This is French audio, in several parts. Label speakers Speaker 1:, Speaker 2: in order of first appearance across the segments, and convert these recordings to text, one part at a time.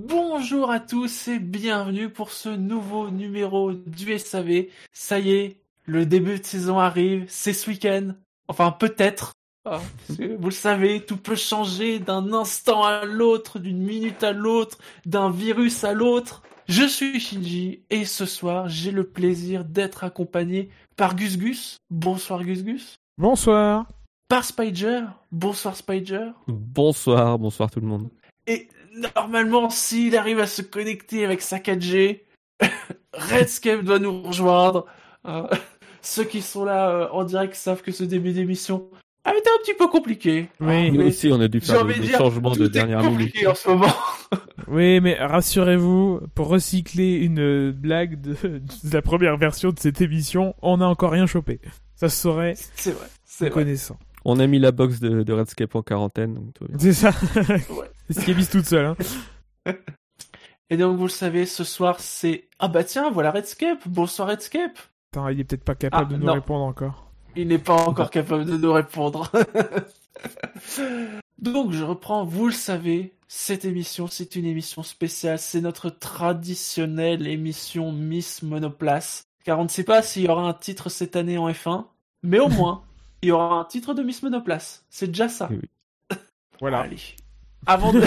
Speaker 1: Bonjour à tous et bienvenue pour ce nouveau numéro du SAV. Ça y est, le début de saison arrive, c'est ce week-end. Enfin, peut-être. Ah, parce que vous le savez, tout peut changer d'un instant à l'autre, d'une minute à l'autre, d'un virus à l'autre. Je suis Shinji et ce soir, j'ai le plaisir d'être accompagné par Gus Gus. Bonsoir Gus Gus.
Speaker 2: Bonsoir.
Speaker 1: Par Spider. Bonsoir Spider.
Speaker 3: Bonsoir, bonsoir tout le monde.
Speaker 1: Et normalement, s'il arrive à se connecter avec sa 4G, Redscape doit nous rejoindre. Euh, ceux qui sont là euh, en direct savent que ce début d'émission a été un petit peu compliqué.
Speaker 2: Oui.
Speaker 3: Nous
Speaker 1: mais
Speaker 3: aussi, on a dû
Speaker 1: j'ai
Speaker 3: faire
Speaker 1: envie
Speaker 3: des,
Speaker 1: de
Speaker 3: des
Speaker 1: dire,
Speaker 3: changements
Speaker 1: tout
Speaker 3: de
Speaker 1: est hein.
Speaker 3: dernière minute.
Speaker 1: compliqué en ce moment.
Speaker 2: Oui, mais rassurez-vous, pour recycler une euh, blague de, de la première version de cette émission, on n'a encore rien chopé. Ça se saurait
Speaker 1: C'est vrai. C'est
Speaker 2: en
Speaker 1: vrai.
Speaker 2: connaissant.
Speaker 3: On a mis la box de, de Redscape en quarantaine, donc tout va bien.
Speaker 2: C'est ça. C'est ce qui est mis toute seule. Hein.
Speaker 1: Et donc, vous le savez, ce soir, c'est... Ah bah tiens, voilà Redscape. Bonsoir Redscape.
Speaker 2: Attends, il est peut-être pas capable
Speaker 1: Ah,
Speaker 2: de nous
Speaker 1: non.
Speaker 2: répondre encore.
Speaker 1: Il n'est pas encore capable de nous répondre. Donc je reprends, vous le savez, cette émission, c'est une émission spéciale, c'est notre traditionnelle émission Miss Monoplace. Car on ne sait pas s'il y aura un titre cette année en F1, mais au moins, il y aura un titre de Miss Monoplace. C'est déjà ça.
Speaker 3: Oui.
Speaker 2: Voilà.
Speaker 1: Allez. Avant de...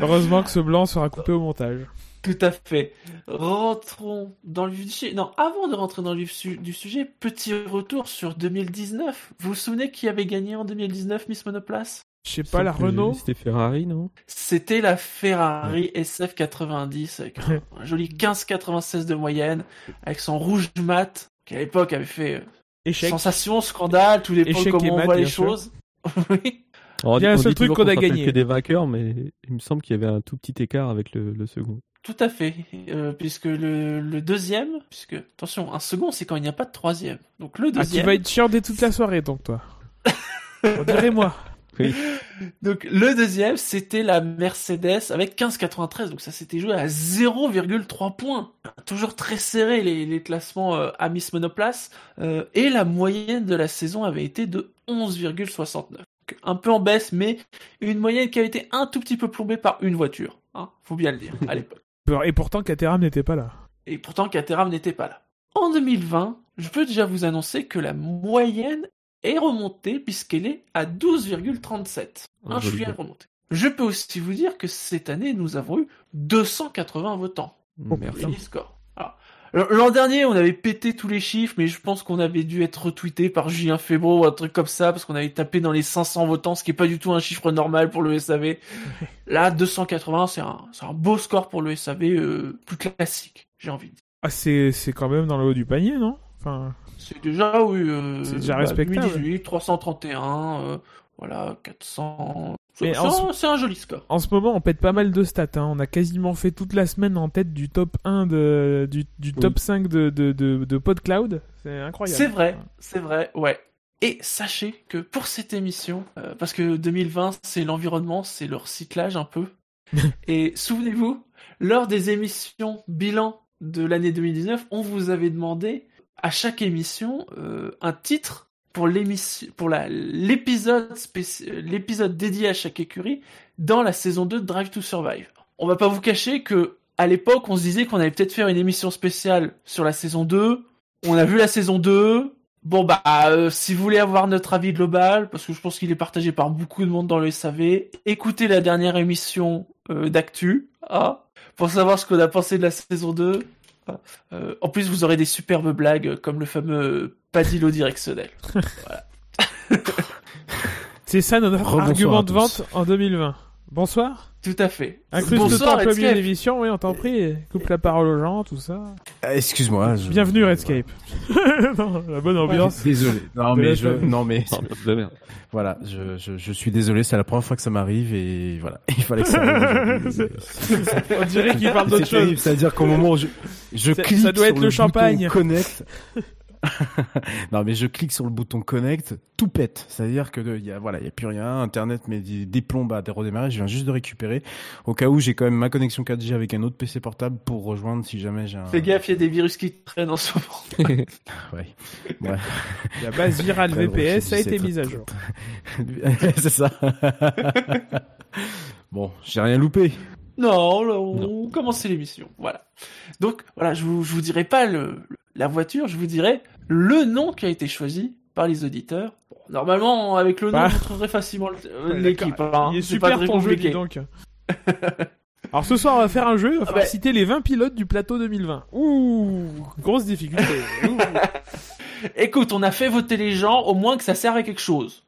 Speaker 2: Heureusement que ce blanc sera coupé au montage.
Speaker 1: Tout à fait. Rentrons dans le vif du sujet. Non, avant de rentrer dans le vif su- du sujet, petit retour sur 2019. Vous vous souvenez qui avait gagné en 2019 Miss Monoplace
Speaker 2: Je sais pas, la Renault.
Speaker 3: C'était Ferrari, non
Speaker 1: C'était la Ferrari SF90 avec un, un joli 15,96 de moyenne, avec son rouge mat, qui à l'époque avait fait euh,
Speaker 2: Échec.
Speaker 1: sensation, scandale, tout dépend
Speaker 2: Échec
Speaker 1: comment
Speaker 2: et
Speaker 1: on
Speaker 2: mat,
Speaker 1: voit les
Speaker 2: bien sûr.
Speaker 1: choses. Oui.
Speaker 3: Alors,
Speaker 2: Il y a
Speaker 3: on
Speaker 2: un
Speaker 3: dit
Speaker 2: seul truc
Speaker 3: toujours
Speaker 2: qu'on a
Speaker 3: se rappelle
Speaker 2: gagné.
Speaker 3: que des vainqueurs, mais il me semble qu'il y avait un tout petit écart avec le, le second.
Speaker 1: Tout à fait, euh, puisque le, le deuxième, puisque attention, un second c'est quand il n'y a pas de troisième. Donc le
Speaker 2: Ah, tu
Speaker 1: deuxième.
Speaker 2: vas être chiant dès toute la soirée, donc toi. On dirait moi.
Speaker 1: Donc le deuxième, c'était la Mercedes avec 15,93. Donc ça s'était joué à 0,3 points. Toujours très serré les, les classements euh, à Miss Monoplace. Euh, et la moyenne de la saison avait été de 11,69. Donc, Un peu en baisse, mais une moyenne qui avait été un tout petit peu plombée par une voiture. Hein, faut bien le dire à l'époque.
Speaker 2: Et pourtant, Caterham n'était pas là.
Speaker 1: Et pourtant, Caterham n'était pas là. En 2020, je peux déjà vous annoncer que la moyenne est remontée puisqu'elle est à 12,37.
Speaker 3: Un
Speaker 1: Un
Speaker 3: joli
Speaker 1: chouïa
Speaker 3: gap.
Speaker 1: remontée. Je peux aussi vous dire que cette année, nous avons eu 280 votants.
Speaker 2: Oh,
Speaker 3: Merci.
Speaker 1: Joli score. Voilà. L- L'an dernier, on avait pété tous les chiffres, mais je pense qu'on avait dû être retweeté par Julien Febro ou un truc comme ça, parce qu'on avait tapé dans les 500 votants, ce qui est pas du tout un chiffre normal pour le SAV. Là, 280, c'est un, c'est un beau score pour le SAV, euh, plus classique, j'ai envie de dire.
Speaker 2: Ah, c'est c'est quand même dans le haut du panier, non Enfin,
Speaker 1: C'est déjà, oui. euh,
Speaker 2: C'est déjà
Speaker 1: bah,
Speaker 2: respectable.
Speaker 1: 2018, 331, euh, voilà, 400.
Speaker 2: Mais
Speaker 1: C'est
Speaker 2: en
Speaker 1: un- c'est un joli score.
Speaker 2: En ce moment, on pète pas mal de stats. hein. On a quasiment fait toute la semaine en tête du top 1 de, du, du
Speaker 3: Oui.
Speaker 2: top 5 de, de, de, de PodCloud. C'est incroyable.
Speaker 1: C'est vrai, c'est vrai, ouais. Et sachez que pour cette émission, euh, parce que 2020, c'est l'environnement, c'est le recyclage un peu. Et souvenez-vous, lors des émissions bilan de l'année 2019, on vous avait demandé à chaque émission euh, un titre pour l'émission, pour la l'épisode spéci- euh, l'épisode dédié à chaque écurie dans la saison 2 de Drive to Survive. On va pas vous cacher que à l'époque, on se disait qu'on allait peut-être faire une émission spéciale sur la saison 2. On a vu la saison 2. Bon bah euh, si vous voulez avoir notre avis global parce que je pense qu'il est partagé par beaucoup de monde dans le SAV, écoutez la dernière émission euh, d'actu ah, pour savoir ce qu'on a pensé de la saison 2. Ah, euh, en plus vous aurez des superbes blagues comme le fameux padillo directionnel.
Speaker 2: C'est ça notre
Speaker 3: Rebonsoir
Speaker 2: argument
Speaker 3: à
Speaker 2: de
Speaker 3: tous.
Speaker 2: vente en 2020. Bonsoir.
Speaker 1: Tout à fait.
Speaker 2: Incruste-toi un peu
Speaker 1: Redscape.
Speaker 2: mieux l'émission, oui, on t'en prie. Coupe la parole aux gens, tout ça.
Speaker 4: Ah, Excuse-moi. je-
Speaker 2: Bienvenue, Redscape. non, la bonne ambiance.
Speaker 4: Désolé. Non
Speaker 2: De la
Speaker 4: mais je,
Speaker 2: famille.
Speaker 4: non mais
Speaker 3: Ah, de merde.
Speaker 4: voilà, je, je, je suis désolé. C'est la première fois que ça m'arrive et voilà, il fallait que ça. arrive aujourd'hui.
Speaker 2: On dirait qu'il parle d'autre
Speaker 4: C'est terrible,
Speaker 2: chose.
Speaker 4: C'est-à-dire qu'au moment où je, je
Speaker 2: Ça-
Speaker 4: clique
Speaker 2: ça doit
Speaker 4: sur
Speaker 2: être le champagne.
Speaker 4: bouton connect. non mais je clique sur le bouton connect, tout pète. C'est-à-dire que de- il y a voilà, il y a plus rien. Internet met des, des plombes à redémarrer. Je viens juste de récupérer. Au cas où j'ai quand même ma connexion 4G avec un autre PC portable pour rejoindre si jamais j'ai un.
Speaker 1: Fais gaffe, il y a des virus qui traînent en ce moment.
Speaker 4: Ouais.
Speaker 2: La base virale
Speaker 4: Très drôle,
Speaker 2: VPS a
Speaker 4: c'est-
Speaker 2: été
Speaker 4: c'est
Speaker 2: mise à
Speaker 4: très-
Speaker 2: jour.
Speaker 4: c'est ça. Bon, j'ai rien loupé.
Speaker 1: Non, là, on commençait l'émission. Voilà. Donc, voilà, je vous, je vous dirai pas le, la voiture, je vous dirai le nom qui a été choisi par les auditeurs. Bon, normalement, avec le nom,
Speaker 2: Bah.
Speaker 1: vous trouverez facilement le- euh,
Speaker 2: Ouais,
Speaker 1: l'équipe. hein.
Speaker 2: Il est
Speaker 1: C'est pas
Speaker 2: super
Speaker 1: très
Speaker 2: ton jeu,
Speaker 1: compliqué.
Speaker 2: dis donc. Alors ce soir, on va faire un jeu, on va
Speaker 1: Ah
Speaker 2: falloir
Speaker 1: bah.
Speaker 2: citer les 20 pilotes du plateau 2020. Ouh, grosse difficulté. Ouh.
Speaker 1: Écoute, on a fait voter les gens, au moins que ça serve à quelque chose.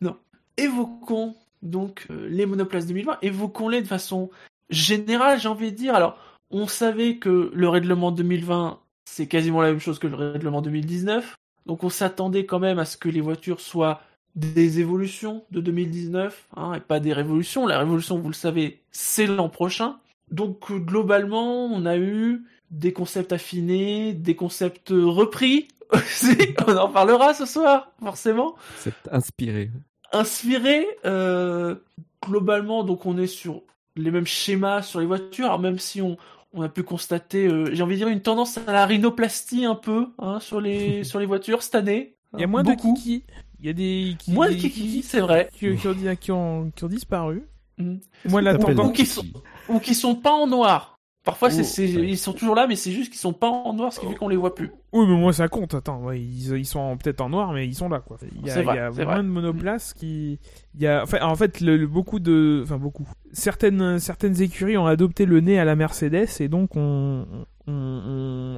Speaker 1: non. Évoquons donc euh, les monoplaces 2020, évoquons-les de façon générale, j'ai envie de dire. Alors, on savait que le règlement 2020, c'est quasiment la même chose que le règlement 2019. Donc, on s'attendait quand même à ce que les voitures soient des évolutions de 2019, hein, et pas des révolutions. La révolution, vous le savez, c'est l'an prochain. Donc, euh, globalement, on a eu des concepts affinés, des concepts euh, repris aussi. On en parlera ce soir, forcément.
Speaker 3: C'est inspiré.
Speaker 1: Inspiré, euh, globalement, donc on est sur les mêmes schémas sur les voitures, alors même si on, on a pu constater, euh, j'ai envie de dire, une tendance à la rhinoplastie un peu hein, sur, les, sur les voitures cette année.
Speaker 2: Il y a moins
Speaker 1: Beaucoup.
Speaker 2: de kiki. Il y a des qui,
Speaker 1: Moins de
Speaker 2: des
Speaker 1: kiki, c'est vrai.
Speaker 2: qui, qui ont, di- qui, ont, qui ont disparu.
Speaker 1: Mm.
Speaker 2: Moi, la
Speaker 4: T'appelles
Speaker 1: Ou
Speaker 2: tendance.
Speaker 1: qui sont, ou qui sont pas en noir. Parfois, c'est,
Speaker 3: Oh,
Speaker 1: c'est-
Speaker 3: ouais.
Speaker 1: ils sont toujours là, mais c'est juste qu'ils sont pas en noir, ce
Speaker 2: Oh.
Speaker 1: qui fait qu'on les voit plus.
Speaker 2: Oui, mais moi ça compte. Attends, ouais, ils, ils sont en- peut-être en noir, mais ils sont là quoi. Il y a,
Speaker 1: C'est vrai,
Speaker 2: il y a
Speaker 1: c'est
Speaker 2: moins
Speaker 1: vrai. Mm.
Speaker 2: de monoplaces qui. Il y a, enfin, en fait, le, le- beaucoup de, enfin beaucoup. Certaines certaines écuries ont adopté le nez à la Mercedes et donc ont on,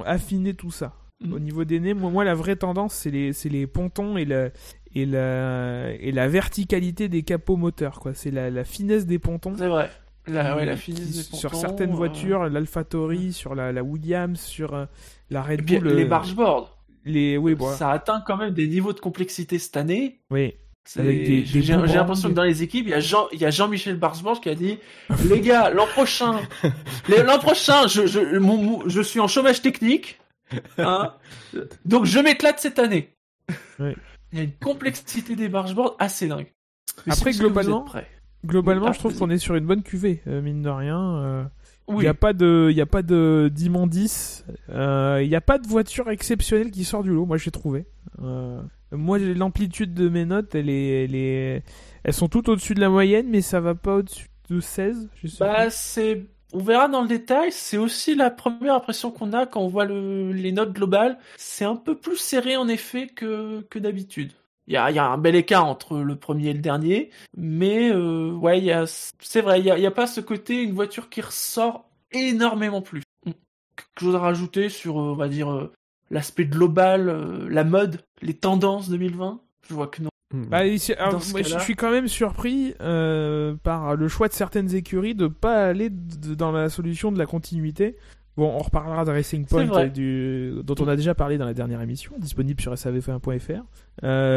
Speaker 2: affiné tout ça.
Speaker 1: Mm.
Speaker 2: Au niveau des nez, moi, moi, la vraie tendance c'est les c'est les pontons et la et la et la verticalité des capots moteurs quoi. C'est la, la finesse des pontons.
Speaker 1: C'est vrai. La, ouais, la
Speaker 2: qui-
Speaker 1: finesse des
Speaker 2: sur
Speaker 1: pontons,
Speaker 2: certaines
Speaker 1: euh,
Speaker 2: voitures, l'Alfa Tauri, sur la, la Williams, sur euh, la
Speaker 1: Et
Speaker 2: Red
Speaker 1: puis,
Speaker 2: Bull,
Speaker 1: les
Speaker 2: euh,
Speaker 1: bargeboards.
Speaker 2: les oui, voilà.
Speaker 1: Ça atteint quand même des niveaux de complexité cette année.
Speaker 2: Oui.
Speaker 1: C'est-
Speaker 2: Avec des- des
Speaker 1: J'ai j'ai
Speaker 2: boomerangs,
Speaker 1: l'impression
Speaker 2: des-
Speaker 1: que dans les équipes, il y a Jean- il y a Jean-Michel Barsbourg qui a dit Les gars, l'an prochain, les- l'an prochain, je, je, mon- mon- je suis en chômage technique, hein, donc je m'éclate cette année.
Speaker 2: Oui.
Speaker 1: Il y a une complexité des bargeboards assez dingue.
Speaker 2: Après,
Speaker 1: est-ce que
Speaker 2: globalement,
Speaker 1: vous êtes prêts
Speaker 2: Globalement,
Speaker 1: Ah,
Speaker 2: je trouve
Speaker 1: vas-y.
Speaker 2: qu'on est sur une bonne cuvée, euh, mine de rien. euh, Il
Speaker 1: oui,
Speaker 2: n'y a pas de, il y a pas de d'immondice. euh, Il n'y a pas de voiture exceptionnelle qui sort du lot. Moi, j'ai trouvé. Euh, moi, j'ai- l'amplitude de mes notes, elle est, elle est, elles sont toutes au-dessus de la moyenne, mais ça va pas au-dessus de 16. Je sais
Speaker 1: bah,
Speaker 2: plus.
Speaker 1: c'est- on verra dans le détail. C'est aussi la première impression qu'on a quand on voit le- les notes globales. C'est un peu plus serré en effet que, que d'habitude. Il y a, il y a un bel écart entre le premier et le dernier, mais euh, ouais, il y a- c'est vrai, il n'y a, il y a pas ce côté une voiture qui ressort énormément plus. Hmm. Quelque chose à rajouter sur, euh, on va dire, euh, l'aspect global, euh, la mode, les tendances 2020 Je vois que non.
Speaker 3: Hmm. Mm.
Speaker 2: Bah, ici- alors,
Speaker 1: Dans ce
Speaker 2: moi, je
Speaker 1: cas-là-
Speaker 2: je suis quand même surpris euh, par le choix de certaines écuries de pas aller d- dans la solution de la continuité. Bon, on reparlera de Racing
Speaker 1: C'est
Speaker 2: Point
Speaker 1: vrai.
Speaker 2: et du, dont on a déjà parlé dans la dernière émission, disponible sur savf1.fr.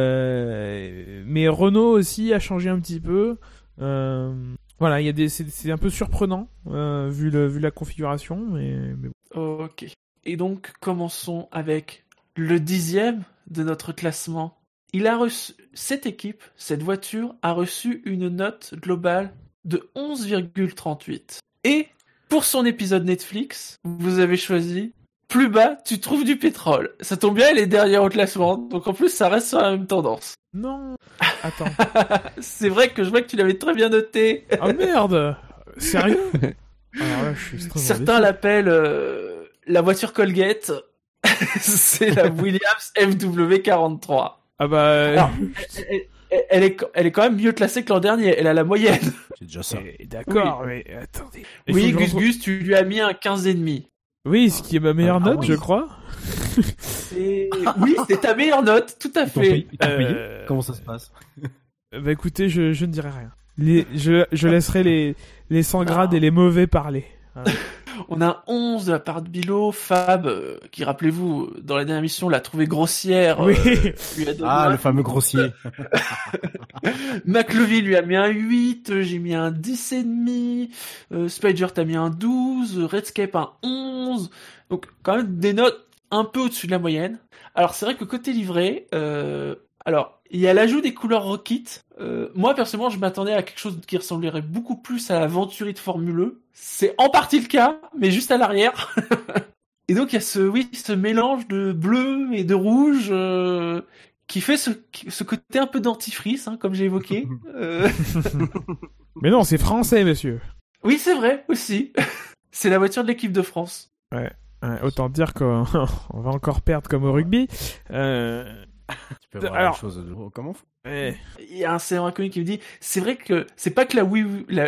Speaker 2: Euh, mais Renault aussi a changé un petit peu. Euh, voilà, il y a des, c'est, c'est un peu surprenant euh, vu, le, vu la configuration, mais, mais bon.
Speaker 1: Ok. Et donc, commençons avec le dixième de notre classement. Il a reçu, cette équipe, cette voiture, a reçu une note globale de 11,38. Et pour son épisode Netflix, vous avez choisi plus bas, tu trouves du pétrole. Ça tombe bien, elle est derrière au classement, donc en plus, ça reste sur la même tendance.
Speaker 2: non. Attends.
Speaker 1: C'est vrai que je vois que tu l'avais très bien noté.
Speaker 2: Ah merde. Sérieux Alors là, je suis extrêmement
Speaker 1: Certains l'appellent euh, la voiture Colgate. c'est la Williams FW43.
Speaker 2: déçu. Ah bah.
Speaker 1: Alors, Elle, elle- elle est, elle est quand même mieux classée que l'an dernier. Elle a la moyenne.
Speaker 4: C'est déjà ça.
Speaker 2: Eh, D'accord, mais attendez. Il faut
Speaker 1: oui,
Speaker 2: que je
Speaker 1: Gus
Speaker 2: retrouve-
Speaker 1: Gus, tu lui as mis un 15,5.
Speaker 2: Oui, ce qui est ma meilleure
Speaker 1: Ah, ah
Speaker 2: note,
Speaker 1: oui.
Speaker 2: je crois.
Speaker 1: C'est- Oui, c'est ta meilleure note, tout à
Speaker 4: Ils t'ont
Speaker 1: fait.
Speaker 4: payé- ils
Speaker 3: Ah,
Speaker 4: t'ont payé
Speaker 2: Euh,
Speaker 4: Comment ça se passe
Speaker 2: Bah écoutez, je, je ne dirai rien. Les- je, je laisserai les, les sans grades et les mauvais parler.
Speaker 1: On a 11 de la part de Bilo. Fab, euh, qui, rappelez-vous, dans la dernière mission, l'a trouvée grossière.
Speaker 2: Oui.
Speaker 1: euh, lui a donné
Speaker 4: Ah,
Speaker 1: un-
Speaker 4: le fameux grossier.
Speaker 1: McLovin lui a mis un 8, euh, j'ai mis un 10,5, euh, Spider t'as mis un 12, euh, Redscape un 11, donc quand même des notes un peu au-dessus de la moyenne. Alors c'est vrai que côté livré, euh, alors il y a l'ajout des couleurs Rocket. Euh, moi personnellement je m'attendais à quelque chose qui ressemblerait beaucoup plus à la Venturi de Formule E. C'est en partie le cas, mais juste à l'arrière. Et donc il y a ce oui ce mélange de bleu et de rouge euh, qui fait ce, ce côté un peu dentifrice, hein, comme j'ai évoqué. Euh,
Speaker 2: Mais non, c'est français, monsieur.
Speaker 1: Oui, c'est vrai, aussi. c'est la voiture de l'équipe de France.
Speaker 2: Ouais, Euh, autant dire qu'on on va encore perdre comme au rugby. Euh...
Speaker 4: Tu peux voir
Speaker 2: Alors-
Speaker 4: la chose de oh, comment
Speaker 2: eh.
Speaker 1: Il y a un serveur inconnu qui me dit, c'est vrai que c'est pas que la oui, oui la-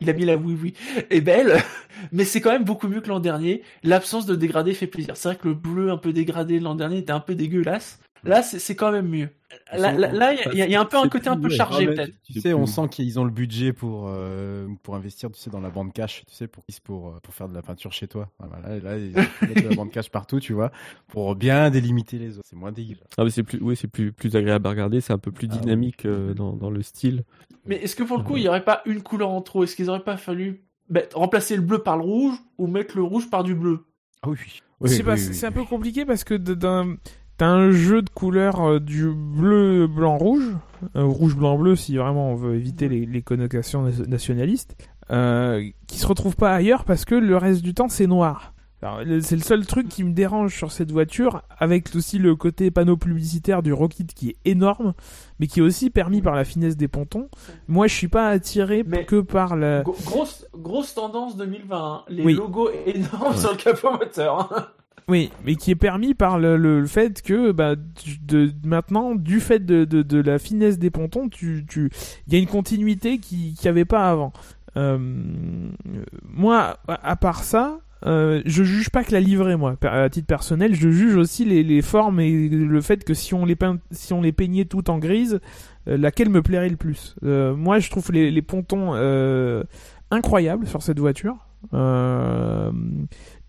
Speaker 1: il a mis la oui oui est belle, mais c'est quand même beaucoup mieux que l'an dernier. L'absence de dégradé fait plaisir. C'est vrai que le bleu un peu dégradé de l'an dernier était un peu dégueulasse. Là, c'est c'est quand même mieux. Là, là- là, il y a- il y, a- il y a un peu un
Speaker 3: C'est
Speaker 1: côté un
Speaker 3: plus,
Speaker 1: peu
Speaker 3: ouais.
Speaker 1: chargé
Speaker 4: Ah, mais
Speaker 1: peut-être.
Speaker 4: Tu sais, on sent qu'ils ont le budget pour, euh, pour investir, tu sais, dans la bande cash, tu sais, pour, pour, euh, pour faire de la peinture chez toi. Ah, Voilà, là, là, ils mettent de la bande cash partout, tu vois, pour bien délimiter les autres. C'est moins dégueu.
Speaker 3: Ah, mais c'est plus, oui, c'est plus, plus agréable à regarder, c'est un peu plus
Speaker 4: Ah, oui.
Speaker 3: dynamique euh, dans, dans le style.
Speaker 1: Mais est-ce que pour le coup, il n'y aurait pas une couleur en trop Est-ce qu'ils n'auraient pas fallu bah, remplacer le bleu par le rouge ou mettre le rouge par du bleu
Speaker 4: Ah oui.
Speaker 2: Je sais pas, c'est c'est un peu compliqué parce que de- d'un- t'as un jeu de couleurs euh, du bleu, blanc, rouge, euh, rouge, blanc, bleu, si vraiment on veut éviter les, les connotations na- nationalistes, euh, qui se retrouvent pas ailleurs parce que le reste du temps c'est noir. Alors, le- C'est le seul truc qui me dérange sur cette voiture, avec aussi le côté panneau publicitaire du Rocket qui est énorme, mais qui est aussi permis par la finesse des pontons. Moi, je suis pas attiré
Speaker 1: Mais-
Speaker 2: que par la.
Speaker 1: Gro- grosse, grosse tendance 2020, hein. les
Speaker 2: Oui.
Speaker 1: logos énormes sur le capot moteur. hein.
Speaker 2: Oui, mais qui est permis par le, le- le fait que bah, tu- de, maintenant, du fait de, de, de la finesse des pontons, tu, tu, il y a une continuité qui n'y avait pas avant. Euh, euh, moi, à à part ça, euh, je juge pas que la livrée, moi, Per- à titre personnel, je juge aussi les, les formes et le fait que si on les, peint, si on les peignait toutes en grise, euh, laquelle me plairait le plus. Euh, moi, je trouve les, les pontons euh, incroyables sur cette voiture. Euh,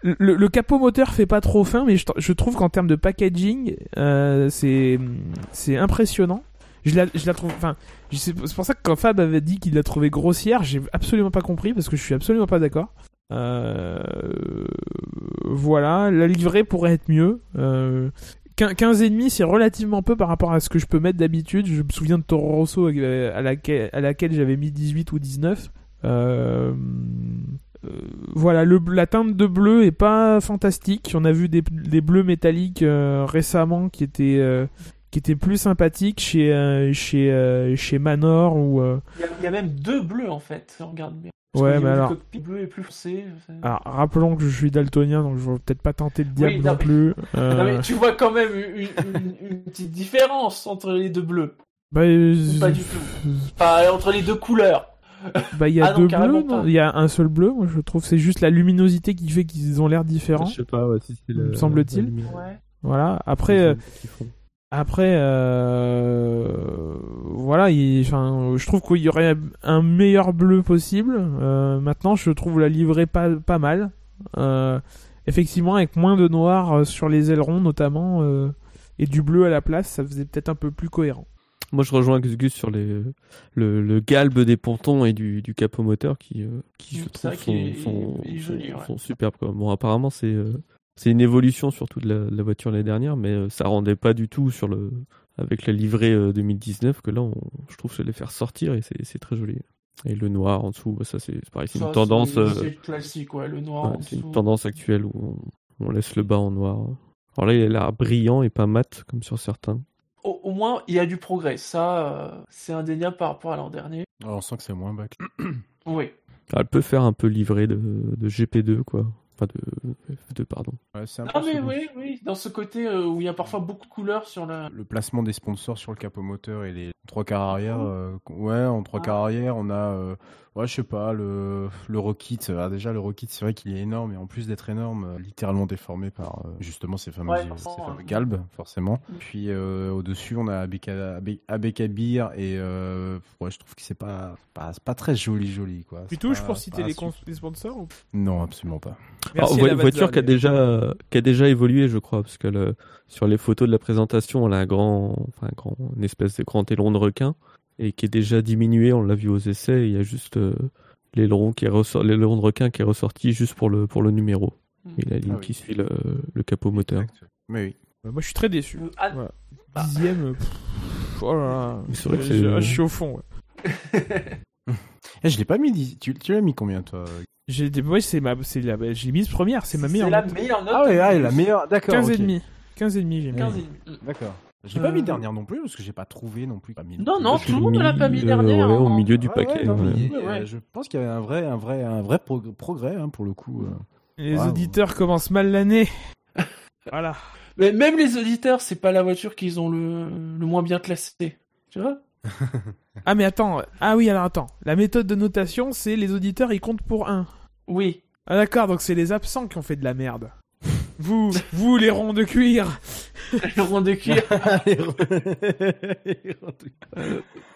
Speaker 2: le, le capot moteur fait pas trop fin, mais je, t- je trouve qu'en termes de packaging, euh, c'est c'est impressionnant. Je la, je la trouve. Enfin, je sais- c'est pour ça que quand Fab avait dit qu'il la trouvait grossière, j'ai absolument pas compris parce que je suis absolument pas d'accord. Euh, voilà, la livrée pourrait être mieux. Euh, quin- 15 et demi, c'est relativement peu par rapport à ce que je peux mettre d'habitude. Je me souviens de Toro Rosso euh, à laquelle, à laquelle j'avais mis 18 ou 19. Euh, euh, voilà, le, la teinte de bleu est pas fantastique. On a vu des, des bleus métalliques euh, récemment qui étaient, euh, qui étaient plus sympathiques chez, euh, chez, euh, chez Manor ou. euh,
Speaker 1: Il y, a- il y a même deux bleus en fait, si on regarde bien.
Speaker 2: Ouais,
Speaker 1: qu'il y a
Speaker 2: mais
Speaker 1: le
Speaker 2: alors-
Speaker 1: cockpit bleu est plus foncé. c'est-
Speaker 3: Euh.
Speaker 2: Alors, rappelons que je suis daltonien, donc je vais peut-être pas tenter le diable
Speaker 1: Oui, non,
Speaker 2: non,
Speaker 1: mais-
Speaker 2: plus. Euh,
Speaker 1: Non, mais tu vois quand même une, une- une petite différence entre les deux bleus.
Speaker 2: bah, euh,
Speaker 1: Pas du tout. Enfin, entre les deux couleurs.
Speaker 2: bah, il y a
Speaker 1: Ah non,
Speaker 2: deux
Speaker 1: carrément
Speaker 2: bleus, non
Speaker 1: pas.
Speaker 2: il y a un seul bleu. Moi, je trouve c'est juste la luminosité qui fait qu'ils ont l'air différents.
Speaker 3: Je sais pas, ouais, si c'est
Speaker 2: Me
Speaker 3: le-
Speaker 2: semble-t-il.
Speaker 3: la lumière.
Speaker 2: Voilà. Après, euh,
Speaker 3: Qu'ils font.
Speaker 2: Après, euh, voilà, il- enfin, je trouve qu'il y aurait un meilleur bleu possible. Euh, maintenant, je trouve la livrée pas, pas mal. Euh, effectivement, avec moins de noir euh, sur les ailerons notamment, euh, et du bleu à la place, ça faisait peut-être un peu plus cohérent.
Speaker 3: Moi, je rejoins Gus Gus sur les, le, le galbe des pontons et du, du capot moteur qui, euh, qui
Speaker 1: Mm,
Speaker 3: je
Speaker 1: c'est
Speaker 3: trouve,
Speaker 1: vrai
Speaker 3: sont,
Speaker 1: qu'il est-
Speaker 3: sont,
Speaker 1: il est joli,
Speaker 3: sont-
Speaker 1: ouais.
Speaker 3: sont superbes. quoi. Bon, apparemment, c'est euh, c'est une évolution surtout de la, de la voiture l'année dernière, mais euh, ça rendait pas du tout sur le avec la livrée euh, 2019 que là, on, je trouve, ça les faire sortir et c'est c'est très joli. Et le noir en dessous, bah, ça, c'est c'est pareil, c'est
Speaker 1: Ça,
Speaker 3: une tendance,
Speaker 1: C'est
Speaker 3: euh,
Speaker 1: c'est le classique, ouais, le noir
Speaker 3: ouais,
Speaker 1: en
Speaker 3: c'est une
Speaker 1: dessous.
Speaker 3: tendance actuelle où on, on laisse le bas en noir. Alors là, il a l'air brillant et pas mat comme sur certains.
Speaker 1: Au, au moins, il y a du progrès. Ça, euh, c'est indéniable par rapport à l'an dernier.
Speaker 4: Alors, on sent que c'est moins bac.
Speaker 1: Oui.
Speaker 3: Ah, Elle peut faire un peu livrée de, de GP2, quoi. Enfin, de F2, pardon.
Speaker 4: Ouais, c'est un peu
Speaker 1: Non, Ah, mais
Speaker 4: ce-
Speaker 1: oui, oui. Dans ce côté euh, où il y a parfois beaucoup de couleurs sur la,
Speaker 4: Le placement des sponsors sur le capot moteur et les trois quarts arrière. euh, qu'on- ouais, en trois
Speaker 1: Ah.
Speaker 4: quarts arrière, on a, euh, ouais, je sais pas, le, le Rocket. Ah, déjà, le Rocket, c'est vrai qu'il est énorme et en plus d'être énorme, euh, littéralement déformé par euh, justement ces fameux,
Speaker 1: Ouais,
Speaker 4: ces
Speaker 1: forcément,
Speaker 4: fameux
Speaker 1: hein.
Speaker 4: galbes, forcément.
Speaker 1: Mm.
Speaker 4: Puis euh, au-dessus, on a Abeka- Abe- Abekabir et euh, ouais, je trouve que c'est pas, pas, c'est pas très joli, joli quoi. C'est pas- pas su-
Speaker 2: sponsors
Speaker 4: Non, absolument pas.
Speaker 3: Alors, Ah, vo- voiture qui a déjà euh, qui a déjà évolué, je crois, parce que le- sur les photos de la présentation, on a un grand, enfin un grand, une espèce de grand aileron de requin et qui est déjà diminué. On l'a vu aux essais. Il y a juste euh, l'aileron qui est ressor- l'aileron de requin qui est ressorti juste pour le pour le numéro
Speaker 1: Mm.
Speaker 3: et la ligne
Speaker 4: Ah oui.
Speaker 3: qui suit le, le capot moteur.
Speaker 4: Exact. Mais oui.
Speaker 2: Moi, je suis très déçu.
Speaker 1: Euh, ah,
Speaker 2: Voilà. Dixième. pff, oh là là.
Speaker 3: Bah. C'est vrai que
Speaker 2: Je,
Speaker 3: c'est-
Speaker 2: je- je suis au fond. ouais.
Speaker 4: Eh, je l'ai pas mis. dix- Tu, tu l'as mis combien toi
Speaker 2: J'ai des- ouais, c'est ma, c'est la, j'ai mise première, c'est ma
Speaker 1: C'est
Speaker 2: meilleure.
Speaker 1: la
Speaker 2: note.
Speaker 1: meilleure note.
Speaker 4: Ah ouais, ah, la meilleure. D'accord.
Speaker 2: 15 et
Speaker 4: ok.
Speaker 2: demi. 15 et demi, j'ai mis.
Speaker 1: 15 et demi. Mm.
Speaker 4: D'accord. Je l'ai pas mis dernière non plus parce que j'ai pas trouvé non plus. Pas mis
Speaker 1: Non,
Speaker 4: plus.
Speaker 1: non,
Speaker 4: Je-
Speaker 1: tout le monde ne l'a pas mis
Speaker 3: Euh,
Speaker 1: dernière.
Speaker 3: ouais, au
Speaker 1: hein.
Speaker 3: milieu du
Speaker 4: Ouais,
Speaker 3: paquet.
Speaker 4: Ah ouais, non,
Speaker 3: ouais.
Speaker 4: mais il y a-
Speaker 1: Ouais. euh,
Speaker 4: Je pense qu'il y a un vrai, un vrai, un vrai progr- progrès hein, pour le coup. euh.
Speaker 2: Les
Speaker 4: Waouh.
Speaker 2: auditeurs commencent mal l'année. voilà.
Speaker 1: Mais même les auditeurs, c'est pas la voiture qu'ils ont le, le moins bien classée. Tu vois
Speaker 2: Ah mais attends. Ah oui, alors attends. La méthode de notation, c'est les auditeurs, ils comptent pour un.
Speaker 1: Oui.
Speaker 2: Ah d'accord, donc c'est les absents qui ont fait de la merde. vous, vous les ronds de cuir.
Speaker 1: Le rond de cuir.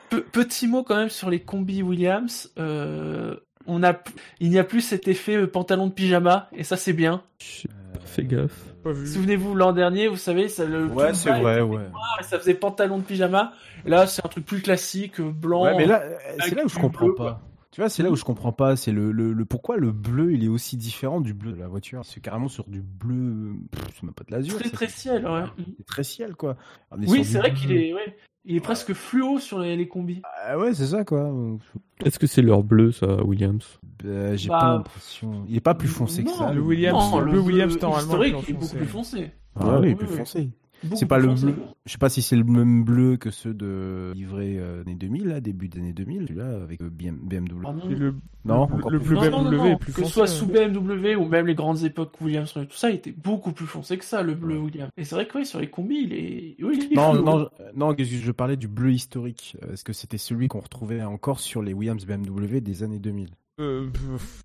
Speaker 1: Pe- petit mot quand même sur les combis Williams. Euh, on a, p- il n'y a plus cet effet euh, pantalon de pyjama, et ça c'est bien.
Speaker 3: J'ai pas fait gaffe.
Speaker 2: Pas vu.
Speaker 1: Souvenez-vous l'an dernier, vous savez, ça, le, tout
Speaker 4: Ouais,
Speaker 1: le
Speaker 4: c'est
Speaker 1: bas
Speaker 4: vrai, ouais.
Speaker 1: était- ça faisait pantalon de pyjama. Là, c'est un truc plus classique, euh, blanc.
Speaker 4: Ouais, mais là, euh, c'est là où je
Speaker 1: du
Speaker 4: comprends
Speaker 1: bleu,
Speaker 4: pas. Tu vois, c'est là où je comprends pas. C'est le, le, le pourquoi le bleu il est aussi différent du bleu de la voiture. C'est carrément sur du bleu, pff, c'est même pas de l'azur.
Speaker 1: très
Speaker 4: ça,
Speaker 1: très
Speaker 4: c'est-
Speaker 1: ciel. ouais.
Speaker 4: c'est Très ciel quoi. On est sur
Speaker 1: Oui,
Speaker 4: du
Speaker 1: c'est vrai qu'il
Speaker 4: bleu.
Speaker 1: est, ouais, il est presque fluo sur les, les combis.
Speaker 4: Ah ouais, c'est ça quoi.
Speaker 3: Est-ce que c'est leur bleu, ça, Williams
Speaker 4: Euh, J'ai
Speaker 1: Bah,
Speaker 4: pas l'impression. Il est pas plus foncé que
Speaker 1: non,
Speaker 4: ça.
Speaker 2: le Williams,
Speaker 1: Non,
Speaker 2: le
Speaker 1: bleu
Speaker 2: Williams, normalement,
Speaker 1: historique
Speaker 2: plus
Speaker 1: est beaucoup
Speaker 2: foncé.
Speaker 1: plus foncé.
Speaker 4: Ah oui,
Speaker 1: Oui,
Speaker 4: plus
Speaker 1: oui.
Speaker 4: foncé.
Speaker 1: Beaucoup
Speaker 4: C'est pas
Speaker 1: plus
Speaker 4: le
Speaker 1: foncé.
Speaker 4: bleu. Je sais pas si c'est le même bleu que ceux de livrés euh, années 2000, là, début d'année 2000, celui-là avec euh, BM- BMW.
Speaker 1: Ah non.
Speaker 2: Et le-
Speaker 4: Non,
Speaker 2: le-
Speaker 4: encore
Speaker 2: le
Speaker 4: plus.
Speaker 2: plus
Speaker 1: Non,
Speaker 2: BMW
Speaker 1: non, non, non.
Speaker 2: est plus
Speaker 1: que ce
Speaker 2: foncé.
Speaker 1: soit sous BMW ou même les grandes époques Williams, tout ça, il était beaucoup plus foncé que ça, le bleu Williams. Et c'est vrai que oui, sur les combis, il est. Oui, il est hein.
Speaker 4: Non,
Speaker 1: fluo.
Speaker 4: non, je- euh, non, je, je parlais du bleu historique. Euh, Est-ce que c'était celui qu'on retrouvait encore sur les Williams BMW des années 2000
Speaker 2: Euh, pff,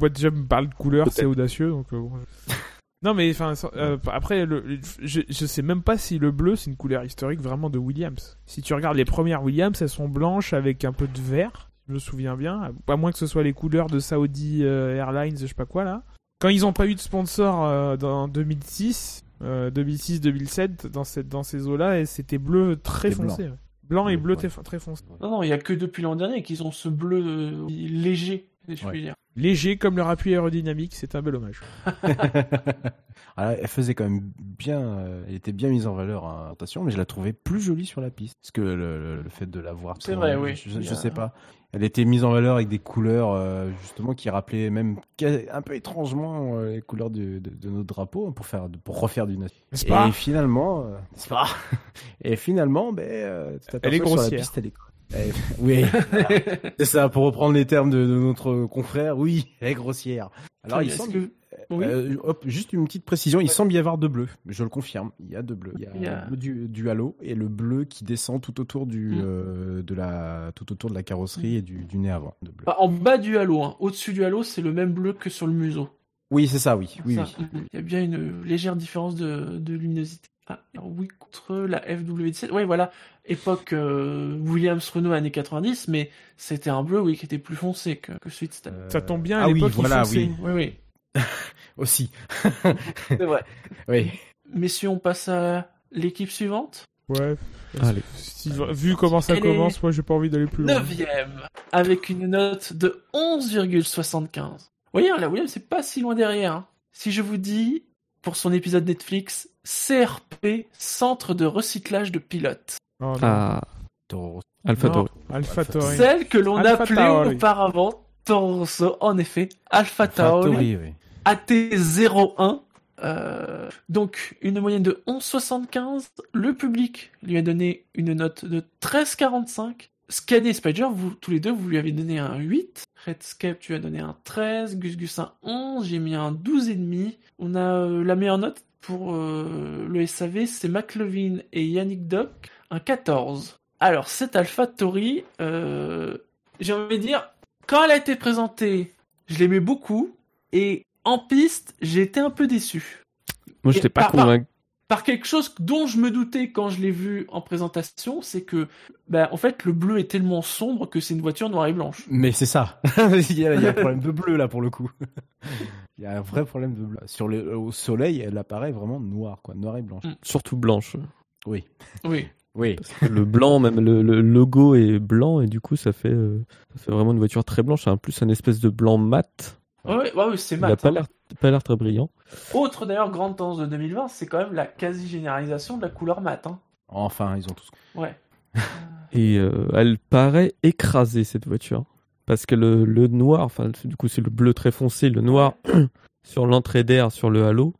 Speaker 2: moi déjà me parle de couleur, c'est audacieux donc. euh, bon, je- non mais enfin sans- euh, après le- le- je, je sais même pas si le bleu c'est une couleur historique vraiment de Williams. Si tu regardes les premières Williams, elles sont blanches avec un peu de vert, je me souviens bien, à moins que ce soit les couleurs de Saudi euh, Airlines, je sais pas quoi là. Quand ils ont pas eu de sponsor euh, dans 2006, 2006-2007 dans cette dans ces eaux-là, et c'était bleu très
Speaker 4: C'était blanc.
Speaker 2: foncé. ouais. Blanc, et
Speaker 4: Oui,
Speaker 2: bleu
Speaker 4: ouais.
Speaker 2: très, fon- très foncé.
Speaker 1: Non, non, il y a que depuis l'an dernier qu'ils ont ce bleu euh, léger, si je
Speaker 4: Ouais.
Speaker 1: puis dire.
Speaker 2: Léger comme leur appui aérodynamique, c'est un bel hommage.
Speaker 4: Ah, Elle faisait quand même bien. euh, elle était bien mise en valeur en rotation, mais je la trouvais plus jolie sur la piste. Parce que le, le- le fait de l'avoir.
Speaker 1: C'est vrai, oui.
Speaker 4: Je, je-
Speaker 1: Il y a-
Speaker 4: je sais pas. Elle était mise en valeur avec des couleurs, euh, justement, qui rappelaient même ca- un peu étrangement euh, les couleurs du- de, de nos drapeaux hein, pour, faire, pour refaire du
Speaker 2: N'est-ce
Speaker 4: Et finalement, euh, n'est-ce pas Et finalement, ben, euh, tu t'aperçois
Speaker 2: Elle est
Speaker 4: sur la
Speaker 2: grossière.
Speaker 4: piste, elle est- elle est- Oui, voilà. c'est ça. Pour reprendre les termes de, de notre confrère, oui, elle est grossière. Alors, il
Speaker 1: Est-ce
Speaker 4: semble,
Speaker 1: que- oui.
Speaker 4: euh, hop, juste une petite précision, il semble y avoir deux bleus. Je le confirme, il y a deux bleus. Il y a,
Speaker 1: Il y a-
Speaker 4: le bleu du, du halo et le bleu qui descend tout autour du
Speaker 1: Mm.
Speaker 4: euh, de la tout autour de la carrosserie et du, du nez avant. de bleu.
Speaker 1: Bah, en bas du halo, hein. au-dessus du halo, c'est le même bleu que sur le museau.
Speaker 4: Oui, c'est ça, oui, oui,
Speaker 1: Ça,
Speaker 4: oui.
Speaker 1: mm, Il y a bien une légère différence de, de luminosité. Ah, alors oui, contre la FW17. Ouais, voilà, époque euh, Williams-Renault années 90, mais c'était un bleu, oui, qui était plus foncé que, que celui de Stan.
Speaker 2: Ça tombe bien, à
Speaker 4: ah oui,
Speaker 2: l'époque, ils
Speaker 4: voilà,
Speaker 2: fonçaient.
Speaker 4: oui,
Speaker 1: Oui, oui,
Speaker 4: aussi,
Speaker 1: c'est vrai.
Speaker 4: oui.
Speaker 1: Messieurs, on passe à l'équipe suivante.
Speaker 2: Ouais.
Speaker 3: Allez.
Speaker 2: Si- vu comment ça
Speaker 1: Elle
Speaker 2: commence, moi j'ai pas envie d'aller plus loin.
Speaker 1: Neuvième, avec une note de 11,75. Vous voyez, hein, la Williams, c'est pas si loin derrière. hein. Si je vous dis, pour son épisode Netflix, CRP, Centre de recyclage de pilotes.
Speaker 2: Oh, non.
Speaker 3: Ah,
Speaker 4: Taureau.
Speaker 3: Alpha
Speaker 2: Non,
Speaker 3: Tauri.
Speaker 2: Alpha Tauri.
Speaker 1: Celle que l'on
Speaker 2: Alpha
Speaker 1: appelait
Speaker 2: Tauri.
Speaker 1: auparavant Torso, en effet, Alpha Tauri,
Speaker 4: Taureau, oui.
Speaker 1: AT01. Euh, donc une moyenne de 11,75. Le public lui a donné une note de 13,45. Scanny et Spider, vous, tous les deux, vous lui avez donné un 8. Redscape, tu as donné un 13. Gus Gus un 11. J'ai mis un 12,5. On a euh, la meilleure note pour euh, le SAV, c'est McLevin et Yannick Doc, un 14. Alors, cet Alpha Tori, euh, j'ai envie de dire, quand elle a été présentée, je l'aimais beaucoup. Et en piste, j'ai été un peu déçu
Speaker 3: Moi, j'étais pas
Speaker 1: Par- par-
Speaker 3: convaincu.
Speaker 1: par quelque chose dont je me doutais quand je l'ai vu en présentation, c'est que, bah, en fait, le bleu est tellement sombre que c'est une voiture noire et blanche.
Speaker 4: Mais c'est ça. il, y a, il y a un problème de bleu là pour le coup. Il y a un vrai problème de bleu. Sur le, au soleil, elle apparaît vraiment noire, quoi, noire et blanche.
Speaker 1: Mm.
Speaker 3: Surtout blanche.
Speaker 4: Oui.
Speaker 1: Oui.
Speaker 4: Oui.
Speaker 3: Parce que le blanc, même le, le logo est blanc et du coup, ça fait, euh, ça fait vraiment une voiture très blanche. En plus, un espèce de blanc mat.
Speaker 1: Ouais, ouais, ouais, c'est
Speaker 3: Il n'a
Speaker 1: mat.
Speaker 3: pas
Speaker 1: hein.
Speaker 3: l'air pas l'air très brillant.
Speaker 1: Autre d'ailleurs grande tendance de 2020, c'est quand même la quasi-généralisation de la couleur mat. hein.
Speaker 4: Enfin, ils ont tous.
Speaker 1: Ouais.
Speaker 3: Et euh, elle paraît écrasée cette voiture. Parce que le, le noir, enfin du coup c'est le bleu très foncé, le noir sur l'entrée d'air sur le halo,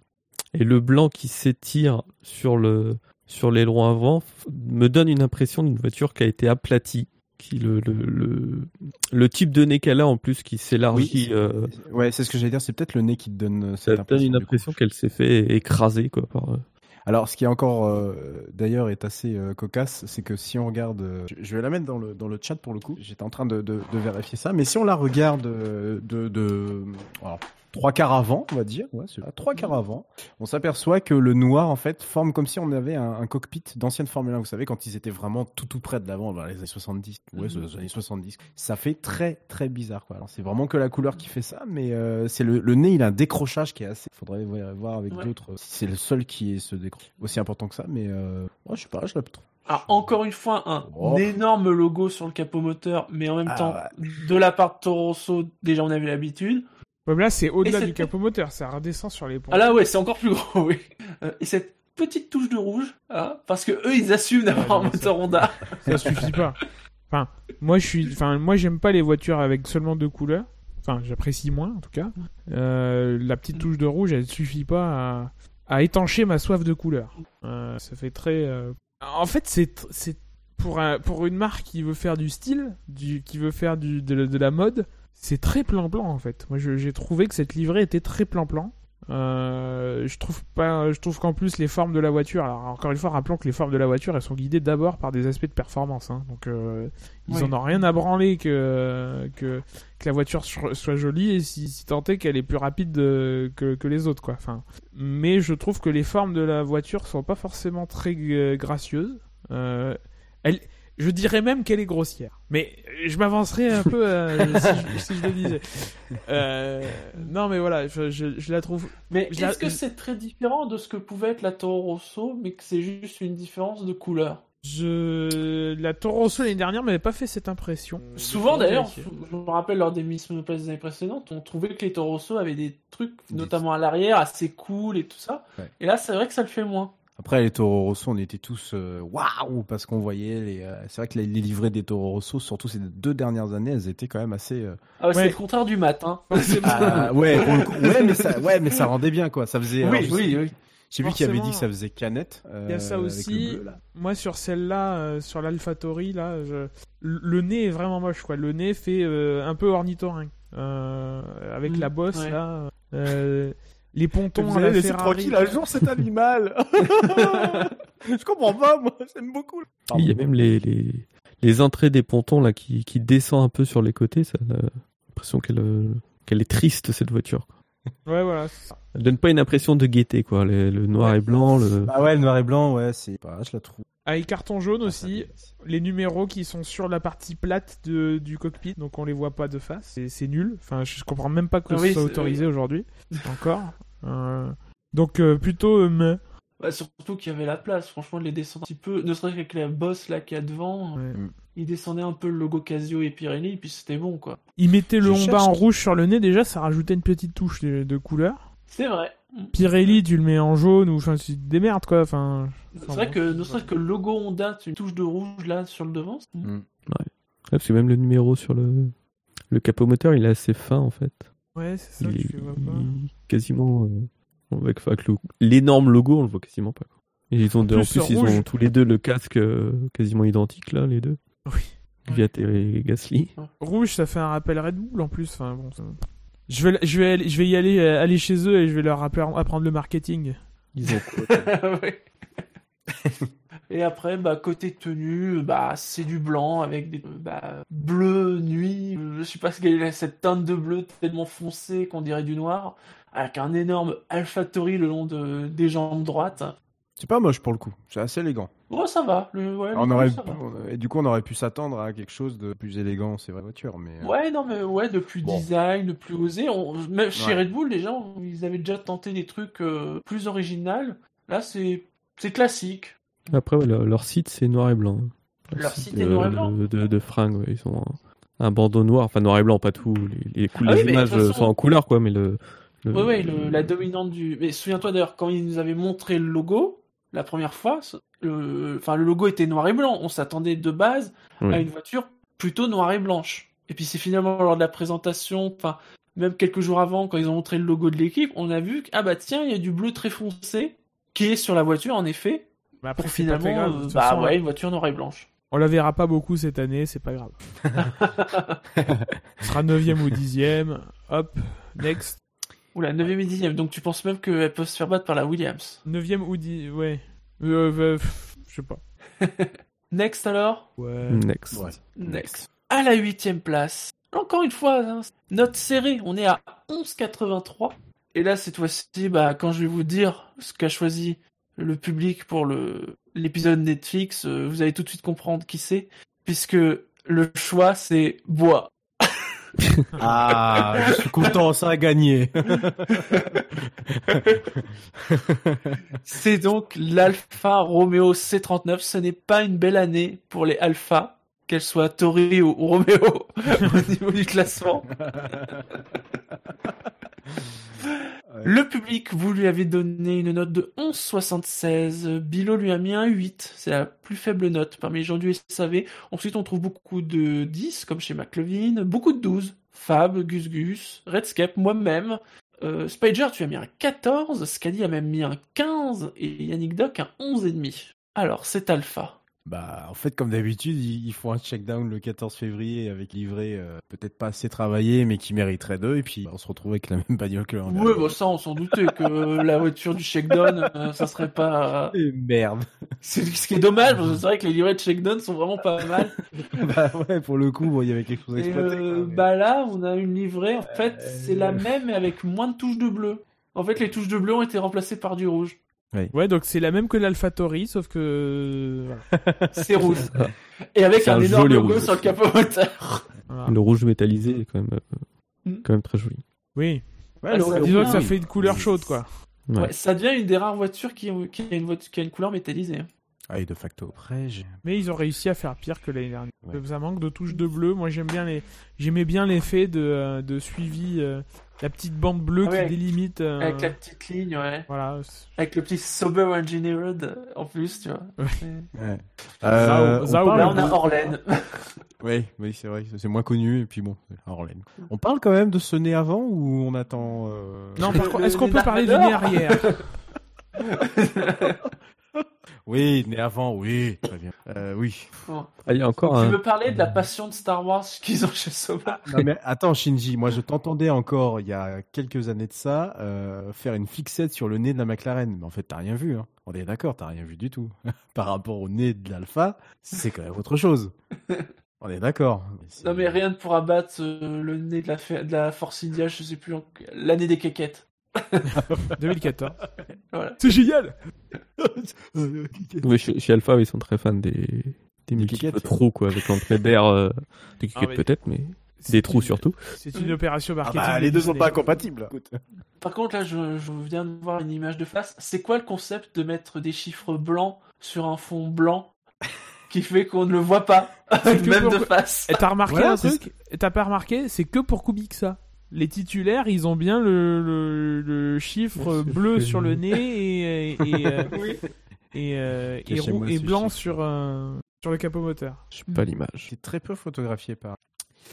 Speaker 3: et le blanc qui s'étire sur le sur l'aileron avant f- me donne une impression d'une voiture qui a été aplatie. Qui le, le, le, le type de nez qu'elle a en plus qui s'élargit, euh,
Speaker 4: Ouais, c'est ce que j'allais dire. C'est peut-être le nez qui te donne euh,
Speaker 3: ça
Speaker 4: cette
Speaker 3: me donne une
Speaker 4: du coup.
Speaker 3: impression qu'elle s'est fait écraser quoi. Par, euh,
Speaker 4: Alors, ce qui est encore, euh, d'ailleurs, est assez euh, cocasse, c'est que si on regarde, euh, je- je vais la mettre dans le, dans le chat pour le coup, j'étais en train de, de- de vérifier ça, mais si on la regarde euh, de, de- alors, trois quarts avant, on va dire, ouais, c'est- à trois quarts avant, on s'aperçoit que le noir, en fait, forme comme si on avait un, un cockpit d'ancienne Formule 1, vous savez, quand ils étaient vraiment tout tout près de l'avant, vers les années 70, ouais, c'est les années 70, ça fait très très bizarre, quoi. Alors, c'est vraiment que la couleur qui fait ça, mais euh, c'est le, le nez, il a un décrochage qui est assez, faudrait voir- voir avec
Speaker 1: Ouais.
Speaker 4: d'autres si c'est le seul qui est ce décrochage aussi important que ça, mais euh, moi, je sais pas, je la trouve.
Speaker 1: Alors, encore une fois, un
Speaker 4: Oh.
Speaker 1: énorme logo sur le capot moteur, mais en même
Speaker 4: Ah,
Speaker 1: temps, de la part de Toro Rosso, déjà on avait l'habitude.
Speaker 2: Ouais, mais là, c'est au-delà
Speaker 1: Et
Speaker 2: du
Speaker 1: c'est-
Speaker 2: capot moteur, ça redescend sur les ponts.
Speaker 1: Ah là, ouais, c'est encore plus gros, oui. Euh, et cette petite touche de rouge, hein, parce que eux, ils assument d'avoir
Speaker 2: Ouais,
Speaker 1: un
Speaker 2: mais ça-
Speaker 1: moteur Honda.
Speaker 2: Ça suffit pas. Enfin, moi, je suis. Enfin, moi, j'aime pas les voitures avec seulement deux couleurs. Enfin, j'apprécie moins, en tout cas. Euh, la petite touche de rouge, elle suffit pas à, à étancher ma soif de couleur. Euh, ça fait très. euh, En fait, c'est c'est pour un- pour une marque qui veut faire du style, du qui veut faire du de, la- de la mode, c'est très plan-plan en fait. Moi, je- j'ai trouvé que cette livrée était très plan-plan. Euh, je trouve pas, je trouve qu'en plus les formes de la voiture. Alors encore une fois, rappelons que les formes de la voiture, elles sont guidées d'abord par des aspects de performance. hein. donc euh, ils
Speaker 1: Oui.
Speaker 2: en ont rien à branler que que, que la voiture so- soit jolie et si, si tant est qu'elle est plus rapide euh, que, que les autres, quoi. Enfin, mais je trouve que les formes de la voiture sont pas forcément très euh, gracieuses. Euh, elle, je dirais même qu'elle est grossière. Mais je m'avancerai un peu euh, si, je, si je le disais. Euh, non, mais voilà, je- je- je la trouve
Speaker 1: Mais
Speaker 2: Je la-
Speaker 1: est-ce que c'est très différent de ce que pouvait être la Toro Rosso, mais que c'est juste une différence de couleur
Speaker 2: Je... La Toro Rosso l'année dernière m'avait pas fait cette impression.
Speaker 4: Euh,
Speaker 1: Souvent d'ailleurs,
Speaker 2: vérifier.
Speaker 1: je me rappelle lors des Miss Monoplace des années précédentes, on trouvait que les Toro Rosso avaient des trucs, notamment à l'arrière, assez cool et tout ça.
Speaker 4: Ouais.
Speaker 1: Et là, c'est vrai que ça le fait moins.
Speaker 4: Après, les Toro Rosso, on était tous euh, waouh parce qu'on voyait les. euh, c'est vrai que les, les livrées des Toro Rosso, surtout ces deux dernières années, elles étaient quand même assez. euh,
Speaker 1: Ah ouais,
Speaker 2: Ouais.
Speaker 1: c'est le contraire du matin.
Speaker 2: Forcément.
Speaker 4: ah, ouais, pour le coup, ouais, mais ça, ouais, mais ça rendait bien quoi. Ça faisait. alors,
Speaker 1: oui,
Speaker 4: je sais-
Speaker 1: oui, oui.
Speaker 4: J'ai vu qu'il avait
Speaker 2: Forcément.
Speaker 4: dit que ça faisait canette. euh,
Speaker 2: Il y a ça
Speaker 4: avec le
Speaker 2: aussi.
Speaker 4: bleu, là.
Speaker 2: Moi sur celle-là, euh, sur l'Alphatori, là, je- le- le nez est vraiment moche quoi. Le nez fait euh, un peu ornithorynque Euh, avec
Speaker 1: Mm,
Speaker 2: la bosse
Speaker 1: ouais.
Speaker 2: là. euh, les pontons
Speaker 4: Vous
Speaker 2: à la
Speaker 4: allez laisser
Speaker 2: Ferrari.
Speaker 4: tranquille un jour cet animal. je comprends pas, moi, j'aime beaucoup. Pardon.
Speaker 3: il y a même les, les, les entrées des pontons là qui, qui descend un peu sur les côtés. Ça, on a l'impression qu'elle euh, qu'elle est triste cette voiture. quoi.
Speaker 2: Ouais voilà. c'est ça.
Speaker 3: Elle donne pas une impression de gaieté quoi. Le, le noir
Speaker 4: Ouais.
Speaker 3: et blanc, le
Speaker 4: Ah ouais, le noir et blanc, ouais, c'est. Bah, je la trouve.
Speaker 2: Avec carton jaune aussi.
Speaker 4: Ah, ça-
Speaker 2: les numéros qui sont sur la partie plate de, du cockpit, donc on les voit pas de face. C'est- C'est nul. Enfin, je comprends même pas que
Speaker 1: Ah oui,
Speaker 2: ce soit
Speaker 1: c'est-
Speaker 2: autorisé aujourd'hui. Encore. Euh, donc euh, plutôt euh, meh.
Speaker 1: Bah, surtout qu'il y avait la place, franchement, de les descendre un petit peu, ne serait-ce qu'avec la bosse là qu'il y a devant,
Speaker 2: Ouais.
Speaker 1: ils descendaient un peu le logo Casio et Pirelli, et puis c'était bon quoi.
Speaker 2: Ils mettaient le
Speaker 4: Je
Speaker 2: Honda
Speaker 4: cherche-
Speaker 2: en rouge sur le nez déjà, ça rajoutait une petite touche de, de couleur.
Speaker 1: C'est vrai.
Speaker 2: Pirelli, tu le mets en jaune ou enfin, tu te démerdes quoi. Enfin,
Speaker 1: C'est
Speaker 2: Enfin,
Speaker 1: vrai
Speaker 2: bon,
Speaker 1: que
Speaker 2: c'est
Speaker 1: ne serait-ce que le logo Honda, une touche de rouge là sur le devant, c'est-
Speaker 4: Mm.
Speaker 3: Ouais, Ah, parce que même le numéro sur le, le capot moteur, il est assez fin en fait.
Speaker 2: ouais, c'est ça.
Speaker 3: Il est,
Speaker 2: tu vois pas.
Speaker 3: il est quasiment euh, on voit que- enfin, que le- l'énorme logo, on le voit quasiment pas. quoi. Et ils ont de- en
Speaker 2: plus,
Speaker 3: plus,
Speaker 2: ce
Speaker 3: ils
Speaker 2: rouge-
Speaker 3: ont tous les deux le casque euh, quasiment identique là, les deux.
Speaker 2: Oui.
Speaker 3: Viat et Gasly.
Speaker 2: Rouge, ça fait un rappel Red Bull en plus. Enfin bon. ça- Je vais, je vais, aller- je vais y aller, euh, aller chez eux et je vais leur apprendre apprendre le marketing.
Speaker 3: Ils ont
Speaker 1: Ouais. Et après, bah, côté tenue, bah, c'est du blanc avec des bah, bleu nuit. Je sais pas ce qu'elle a cette teinte de bleu tellement foncée qu'on dirait du noir, avec un énorme alphatori le long de, des jambes droites.
Speaker 4: C'est pas moche pour le coup, c'est assez élégant.
Speaker 1: Bon, ça va. le-
Speaker 2: Ah,
Speaker 1: ouais, le
Speaker 4: On
Speaker 1: coup,
Speaker 4: aurait,
Speaker 1: ça va.
Speaker 4: on- et du coup, on aurait pu s'attendre à quelque chose de plus élégant, c'est vrai, voiture, mais. euh,
Speaker 1: Ouais, non, mais ouais, de plus
Speaker 4: Bon.
Speaker 1: design, de plus osé. On... Même chez
Speaker 4: Ouais.
Speaker 1: Red Bull, les gens, ils avaient déjà tenté des trucs euh, plus originaux. Là, c'est c'est classique.
Speaker 3: Après, ouais, leur, leur site, c'est noir et blanc.
Speaker 1: Leur site
Speaker 3: de-
Speaker 1: est noir et blanc.
Speaker 3: De, de, de fringues, ouais. ils ont un, un bandeau noir, enfin noir et blanc, pas tout. Les, les, cou-
Speaker 1: Ah
Speaker 3: les
Speaker 1: oui, mais de
Speaker 3: images
Speaker 1: toute façon-
Speaker 3: sont en couleur, quoi, mais le. le-
Speaker 1: Oui, oui, le- la dominante du. Mais souviens-toi d'ailleurs, quand ils nous avaient montré le logo, la première fois, ce- le... Enfin, le logo était noir et blanc. On s'attendait de base à
Speaker 3: Ouais.
Speaker 1: Ah, une voiture plutôt noire et blanche. Et puis c'est finalement lors de la présentation, enfin, même quelques jours avant, quand ils ont montré le logo de l'équipe, on a vu que, ah bah tiens, il y a du bleu très foncé qui est sur la voiture, en effet,
Speaker 2: Bah, après,
Speaker 1: Pour
Speaker 2: c'est pas très
Speaker 1: finalement,
Speaker 2: grave, de
Speaker 1: euh,
Speaker 2: toute
Speaker 1: bah
Speaker 2: façon,
Speaker 1: ouais, une voiture noire et blanche.
Speaker 2: On la verra pas beaucoup cette année, c'est pas grave. On sera 9 ou 10 Hop, next.
Speaker 1: Oula, 9 et 10 donc tu penses même qu'elle peut se faire battre par la Williams.
Speaker 2: 9 ou 10 Ouais. Euh, euh, pff, je sais pas.
Speaker 1: Next alors
Speaker 2: Ouais.
Speaker 1: euh,
Speaker 3: Next.
Speaker 4: Ouais.
Speaker 1: Next. À la huitième place. Encore une fois, hein, note serrée, on est à 11,83. Et là, cette fois-ci, bah, quand je vais vous dire ce qu'a choisi le public pour le l'épisode Netflix, euh, vous allez tout de suite comprendre qui c'est, puisque le choix, c'est Bois.
Speaker 4: Ah, je suis content, ça a gagné.
Speaker 1: C'est donc l'Alfa Romeo C39. Ce n'est pas une belle année pour les Alphas, qu'elles soient Tori ou ou Romeo au niveau du classement. Le public, vous lui avez donné une note de 11,76. Bilo lui a mis un 8. C'est la plus faible note parmi les gens du SAV. Ensuite, on trouve beaucoup de 10, comme chez McLevin. Beaucoup de 12. Fab, Gus Gus, Redscape, moi-même. Euh, Spider, tu as mis un 14. Scadi a même mis un 15. Et Yannick Doc un 11,5. Alors, c'est Alpha.
Speaker 4: Bah, en fait, comme d'habitude, ils ils font un check-down le 14 février avec livré euh, peut-être pas assez travaillé, mais qui mériterait deux. Et puis, bah, on se retrouve avec la même bagnole que l'an
Speaker 1: Ouais,
Speaker 4: dernier.
Speaker 1: bah ça, on s'en doutait que la voiture du Shakedown, euh, ça serait pas.
Speaker 4: Eh, Merde.
Speaker 1: C'est ce qui est dommage, parce que c'est vrai que les livrets de Shakedown sont vraiment pas mal.
Speaker 4: bah ouais, pour le coup, bon, il y avait quelque chose à
Speaker 1: Et
Speaker 4: exploiter.
Speaker 1: euh,
Speaker 4: quoi, mais-
Speaker 1: bah là, on a une livrée. En fait, c'est la même, mais avec moins de touches de bleu. En fait, les touches de bleu ont été remplacées par du rouge.
Speaker 2: Ouais, donc c'est la même que l'AlphaTauri, sauf que. voilà.
Speaker 1: C'est rouge. Et avec
Speaker 3: C'est
Speaker 1: un,
Speaker 3: un
Speaker 1: énorme
Speaker 3: joli
Speaker 1: logo
Speaker 3: rouge.
Speaker 1: sur le capot moteur.
Speaker 2: Voilà.
Speaker 3: Le rouge métallisé est quand même, euh,
Speaker 1: Mm.
Speaker 3: quand même très joli.
Speaker 2: Oui.
Speaker 1: Ah, c'est
Speaker 2: Disons que
Speaker 1: rouge.
Speaker 2: ça fait une couleur chaude, quoi.
Speaker 3: Ouais.
Speaker 1: Ouais, ça devient une des rares voitures qui, ont- qui a, une voiture, qui a une couleur métallisée. hein.
Speaker 4: Ah, et de facto. Après, j'ai.
Speaker 2: Mais ils ont réussi à faire pire que l'année dernière.
Speaker 4: Ouais.
Speaker 2: Ça manque de touches de bleu. Moi, j'aime bien les. J'aimais bien l'effet de, euh, de suivi, euh, la petite bande bleue
Speaker 1: Ah ouais.
Speaker 2: qui délimite. euh,
Speaker 1: Avec la petite ligne, ouais.
Speaker 2: Voilà. c'est-
Speaker 1: Avec le petit Sober Engineered euh, en plus, tu vois.
Speaker 4: Ouais. Euh,
Speaker 2: Zao- Zao, bah,
Speaker 4: parle-
Speaker 1: Là, on a Orlen.
Speaker 4: Oui, oui, c'est vrai, c'est moins connu, et puis bon, Orlen. On parle quand même de ce nez avant ou on attend euh,
Speaker 2: Non,
Speaker 1: Le-
Speaker 2: par contre,
Speaker 1: le-
Speaker 2: est-ce qu'on
Speaker 1: le
Speaker 2: peut parler du nez
Speaker 1: Narvador
Speaker 2: arrière
Speaker 4: Oui, nez avant, oui, très bien. Euh, oui.
Speaker 3: Ah, il y a encore
Speaker 1: Tu
Speaker 3: un.
Speaker 1: veux parler de la passion de Star Wars qu'ils ont chez Sober
Speaker 4: Non, mais attends, Shinji, moi je t'entendais encore il y a quelques années de ça euh, faire une fixette sur le nez de la McLaren, mais en fait t'as rien vu. Hein. On est d'accord, t'as rien vu du tout. Par rapport au nez de l'Alpha, c'est quand même autre chose. On est d'accord.
Speaker 1: Non mais rien ne pourra battre euh, le nez de la, fa- de la Force India, je sais plus, en- l'année des caquettes.
Speaker 2: 2014.
Speaker 1: Voilà.
Speaker 2: C'est génial
Speaker 4: Ah
Speaker 3: Oui, chez, chez Alpha, ils sont très fans des, des multiples
Speaker 4: cliquettes.
Speaker 3: trous, quoi, avec l'entrée d'air, euh, des
Speaker 2: Ah,
Speaker 3: cliquettes
Speaker 2: mais-
Speaker 3: peut-être, mais des trous surtout.
Speaker 2: C'est une opération
Speaker 4: Ah
Speaker 2: marketing.
Speaker 4: bah, les
Speaker 2: de
Speaker 4: deux sont
Speaker 2: Disney.
Speaker 4: pas incompatibles.
Speaker 1: Par contre là, je, je viens de voir une image de face. C'est quoi le concept de mettre des chiffres blancs sur un fond blanc qui fait qu'on ne le voit pas,
Speaker 2: C'est que
Speaker 1: même
Speaker 2: pour-
Speaker 1: de face
Speaker 2: Et T'as remarqué
Speaker 4: Voilà,
Speaker 2: un
Speaker 4: c'est
Speaker 2: truc T'as pas remarqué C'est que pour Kubik ça. Les titulaires, ils ont bien le, le- le chiffre
Speaker 3: Ouais, c'est
Speaker 2: bleu
Speaker 3: fait.
Speaker 2: sur le nez et, et, et, euh,
Speaker 1: Oui.
Speaker 2: et, euh, et
Speaker 4: Cachez-moi
Speaker 2: roux- et
Speaker 4: ce
Speaker 2: blanc
Speaker 4: chiffre.
Speaker 2: sur, euh, sur le capot moteur.
Speaker 3: Je sais
Speaker 1: Mm.
Speaker 3: pas l'image.
Speaker 4: J'ai très peu photographié par,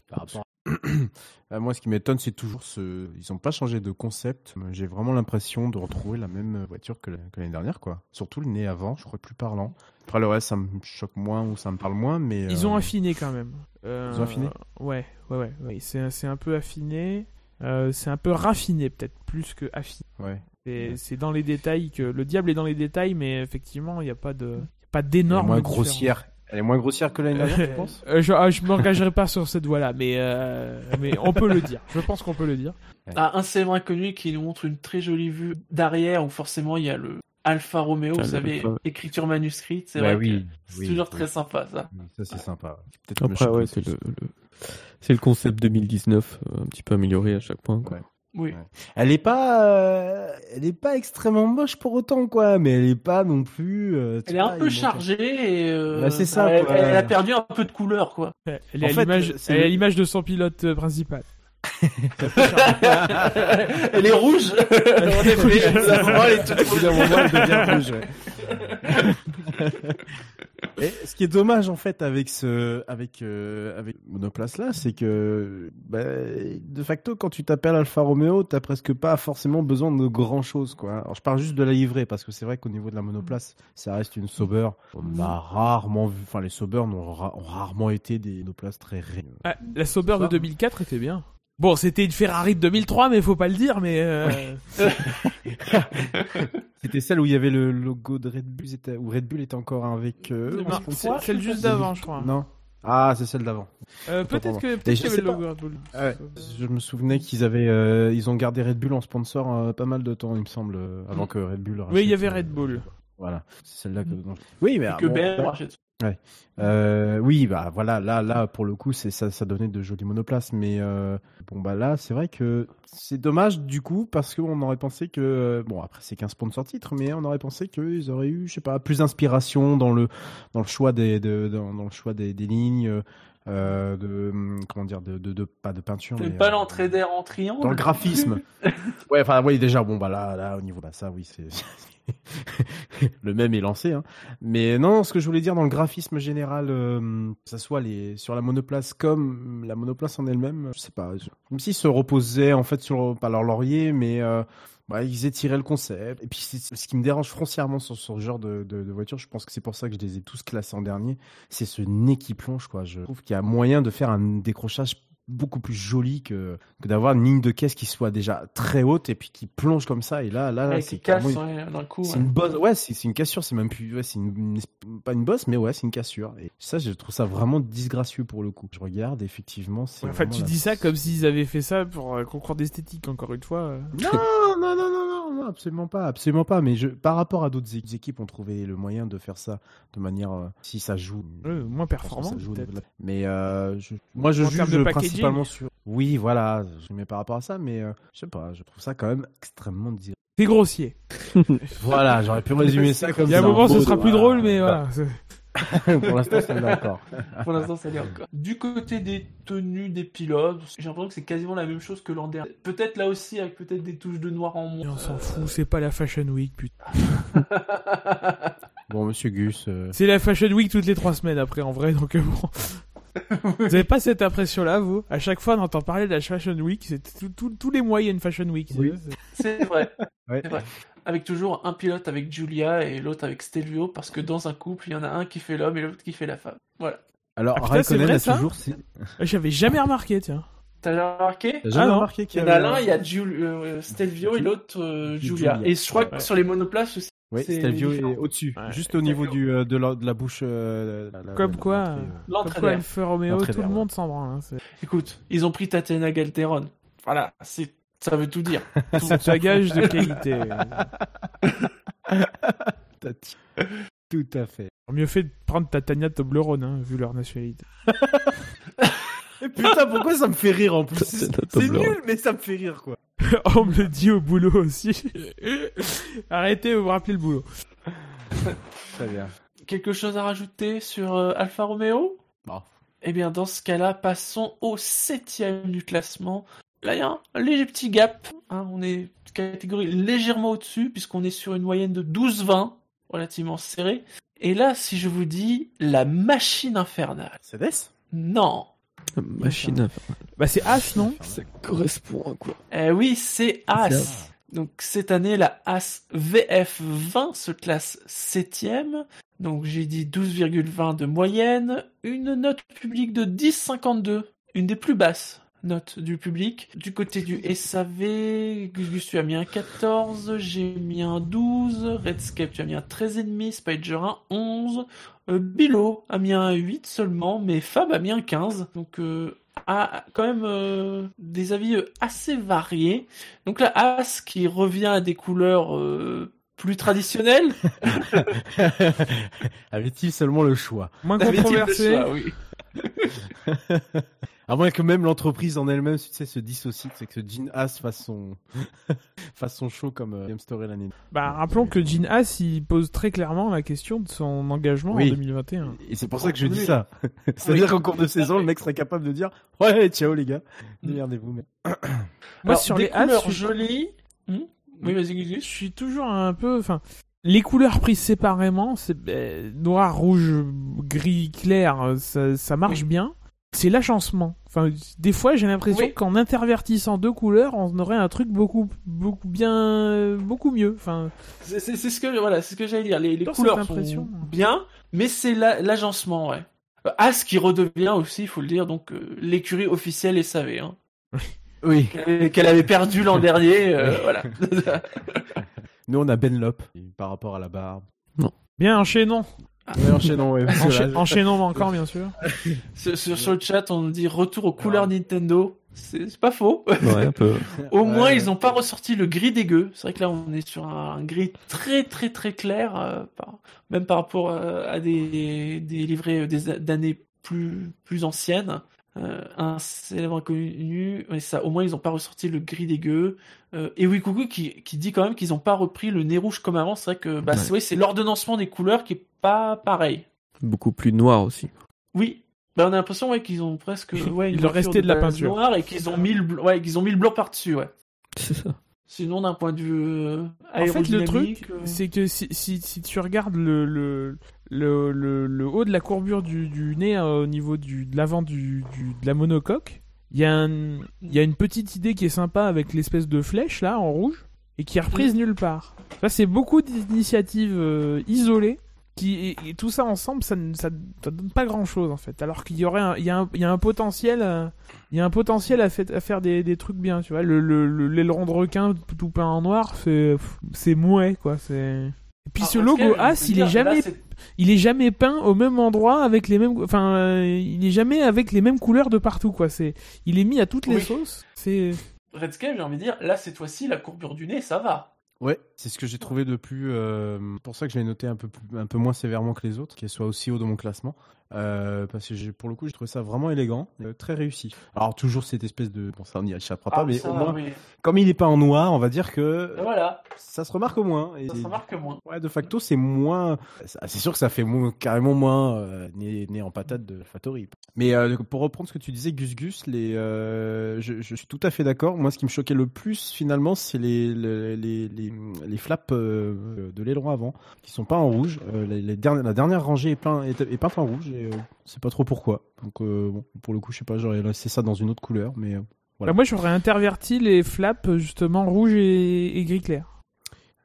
Speaker 4: par rapport à... Euh, Moi, ce qui m'étonne, c'est toujours ce. Ils n'ont pas changé de concept. J'ai vraiment l'impression de retrouver la même voiture que la- que l'année dernière, quoi. Surtout le nez avant, je crois plus parlant. Après, le reste, ça me choque moins ou ça me parle moins, mais.
Speaker 2: Ils
Speaker 4: euh,
Speaker 2: ont affiné quand même. Euh,
Speaker 4: Ils ont affiné
Speaker 2: Ouais, ouais, ouais. ouais. C'est c'est un peu affiné. Euh, c'est un peu raffiné peut-être plus que affiné.
Speaker 4: Ouais.
Speaker 2: C'est
Speaker 4: Ouais.
Speaker 2: c'est dans les détails que le diable est dans les détails, mais effectivement, il n'y a pas de y a pas
Speaker 4: Elle est
Speaker 2: d'énorme
Speaker 4: moins
Speaker 2: différence.
Speaker 4: grossière. Elle est moins grossière que l'année dernière, je pense.
Speaker 2: Euh, je ah, je m'engagerai pas sur cette voie-là, mais euh, mais on peut le dire. Je pense qu'on peut le dire.
Speaker 1: Ah, un célèbre inconnu qui nous montre une très jolie vue d'arrière où forcément il y a le Alfa Romeo,
Speaker 3: Ah,
Speaker 1: vous
Speaker 3: le
Speaker 1: savez,
Speaker 3: Alfa.
Speaker 1: écriture manuscrite, c'est
Speaker 4: Bah
Speaker 1: vrai. que C'est toujours très sympa ça.
Speaker 4: Ça, c'est sympa. ouais. Peut-être me
Speaker 3: Après,
Speaker 4: choquer,
Speaker 3: ouais, c'est le, le- c'est le concept 2019, euh, un petit peu amélioré à chaque point. quoi.
Speaker 1: Oui.
Speaker 4: Elle est pas, euh, elle est pas extrêmement moche pour autant quoi, mais elle est pas non plus. euh, tu
Speaker 1: Elle est un
Speaker 4: vois,
Speaker 1: peu
Speaker 4: il manque-
Speaker 1: chargée et euh,
Speaker 4: Bah, c'est ça,
Speaker 1: elle,
Speaker 4: quoi.
Speaker 1: elle a perdu un peu de couleur quoi.
Speaker 2: Elle
Speaker 4: En
Speaker 2: est à
Speaker 4: fait,
Speaker 2: l'image-
Speaker 4: c'est
Speaker 2: elle est à
Speaker 4: le-
Speaker 2: l'image de son pilote euh, principal.
Speaker 1: elle est rouge. En effet, la maman, elle est toute rouge.
Speaker 4: Au bout d'un moment, elle devient rouge, ouais. Et ce qui est dommage en fait avec ce, avec, euh, avec Monoplace là, c'est que bah, de facto quand tu t'appelles Alfa Romeo, t'as presque pas forcément besoin de grand chose quoi. Alors je parle juste de la livrée parce que c'est vrai qu'au niveau de la monoplace, ça reste une Sauber. On a rarement vu, enfin les Sauber n'ont ra- ont rarement été des monoplaces très ré-
Speaker 2: Ah, la Sauber de 2004 était bien. Bon, c'était une Ferrari de 2003, mais faut pas le dire, mais euh,
Speaker 4: C'était celle où il y avait le logo de Red Bull, c'était- où Red Bull était encore avec. euh,
Speaker 2: non,
Speaker 4: en
Speaker 2: c'est-
Speaker 4: sponsor.
Speaker 2: celle juste d'avant, je crois.
Speaker 4: Non. Ah, c'est celle d'avant.
Speaker 2: Euh,
Speaker 4: Autant pour
Speaker 2: peut-être
Speaker 4: moi.
Speaker 2: que peut-être
Speaker 4: Et je
Speaker 2: qu'il y avait
Speaker 4: sais
Speaker 2: le
Speaker 4: pas.
Speaker 2: logo Red Bull.
Speaker 4: Ah ouais. Je me souvenais qu'ils avaient, euh, ils ont gardé Red Bull en sponsor euh, pas mal de temps, il me semble, euh, avant
Speaker 2: Mm.
Speaker 4: que Red Bull.
Speaker 2: Oui, il y
Speaker 4: rachète,
Speaker 2: avait
Speaker 4: euh,
Speaker 2: Red Mm. Bull.
Speaker 4: Voilà, c'est celle-là que. dont- Oui, mais
Speaker 1: que
Speaker 4: bon,
Speaker 1: BM
Speaker 4: voilà.
Speaker 1: rachète.
Speaker 4: Euh, oui, bah voilà, là, là, pour le coup, c'est ça, ça donnait de jolis monoplaces, mais euh, bon bah là, c'est vrai que c'est dommage du coup parce qu'on aurait pensé que euh, bon après c'est qu'un sponsor titre, mais on aurait pensé qu'ils auraient eu, je sais pas, plus d'inspiration dans le dans le choix des de- dans, dans le choix des, des lignes, euh, de hum, comment dire, de, de, de- pas de peinture, mais
Speaker 1: T'aimes pas
Speaker 4: euh,
Speaker 1: l'entrée d'air en triangle
Speaker 4: dans le graphisme. ouais, enfin, oui, déjà, bon, bah là, là, au niveau de ça, oui, c'est. le même est lancé, hein. mais non. Ce que je voulais dire dans le graphisme général, euh, que ça soit les sur la monoplace comme la monoplace en elle-même, je sais pas. je- Comme s'ils se reposaient en fait sur pas leur laurier, mais euh, bah, ils étiraient le concept. Et puis c'est- ce qui me dérange foncièrement sur sur ce genre de, de, de voiture, je pense que c'est pour ça que je les ai tous classés en dernier, c'est ce nez qui plonge, quoi. Je trouve qu'il y a moyen de faire un décrochage beaucoup plus joli que, que d'avoir une ligne de caisse qui soit déjà très haute et puis qui plonge comme ça. Et là, là, là,
Speaker 1: Ouais,
Speaker 4: c'est
Speaker 1: qui casse
Speaker 4: carrément une-
Speaker 1: ouais, d'un coup.
Speaker 4: c'est
Speaker 1: ouais.
Speaker 4: une bosse, ouais, c'est c'est une cassure, c'est même plus, ouais, c'est une- une- pas une bosse, mais ouais, c'est une cassure. Et ça, je trouve ça vraiment disgracieux pour le coup. Je regarde, effectivement, c'est.
Speaker 2: Enfin,
Speaker 4: vraiment
Speaker 2: tu
Speaker 4: la-
Speaker 2: dis ça comme s'ils avaient fait ça pour un concours d'esthétique, encore une fois. euh.
Speaker 4: Non, non, non, non, non, non, absolument pas, absolument pas. Mais je, par rapport à d'autres équipes, les équipes, ont trouvé le moyen de faire ça de manière, euh, si ça joue,
Speaker 2: Euh, moins
Speaker 4: Je pense que
Speaker 2: performant,
Speaker 4: ça joue au
Speaker 2: peut-être.
Speaker 4: niveau de la- Mais euh, je- moi, je
Speaker 2: En termes de
Speaker 4: juge
Speaker 2: packaging.
Speaker 4: principalement sur. Oui, voilà, je mets par rapport à ça, mais euh, je sais pas, je trouve ça quand même extrêmement dire.
Speaker 2: C'est grossier.
Speaker 4: Voilà, j'aurais pu résumer ça comme
Speaker 2: Il y
Speaker 4: ça.
Speaker 2: a un moment,
Speaker 4: Bon,
Speaker 2: ce sera plus
Speaker 4: voilà.
Speaker 2: drôle, mais
Speaker 4: Bah.
Speaker 2: voilà. c'est-
Speaker 4: Pour l'instant, c'est là encore.
Speaker 1: Pour l'instant, ça l'est encore. Du côté des tenues des pilotes, j'ai l'impression que c'est quasiment la même chose que l'an dernier. Peut-être là aussi avec peut-être des touches de noir en
Speaker 2: Mais
Speaker 1: moins. Euh,
Speaker 2: on s'en fout, c'est pas la Fashion Week, putain.
Speaker 4: Bon, monsieur Gus. euh,
Speaker 2: C'est la Fashion Week toutes les trois semaines après, en vrai, donc euh, bon. Vous avez pas cette impression-là, vous À chaque fois, on entend parler de la Fashion Week. C'est tout- tout- tous les mois, il y a une Fashion Week. c'est-
Speaker 4: Oui.
Speaker 2: c'est-
Speaker 1: C'est vrai.
Speaker 4: ouais.
Speaker 1: C'est vrai. Avec toujours un pilote avec Julia et l'autre avec Stelvio, parce que dans un couple, il y en a un qui fait l'homme et l'autre qui fait la femme. Voilà.
Speaker 4: Alors,
Speaker 2: Ah, putain, c'est
Speaker 4: Raikkonen
Speaker 2: vrai,
Speaker 4: a
Speaker 2: ça
Speaker 4: toujours. ses-
Speaker 2: J'avais jamais remarqué, tiens.
Speaker 1: T'as remarqué
Speaker 4: T'as jamais
Speaker 2: non.
Speaker 4: remarqué
Speaker 1: Il y
Speaker 4: qu'il
Speaker 1: en
Speaker 4: y
Speaker 1: a
Speaker 4: avait-
Speaker 1: l'un, il y a Jul- euh, Stelvio et l'autre euh, Julia.
Speaker 4: Julia.
Speaker 1: Et je crois
Speaker 4: Ouais.
Speaker 1: que sur les monoplaces aussi.
Speaker 4: Oui,
Speaker 1: c'est
Speaker 4: Stelvio
Speaker 1: différent.
Speaker 4: est au-dessus,
Speaker 2: Ouais.
Speaker 4: juste au niveau du, euh, de, la, de la bouche. euh, la- la-
Speaker 2: Comme
Speaker 4: la-
Speaker 2: quoi, hein.
Speaker 4: l'entrée, euh.
Speaker 1: L'entrée
Speaker 2: Comme quoi,
Speaker 1: d'air.
Speaker 2: Alfa Romeo,
Speaker 4: L'entrée
Speaker 2: tout le
Speaker 4: d'air,
Speaker 2: monde s'en branle. hein, c'est-
Speaker 1: Écoute, ils ont pris Tatiana Galteron. Voilà, c'est ça veut tout dire.
Speaker 2: C'est un gage de qualité.
Speaker 4: Tati. Tout à fait.
Speaker 2: Mieux fait de prendre Tatania Toblerone, hein, vu leur nationalité.
Speaker 4: Et putain, pourquoi ça me fait rire en plus
Speaker 3: Tatiana
Speaker 4: C'est
Speaker 3: Toblerone.
Speaker 4: nul, mais ça me fait rire quoi.
Speaker 2: On me le dit au boulot aussi. Arrêtez, vous vous rappelez le boulot.
Speaker 4: Très bien.
Speaker 1: Quelque chose à rajouter sur euh, Alfa Romeo
Speaker 4: Bon.
Speaker 1: Eh bien, dans ce cas-là, passons au septième du classement. Là, il y a un léger petit gap. hein, on est catégorie légèrement au-dessus, puisqu'on est sur une moyenne de 12-20, relativement serrée. Et là, si je vous dis la machine infernale.
Speaker 4: Mercedes
Speaker 1: Non.
Speaker 3: Machine à faire.
Speaker 2: Bah c'est H, non
Speaker 3: Ça correspond à quoi
Speaker 1: Eh oui, c'est As. Donc cette année, la As VF20 se classe septième. Donc j'ai dit 12,20 de moyenne, une note publique de 10,52, une des plus basses notes du public. Du côté du SAV, Gus Gus, tu as mis un 14, j'ai mis un 12, Redscape tu as mis un 13,5, Spider un 11, euh, Bilo a mis un 8 seulement, mais Fab a mis un 15. Donc euh, a quand même euh, des avis euh, assez variés. Donc la As qui revient à des couleurs euh, plus traditionnelles.
Speaker 4: Avait-il seulement le choix
Speaker 2: Moins
Speaker 1: Avait-il le
Speaker 2: controversé.
Speaker 1: choix, oui.
Speaker 4: À moins que même l'entreprise en elle-même tu sais, se dissocie, c'est que ce Jean As fasse son, fasse son show comme euh, Game Story l'année
Speaker 2: Bah rappelons que Jean Haas, il pose très clairement la question de son engagement
Speaker 4: Oui.
Speaker 2: en 2021.
Speaker 4: Et c'est pour ça que je dis ça. C'est-à-dire qu'en cours de saison, le mec serait capable de dire Ouais, ciao les gars,
Speaker 2: Mm.
Speaker 4: démerdez-vous. mais-
Speaker 2: Moi
Speaker 1: Alors,
Speaker 2: sur
Speaker 1: des
Speaker 2: les As,
Speaker 1: couleurs
Speaker 2: je,
Speaker 1: jolies. Hmm oui, vas-y, Gus
Speaker 2: je
Speaker 1: Gus.
Speaker 2: suis toujours un peu... Enfin, les couleurs prises séparément, c'est euh, noir, rouge, gris, clair, ça, ça marche bien. C'est l'agencement. Enfin, des fois, j'ai l'impression
Speaker 1: Oui.
Speaker 2: qu'en intervertissant deux couleurs, on aurait un truc beaucoup, beaucoup bien, beaucoup mieux. Enfin,
Speaker 1: C'est c'est- c'est ce que voilà, c'est ce que j'allais dire. Les, les
Speaker 2: Dans cette
Speaker 1: couleurs
Speaker 2: impression.
Speaker 1: sont bien, mais c'est la- l'agencement, ouais. Euh, As qui redevient aussi, il faut le dire, donc euh, l'écurie officielle SAV, hein,
Speaker 4: Oui.
Speaker 1: qu'elle qu'elle avait perdu l'an dernier, euh, voilà.
Speaker 4: Nous, on a Ben Lop par rapport à la barbe.
Speaker 2: bien enchaînons,
Speaker 1: Ah.
Speaker 4: Ouais, enchaînons, ouais. parce que là,
Speaker 2: Encha- enchaînons encore, bien sûr.
Speaker 1: sur, sur- sur le chat, on nous dit retour aux couleurs Nintendo. C'est c'est pas faux.
Speaker 3: Ouais, un peu.
Speaker 1: Au
Speaker 4: Ouais,
Speaker 1: moins,
Speaker 4: ouais.
Speaker 1: ils n'ont pas ressorti le gris dégueu. C'est vrai que là, on est sur un, un gris très très très clair, euh, par- même par rapport euh, à des, des livrets euh, des- d'années plus, plus anciennes. Euh, un célèbre inconnu, mais ça, au moins, ils n'ont pas ressorti le gris dégueu. Euh, et oui, Coucou qui, qui dit quand même qu'ils n'ont pas repris le nez rouge comme avant. C'est vrai que bah,
Speaker 3: Ouais.
Speaker 1: c'est ouais, c'est l'ordonnancement des couleurs qui est pas pareil.
Speaker 3: Beaucoup plus noir aussi.
Speaker 1: Oui. Bah, on a l'impression ouais, qu'ils ont presque ouais,
Speaker 2: Il
Speaker 1: une voiture
Speaker 2: leur restait de la
Speaker 1: base
Speaker 2: peinture.
Speaker 1: noire et qu'ils ont mis le bl- ouais, qu'ils ont mis le blanc par-dessus, ouais.
Speaker 3: C'est ça.
Speaker 1: Sinon, d'un point de vue euh,
Speaker 2: En fait, le
Speaker 1: aérodynamique,
Speaker 2: truc,
Speaker 1: euh,
Speaker 2: c'est que si, si, si tu regardes le, le, le, le, le haut de la courbure du, du nez euh, au niveau du, de l'avant du, du- de la monocoque, il y, a un- il y a une petite idée qui est sympa avec l'espèce de flèche là en rouge et qui est
Speaker 1: Mm.
Speaker 2: reprise nulle part. Ça, c'est beaucoup d'initiatives euh, isolées. Qui, et, et tout ça ensemble, ça ne ça, ça donne pas grand chose en fait. Alors qu'il y aurait, un- il y, a un- il y a un potentiel, euh, il y a un potentiel à, fait- à faire des, des trucs bien, tu vois. Le le- le- l'aileron de requin tout peint en noir, c'est pff, c'est mouet quoi. C'est. Et puis
Speaker 1: Ah,
Speaker 2: ce
Speaker 1: en tout cas,
Speaker 2: logo
Speaker 1: je
Speaker 2: As,
Speaker 1: peux
Speaker 2: il
Speaker 1: dire,
Speaker 2: est jamais,
Speaker 1: là, c'est-
Speaker 2: il est jamais peint au même endroit avec les mêmes, enfin, euh, il est jamais avec les mêmes couleurs de partout quoi. C'est, il est mis à toutes les
Speaker 1: Oui.
Speaker 2: sauces. C'est.
Speaker 1: Redscape, j'ai envie de dire, là, cette fois-ci, la courbure du nez, ça va.
Speaker 4: Ouais, c'est ce que j'ai trouvé de plus. euh, pour ça que je l'ai noté un peu, plus- un peu moins sévèrement que les autres, qu'elle soit aussi haut dans mon classement. Euh, parce que j'ai- pour le coup, j'ai trouvé ça vraiment élégant, euh, très réussi. Alors, toujours cette espèce de. Bon, ça, on n'y échappera Ah, pas, mais
Speaker 1: Ah, ça,
Speaker 4: au moins, euh,
Speaker 1: oui.
Speaker 4: comme il n'est pas en noir, on va dire que
Speaker 1: Et Voilà,
Speaker 4: ça se remarque au moins. Et-
Speaker 1: ça se remarque moins.
Speaker 4: Ouais, de facto, c'est moins. ça- C'est sûr que ça fait moins- carrément moins euh, né, né en patate de Fattori. Mais euh, pour reprendre ce que tu disais, Gus Gus, les, euh, je, je suis tout à fait d'accord. Moi, ce qui me choquait le plus, finalement, c'est les, les, les, les, les flaps euh, de l'aileron avant, qui sont pas en rouge. Euh, les, les derni- la dernière rangée est, plein, est, est peinte en rouge, et euh, c'est pas trop pourquoi. Donc, euh, bon, pour le coup, je sais pas, j'aurais laissé ça dans une autre couleur, mais. euh, Voilà.
Speaker 2: Bah, moi j'aurais interverti les flaps justement rouge et, et gris clair.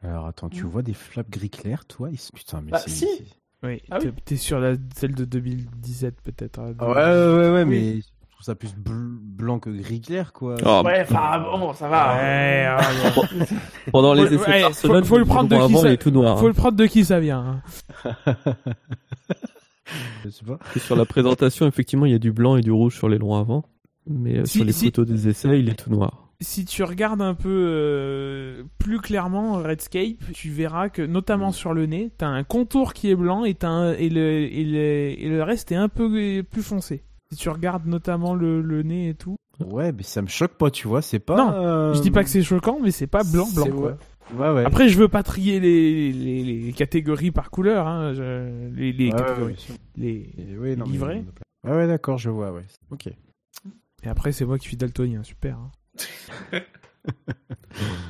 Speaker 4: Alors, attends, tu vois des flaps gris clair, toi ils sont- Putain, mais
Speaker 1: Mmh. Bah,
Speaker 4: c'est.
Speaker 1: si.
Speaker 4: c'est-
Speaker 2: Oui.
Speaker 1: Ah
Speaker 2: T'es t'es sur la celle de 2017 peut-être. hein,
Speaker 4: Ah Ouais, ouais, ouais, ouais,
Speaker 1: Oui.
Speaker 4: mais je trouve ça plus bl- blanc que gris clair, quoi.
Speaker 3: Oh,
Speaker 1: Ouais, enfin, bon, ça va.
Speaker 2: Ouais, ah, ouais.
Speaker 3: Pendant les
Speaker 2: Faut-
Speaker 3: essais
Speaker 2: ouais,
Speaker 3: de Barcelone,
Speaker 2: faut- faut le prendre de
Speaker 3: jour
Speaker 2: qui
Speaker 3: avant,
Speaker 2: ça-
Speaker 3: il est tout noir.
Speaker 2: Faut
Speaker 3: hein.
Speaker 2: le prendre de qui ça vient. hein.
Speaker 1: bah.
Speaker 4: Je sais pas.
Speaker 3: Sur la présentation, effectivement, il y a du blanc et du rouge sur les longs avant. Mais euh,
Speaker 2: Si-
Speaker 3: sur les
Speaker 2: si-
Speaker 3: photos des essais, il est tout noir.
Speaker 2: si tu regardes un peu euh, plus clairement Redscape, tu verras que notamment sur le nez, t'as un contour qui est blanc et, t'as un- et, le, et, le, et le reste est un peu euh, plus foncé. Si tu regardes notamment le, le nez et tout,
Speaker 4: Ouais, mais ça me choque pas, tu vois, c'est pas.
Speaker 2: Non,
Speaker 4: euh,
Speaker 2: je dis pas que c'est choquant, mais c'est pas blanc blanc.
Speaker 4: c'est-
Speaker 2: Quoi.
Speaker 4: Ouais, ouais.
Speaker 2: Après, je veux pas trier les, les, les catégories par couleur, hein, je- les, les
Speaker 4: Ouais, ouais,
Speaker 2: catégories.
Speaker 4: ouais, sûr.
Speaker 2: les-
Speaker 4: Et ouais, non, mais-
Speaker 2: Livré.
Speaker 4: Ouais, ouais, d'accord, je vois, ouais. Ok.
Speaker 2: Et après, c'est moi qui suis daltonien, super. hein.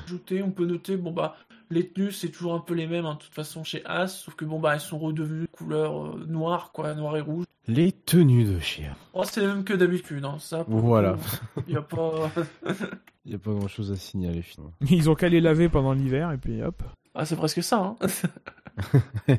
Speaker 1: Ajouter, on peut noter, bon, bah, les tenues, c'est toujours un peu les mêmes, hein, de toute façon, chez As, sauf que, bon, bah, elles sont redevenues couleur euh, noire, quoi, noir et rouge.
Speaker 4: Les tenues de chien.
Speaker 1: Oh, c'est les mêmes que d'habitude, hein, ça. pour le
Speaker 4: Voilà.
Speaker 1: coup, Y a pas...
Speaker 4: Il y a pas grand chose à signaler, finalement.
Speaker 2: Ils ont qu'à les laver pendant l'hiver et puis hop.
Speaker 1: Ah, c'est presque ça, hein.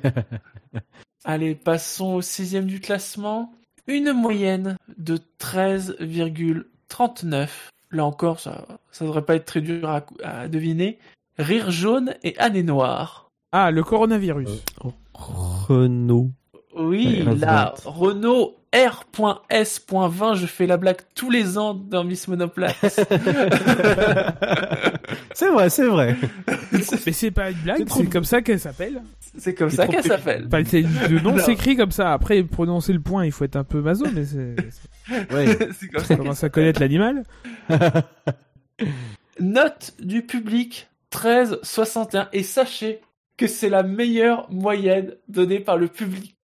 Speaker 1: Allez, passons au sixième du classement. Une moyenne de 13,39. Là encore, ça ne devrait pas être très dur à, à deviner. Rire jaune et année noire.
Speaker 2: Ah, le coronavirus.
Speaker 1: Euh.
Speaker 3: Renault.
Speaker 1: Oui,
Speaker 3: Ouais,
Speaker 1: là,
Speaker 3: vingt.
Speaker 1: Renault R.S.20, je fais la blague tous les ans dans Miss Monoplace.
Speaker 4: c'est vrai, c'est vrai.
Speaker 2: Mais c'est pas une
Speaker 4: C'est
Speaker 2: blague,
Speaker 4: trop-
Speaker 2: c'est comme ça qu'elle s'appelle.
Speaker 1: c'est comme
Speaker 4: C'est
Speaker 1: ça
Speaker 4: trop
Speaker 1: qu'elle
Speaker 4: pénible.
Speaker 1: s'appelle.
Speaker 2: Enfin, c'est- le nom
Speaker 1: Non.
Speaker 2: s'écrit comme ça. Après, prononcer le point, il faut être un peu maso, mais c'est. c'est-
Speaker 4: Ouais.
Speaker 1: C'est comme
Speaker 2: On
Speaker 1: ça qu'elle
Speaker 2: commence à connaître l'animal.
Speaker 1: Note du public 13,61 et sachez que c'est la meilleure moyenne donnée par le public.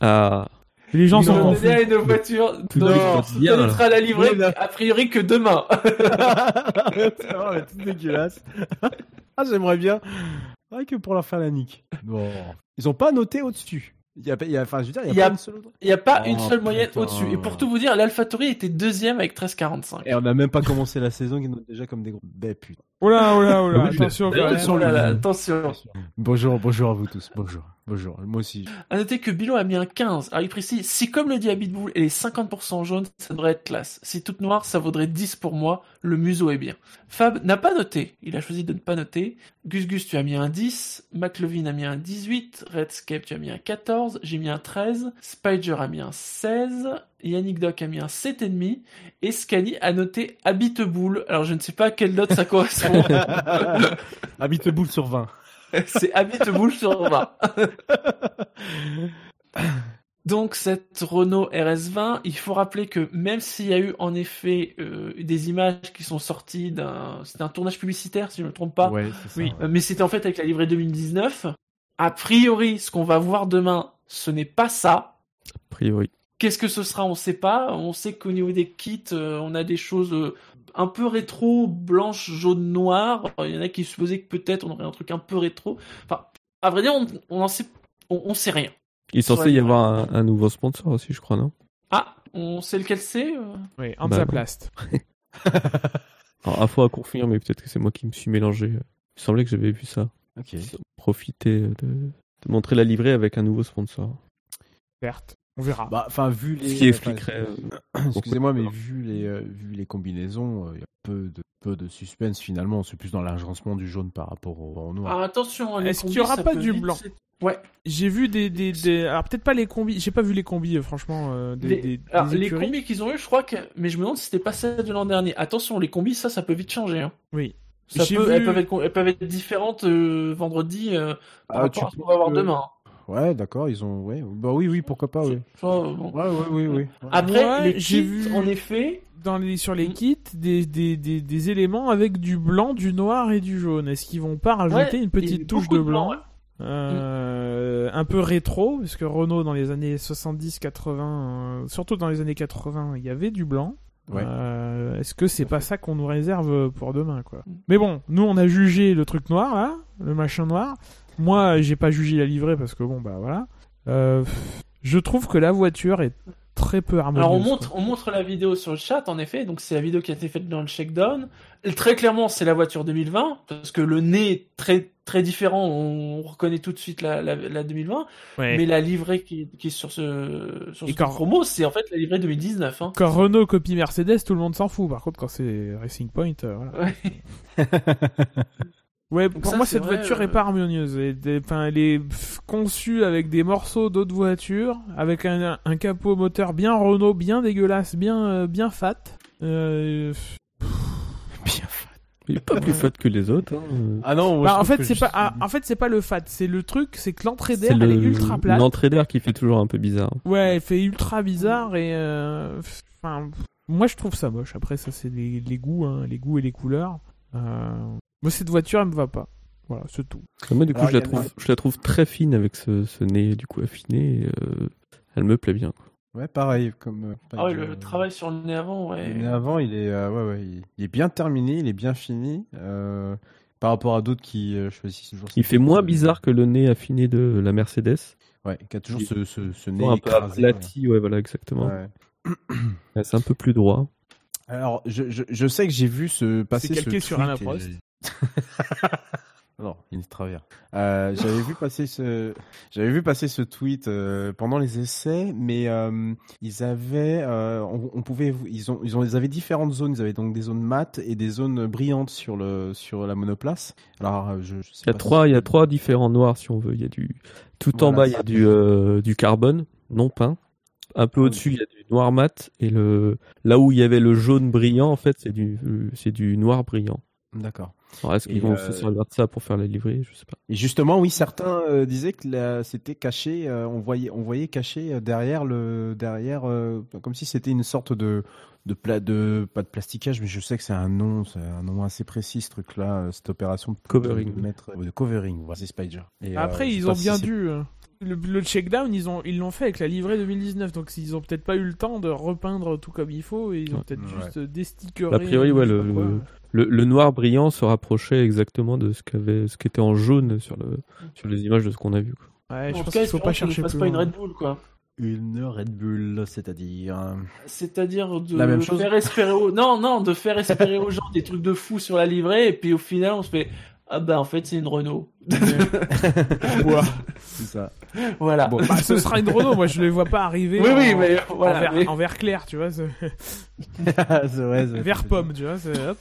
Speaker 3: Ah,
Speaker 2: Les gens
Speaker 1: Ils
Speaker 2: sont
Speaker 1: ont
Speaker 2: confus.
Speaker 1: donné à une voiture
Speaker 3: le
Speaker 1: dont
Speaker 3: public
Speaker 1: on
Speaker 3: va bien,
Speaker 1: connaîtra la livrée
Speaker 4: Oui, là.
Speaker 1: a priori que demain.
Speaker 4: Putain, mais tout dégueulasse. Ah, j'aimerais bien. Rien que pour leur faire la nique. Bon. Ils ont pas noté au-dessus. Il y a, il y a- enfin, je veux dire, il
Speaker 1: Il
Speaker 4: y
Speaker 1: y
Speaker 4: a,
Speaker 1: a-
Speaker 4: pas une seule autre.
Speaker 1: Il n'y a pas
Speaker 4: Oh,
Speaker 1: une seule moyenne
Speaker 4: putain.
Speaker 1: au-dessus. Et pour tout vous dire, l'AlphaTauri était deuxième avec 13,45.
Speaker 4: Et on n'a même pas commencé la saison, ils notent déjà comme des gros. Ben putain.
Speaker 2: Oh là, oh là, oh là,
Speaker 4: Oui, mais-
Speaker 2: attention.
Speaker 4: D'ailleurs,
Speaker 2: quand même.
Speaker 4: ils
Speaker 1: Oh
Speaker 4: sont-
Speaker 1: là là, attention.
Speaker 4: Bonjour, bonjour à vous tous. Bonjour, bonjour. Moi aussi.
Speaker 1: À noter que Bilo a mis un 15. Alors il précise, si comme le dit Habitbull, elle est 50% jaune, ça devrait être classe. Si toute noire, ça vaudrait 10 pour moi. Le museau est bien. Fab n'a pas noté. Il a choisi de ne pas noter. Gus Gus, tu as mis un 10. McLevin a mis un 18. Redscape, tu as mis un 14. J'ai mis un 13. Spider a mis un 16. Yannick Doc a mis un 7,5. Et Scali a noté Habitbull. Alors je ne sais pas à quelle note ça correspond.
Speaker 4: Habite boule sur 20.
Speaker 1: C'est Habitable sur 20. Donc cette Renault RS20, il faut rappeler que même s'il y a eu en effet euh, des images qui sont sorties d'un, c'était un tournage publicitaire si je ne me trompe pas,
Speaker 4: Ouais, c'est ça.
Speaker 2: Ah, Oui.
Speaker 4: ouais.
Speaker 1: Euh, mais c'était en fait avec la livrée 2019. A priori, ce qu'on va voir demain, ce n'est pas ça.
Speaker 3: a priori.
Speaker 1: Qu'est-ce que ce sera On ne sait pas. On sait qu'au niveau des kits, euh, on a des choses euh, un peu rétro, blanche, jaune, noire. Il y en a qui supposaient que peut-être on aurait un truc un peu rétro. Enfin, à vrai dire, on on en sait, on, on sait rien.
Speaker 3: Il est
Speaker 1: Sur la
Speaker 3: censé y
Speaker 1: durée.
Speaker 3: avoir un, un nouveau sponsor aussi, je crois, non
Speaker 1: Ah, on sait lequel c'est euh
Speaker 2: Oui,
Speaker 3: Bah, non.
Speaker 2: Hansaplast.
Speaker 3: Alors, à fois à confirmer, peut-être que c'est moi qui me suis mélangé. Il me semblait que j'avais vu ça.
Speaker 4: Ok.
Speaker 3: Ils ont profité de, de montrer la livrée avec un nouveau sponsor.
Speaker 2: Certes, on verra.
Speaker 4: Bah, enfin, vu les.
Speaker 3: Ce qui
Speaker 4: enfin,
Speaker 3: expliquerait. euh,
Speaker 4: Excusez-moi, mais
Speaker 3: Pourquoi
Speaker 4: vu les, euh, vu les combinaisons, euh, il y a peu de, peu de suspense finalement. C'est plus dans l'argencement du jaune par rapport au, au noir.
Speaker 1: Ah, Attention. les
Speaker 2: Est-ce qu'il y
Speaker 1: combis,
Speaker 2: aura
Speaker 1: ça
Speaker 2: pas
Speaker 1: peut
Speaker 2: du
Speaker 1: vite
Speaker 2: blanc
Speaker 1: s'é-
Speaker 2: J'ai vu des, des, des- alors peut-être pas les combis, j'ai pas vu les combis, euh, franchement, euh, des,
Speaker 1: Les-
Speaker 2: des-
Speaker 1: Alors,
Speaker 2: des
Speaker 1: les
Speaker 2: écuries.
Speaker 1: combis qu'ils ont eu, je crois que. Mais je me demande si c'était pas celle de l'an dernier. Attention, les combis, ça, ça peut vite changer. hein.
Speaker 2: Oui.
Speaker 1: Ça
Speaker 2: J'ai
Speaker 1: peut-
Speaker 2: vu-
Speaker 1: elles, peuvent être, con- elles peuvent être différentes euh, vendredi euh, par
Speaker 4: Ah,
Speaker 1: rapport
Speaker 4: tu
Speaker 1: à ce qu'on va voir
Speaker 4: peux-
Speaker 1: demain. hein.
Speaker 4: Ouais, d'accord, ils ont. Ouais. Bah oui, oui, pourquoi pas, oui.
Speaker 1: Tu vois, euh, bon.
Speaker 4: Ouais, ouais, oui, oui. ouais.
Speaker 1: Après,
Speaker 2: Ouais,
Speaker 1: les
Speaker 2: j'ai
Speaker 1: kits,
Speaker 2: vu-
Speaker 1: en effet,
Speaker 2: Dans les, sur les
Speaker 1: Mm.
Speaker 2: kits, des, des, des, des éléments avec du blanc, du noir et du jaune. Est-ce qu'ils vont pas rajouter
Speaker 1: Ouais,
Speaker 2: une
Speaker 1: il y a eu
Speaker 2: petite touche
Speaker 1: beaucoup
Speaker 2: de blanc,
Speaker 1: ouais.
Speaker 2: euh, un peu rétro, parce que Renault dans les années 70-80, euh, surtout dans les années 80, il y avait du blanc.
Speaker 4: Ouais.
Speaker 2: Euh, Est-ce que c'est pas ça qu'on nous réserve pour demain, quoi
Speaker 1: Mm.
Speaker 2: Mais bon, nous on a jugé le truc noir là, le machin noir. Moi, j'ai pas jugé la livrée parce que bon, bah voilà. Euh, pff, je trouve que la voiture est très peu harmonieuse.
Speaker 1: Alors on
Speaker 2: quoi.
Speaker 1: montre, on montre la vidéo sur le chat, en effet. Donc c'est la vidéo qui a été faite dans le checkdown. Et Très clairement, c'est la voiture 2020 parce que le nez est très très différent. On reconnaît tout de suite la, la, la 2020,
Speaker 2: Ouais.
Speaker 1: mais la livrée qui, qui est sur ce sur
Speaker 2: Et
Speaker 1: ce
Speaker 2: quand-
Speaker 1: promo, c'est en fait la livrée 2019. Hein.
Speaker 2: Quand Renault copie Mercedes, tout le monde s'en fout. Par contre, quand c'est Racing Point, euh, voilà.
Speaker 1: Ouais.
Speaker 2: Ouais, pour
Speaker 1: ça,
Speaker 2: moi,
Speaker 1: c'est
Speaker 2: cette
Speaker 1: vrai,
Speaker 2: voiture
Speaker 1: euh,
Speaker 2: est pas harmonieuse. Et des- Enfin, elle est pff, conçue avec des morceaux d'autres voitures, avec un, un capot moteur bien Renault, bien dégueulasse, bien, euh, bien fat. Euh, pff,
Speaker 4: Bien.
Speaker 3: Il est pas plus fat que les autres. hein.
Speaker 4: Ah non, moi, je
Speaker 2: bah, en
Speaker 4: trouve
Speaker 2: fait,
Speaker 4: que
Speaker 2: c'est
Speaker 4: je-
Speaker 2: pas, ah, en fait, c'est pas le fat. C'est le truc, c'est que l'entrée
Speaker 3: C'est
Speaker 2: d'air, elle est
Speaker 3: le-
Speaker 2: ultra plate.
Speaker 3: L'entrée d'air qui fait toujours un peu bizarre.
Speaker 2: Ouais, elle fait ultra bizarre et euh, enfin, pff, moi je trouve ça moche. Après, ça c'est les, les goûts, hein, les goûts et les couleurs. Euh, moi, cette voiture, elle me va pas. Voilà, c'est tout.
Speaker 3: Moi, du coup,
Speaker 4: Alors,
Speaker 3: je la,
Speaker 4: il y en a-
Speaker 3: trouve, je la trouve très fine avec ce, ce nez du coup affiné. et, euh, elle me plaît bien. quoi.
Speaker 4: Ouais, pareil. Comme, euh,
Speaker 1: Ah ouais, le,
Speaker 4: euh,
Speaker 1: travail sur le nez avant, ouais.
Speaker 4: Mais avant, il est, euh, ouais, ouais, il- il est bien terminé, il est bien fini. euh, par rapport à d'autres qui euh, choisissent toujours.
Speaker 3: Il
Speaker 4: cette-
Speaker 3: fait moins bizarre que le nez affiné de la Mercedes.
Speaker 4: Ouais, qui a toujours
Speaker 3: Il-
Speaker 4: ce, ce, ce nez
Speaker 3: Un peu
Speaker 4: écrasé,
Speaker 3: aplati, ouais, voilà,
Speaker 4: ouais.
Speaker 3: exactement.
Speaker 4: Ouais.
Speaker 3: Ouais, C'est un peu plus droit.
Speaker 4: Alors, je, je, je sais que j'ai vu ce passer ce
Speaker 2: calqué sur
Speaker 4: tweet
Speaker 2: Alain
Speaker 4: et-
Speaker 2: Prost.
Speaker 4: non, il travers. Euh, j'avais vu passer ce, j'avais vu passer ce tweet euh, pendant les essais, mais euh, ils avaient, euh, on, on pouvait, ils ont, ils ont, ils avaient différentes zones. Ils avaient donc des zones mates et des zones brillantes sur le, sur la monoplace. Alors, euh, je, je sais
Speaker 3: Il y a
Speaker 4: pas
Speaker 3: trois,
Speaker 4: si-
Speaker 3: il y a trois différents noirs si on veut. Il y a du tout en
Speaker 4: Voilà,
Speaker 3: bas, il y
Speaker 4: ça.
Speaker 3: a du euh, du carbone non peint. Un peu
Speaker 4: Ah Oui.
Speaker 3: au-dessus, il y a du noir mat et le là où il y avait le jaune brillant en fait, c'est du euh, c'est du noir brillant.
Speaker 4: D'accord.
Speaker 3: Alors est-ce
Speaker 4: Et,
Speaker 3: qu'ils vont
Speaker 4: euh,
Speaker 3: se servir de ça pour faire la livrée Je sais pas.
Speaker 4: Et justement, oui, certains euh, disaient que la- c'était caché. euh, on voyait, on voyait caché euh, derrière le, derrière, euh, comme si c'était une sorte de, de pla- de pas de plasticage, mais je sais que c'est un nom, c'est un nom assez précis ce truc-là, euh, cette opération de
Speaker 3: Covering.
Speaker 4: de, mettre, de covering, voilà, c'est Spider. Et, euh,
Speaker 2: Après,
Speaker 4: je sais
Speaker 2: ils
Speaker 4: pas
Speaker 2: ont
Speaker 4: si
Speaker 2: bien
Speaker 4: c'est-
Speaker 2: dû. euh, le, le checkdown, ils ont, ils l'ont fait avec la livrée 2019, donc ils ont peut-être pas eu le temps de repeindre tout comme il faut, et ils ont
Speaker 3: Ouais.
Speaker 2: peut-être
Speaker 4: Ouais.
Speaker 2: juste euh, déstickeré.
Speaker 3: A priori,
Speaker 2: euh,
Speaker 3: ouais,
Speaker 2: je sais
Speaker 3: le-
Speaker 2: pas quoi.
Speaker 3: le- Le, le noir brillant se rapprochait exactement de ce qu'avait, ce qui était en jaune sur le, sur les images de ce qu'on a vu. quoi.
Speaker 2: Ouais, je
Speaker 1: en tout
Speaker 2: pense
Speaker 1: cas,
Speaker 2: qu'il faut
Speaker 1: espérons
Speaker 2: pas
Speaker 1: qu'il ne
Speaker 2: chercher
Speaker 1: fasse
Speaker 2: plus
Speaker 1: pas une
Speaker 2: loin.
Speaker 1: Red Bull, quoi.
Speaker 4: Une Red Bull, c'est-à-dire. euh,
Speaker 1: C'est-à-dire de
Speaker 4: La même chose.
Speaker 1: faire espérer aux... non non de faire espérer aux gens des trucs de fou sur la livrée et puis au final on se fait ah bah en fait c'est une Renault
Speaker 2: Ouais.
Speaker 4: C'est ça.
Speaker 1: voilà
Speaker 4: Bon.
Speaker 2: Bah, ce sera une Renault, moi je les vois pas arriver.
Speaker 1: oui
Speaker 2: en-
Speaker 1: oui mais
Speaker 2: en
Speaker 1: voilà
Speaker 2: vert-
Speaker 1: mais
Speaker 2: en vert clair, tu vois, c'est-
Speaker 4: c'est vrai. c'est vrai.
Speaker 2: vert pomme, tu vois, c'est hop.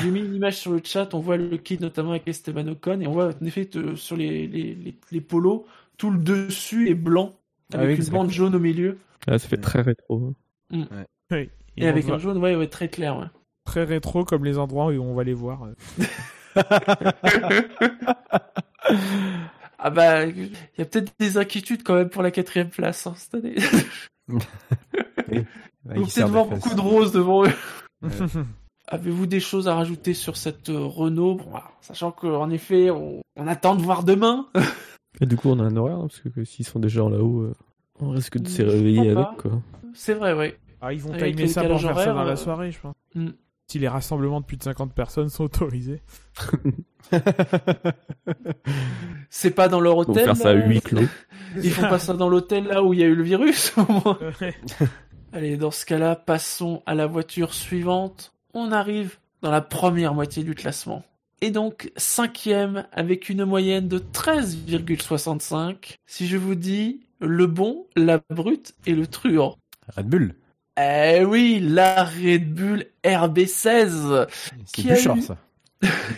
Speaker 1: j'ai mis une image sur le chat on voit le kit notamment avec Esteban Ocon et on voit en effet euh, sur les les, les les polos tout le dessus est blanc
Speaker 4: Ah
Speaker 1: avec
Speaker 4: oui,
Speaker 1: une
Speaker 4: exact.
Speaker 1: bande jaune au milieu
Speaker 3: Ah, ça fait très rétro. hein.
Speaker 1: et,
Speaker 2: on
Speaker 1: avec
Speaker 2: va-
Speaker 1: un jaune ouais ouais très clair ouais.
Speaker 2: très rétro comme les endroits où on va les voir.
Speaker 1: ah bah il y a peut-être des inquiétudes quand même pour la quatrième place hein, cette année
Speaker 4: Ouais,
Speaker 1: Ou
Speaker 4: qui Bah, sert
Speaker 1: peut-être voir
Speaker 4: de fesses.
Speaker 1: beaucoup de roses devant eux
Speaker 4: Ouais.
Speaker 1: Avez-vous des choses à rajouter sur cette euh, Renault Bon, alors, Sachant qu'en effet, on, on attend de voir demain.
Speaker 3: Et du coup, on a un horaire, hein, parce que, que s'ils sont déjà en là-haut, euh, on risque de se
Speaker 1: Je
Speaker 3: réveiller
Speaker 1: crois
Speaker 3: avec. Quoi.
Speaker 1: C'est vrai, oui.
Speaker 2: Ah, ils vont
Speaker 1: Avec
Speaker 2: timer
Speaker 1: les
Speaker 2: ça pour
Speaker 1: décalages
Speaker 2: faire ça
Speaker 1: horaires,
Speaker 2: dans
Speaker 1: euh,
Speaker 2: la soirée, je pense.
Speaker 1: hmm.
Speaker 2: Si les rassemblements de plus de 50 personnes sont autorisés.
Speaker 1: C'est pas dans leur
Speaker 3: Ils vont
Speaker 1: hôtel.
Speaker 3: faire ça à
Speaker 1: là
Speaker 3: huis clos.
Speaker 1: Ils font pas ça dans l'hôtel là où il y a eu le virus, au moins. Allez, dans ce cas-là, passons à la voiture suivante. On arrive dans la première moitié du classement. Et donc, cinquième, avec une moyenne de 13,65. Si je vous dis le bon, la brute et le truand.
Speaker 4: Red Bull.
Speaker 1: Eh oui, la Red Bull RB16
Speaker 4: C'est
Speaker 1: Qui
Speaker 4: plus
Speaker 1: a
Speaker 4: cher
Speaker 1: eu-
Speaker 4: ça.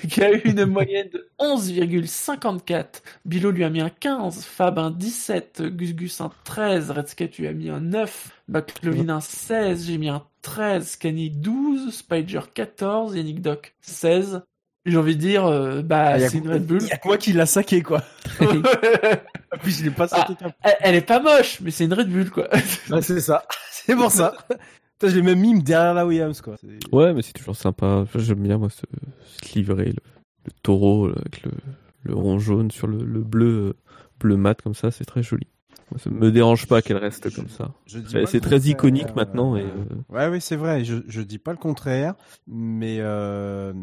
Speaker 1: qui a eu une moyenne de 11,54. Bilo lui a mis un 15, Fab un 17, Gus Gus un 13, Redscape tu as mis un 9, McLovin un 16, j'ai mis un 13, Scanny 12, Spider 14, Yannick Doc 16. J'ai envie de dire, euh, bah,
Speaker 4: Ah, y a-
Speaker 1: c'est une Red Bull.
Speaker 4: y a que moi qui l'a saqué quoi. Ah, Puis je l'ai pas
Speaker 1: saqué elle, elle est pas moche, mais c'est une Red Bull, quoi.
Speaker 4: c'est ça. C'est pour ça. Putain, je l'ai même mime derrière la Williams quoi.
Speaker 3: Ouais, mais c'est toujours sympa. Enfin, J'aime bien, moi, ce, ce livré, le, le taureau là, avec le, le rond jaune sur le, le bleu, euh, bleu mat, comme ça, c'est très joli. Moi, ça me dérange pas qu'elle reste comme ça.
Speaker 4: Je dis
Speaker 3: C'est
Speaker 4: pas
Speaker 3: c'est
Speaker 4: le
Speaker 3: très
Speaker 4: contraire,
Speaker 3: iconique
Speaker 4: euh,
Speaker 3: maintenant. Et, euh,
Speaker 4: Ouais, oui, c'est vrai. Je, je dis pas le contraire, mais euh...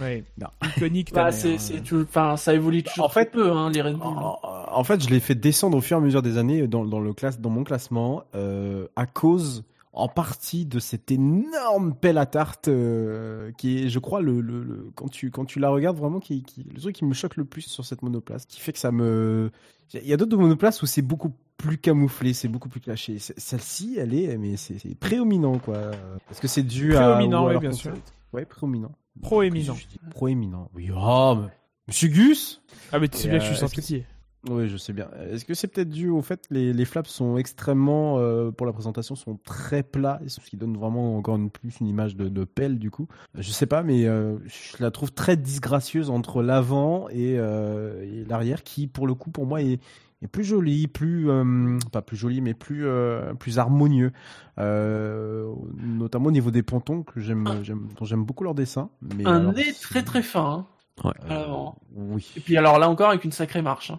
Speaker 2: Ouais.
Speaker 4: Non.
Speaker 2: Iconique, hein. ta
Speaker 1: Bah,
Speaker 2: mère.
Speaker 1: c'est, c'est tout- enfin, ça évolue toujours
Speaker 4: euh, Bah, En fait- oh,
Speaker 1: très peu, hein, les Red Bull.
Speaker 4: en, en fait, je l'ai fait descendre au fur et à mesure des années dans, dans le classe, dans mon classement, euh, à cause en partie de cette énorme pelle à tarte euh, qui est, je crois, le, le, le- quand tu quand tu la regardes vraiment, qui, qui- le truc qui me choque le plus sur cette monoplace, qui fait que ça me, il y a d'autres monoplaces où c'est beaucoup plus camouflé, c'est beaucoup plus caché. C'est- Celle-ci, elle est, mais c'est c'est prédominant quoi. Est-ce que c'est dû à
Speaker 2: Prédominant,
Speaker 4: ou
Speaker 2: oui,
Speaker 4: alors
Speaker 2: bien
Speaker 4: qu'on-
Speaker 2: sûr.
Speaker 4: Ouais, prédominant.
Speaker 2: Proéminent.
Speaker 4: Je dis Proéminent. Oui, oh, mais... Monsieur Gus
Speaker 2: Ah, mais tu sais
Speaker 4: Et,
Speaker 2: bien, que je
Speaker 4: euh,
Speaker 2: suis sans
Speaker 4: est-ce que-
Speaker 2: pitié.
Speaker 4: Oui, je sais bien. Est-ce que c'est peut-être dû au fait que les, les flaps sont extrêmement, euh, pour la présentation, sont très plats, et ce qui donne vraiment encore une plus une image de, de pelle du coup Je sais pas, mais euh, je la trouve très disgracieuse entre l'avant et, euh, et l'arrière, qui pour le coup, pour moi, est, est plus jolie, plus euh, pas plus jolie, mais plus euh, plus harmonieux, Euh, notamment au niveau des pontons que j'aime, j'aime, dont j'aime beaucoup leur dessin. Mais
Speaker 1: Ah. Un
Speaker 4: alors,
Speaker 1: nez très très fin. hein.
Speaker 4: euh,
Speaker 1: Alors.
Speaker 4: oui.
Speaker 1: Et puis alors là encore avec une sacrée marche. hein.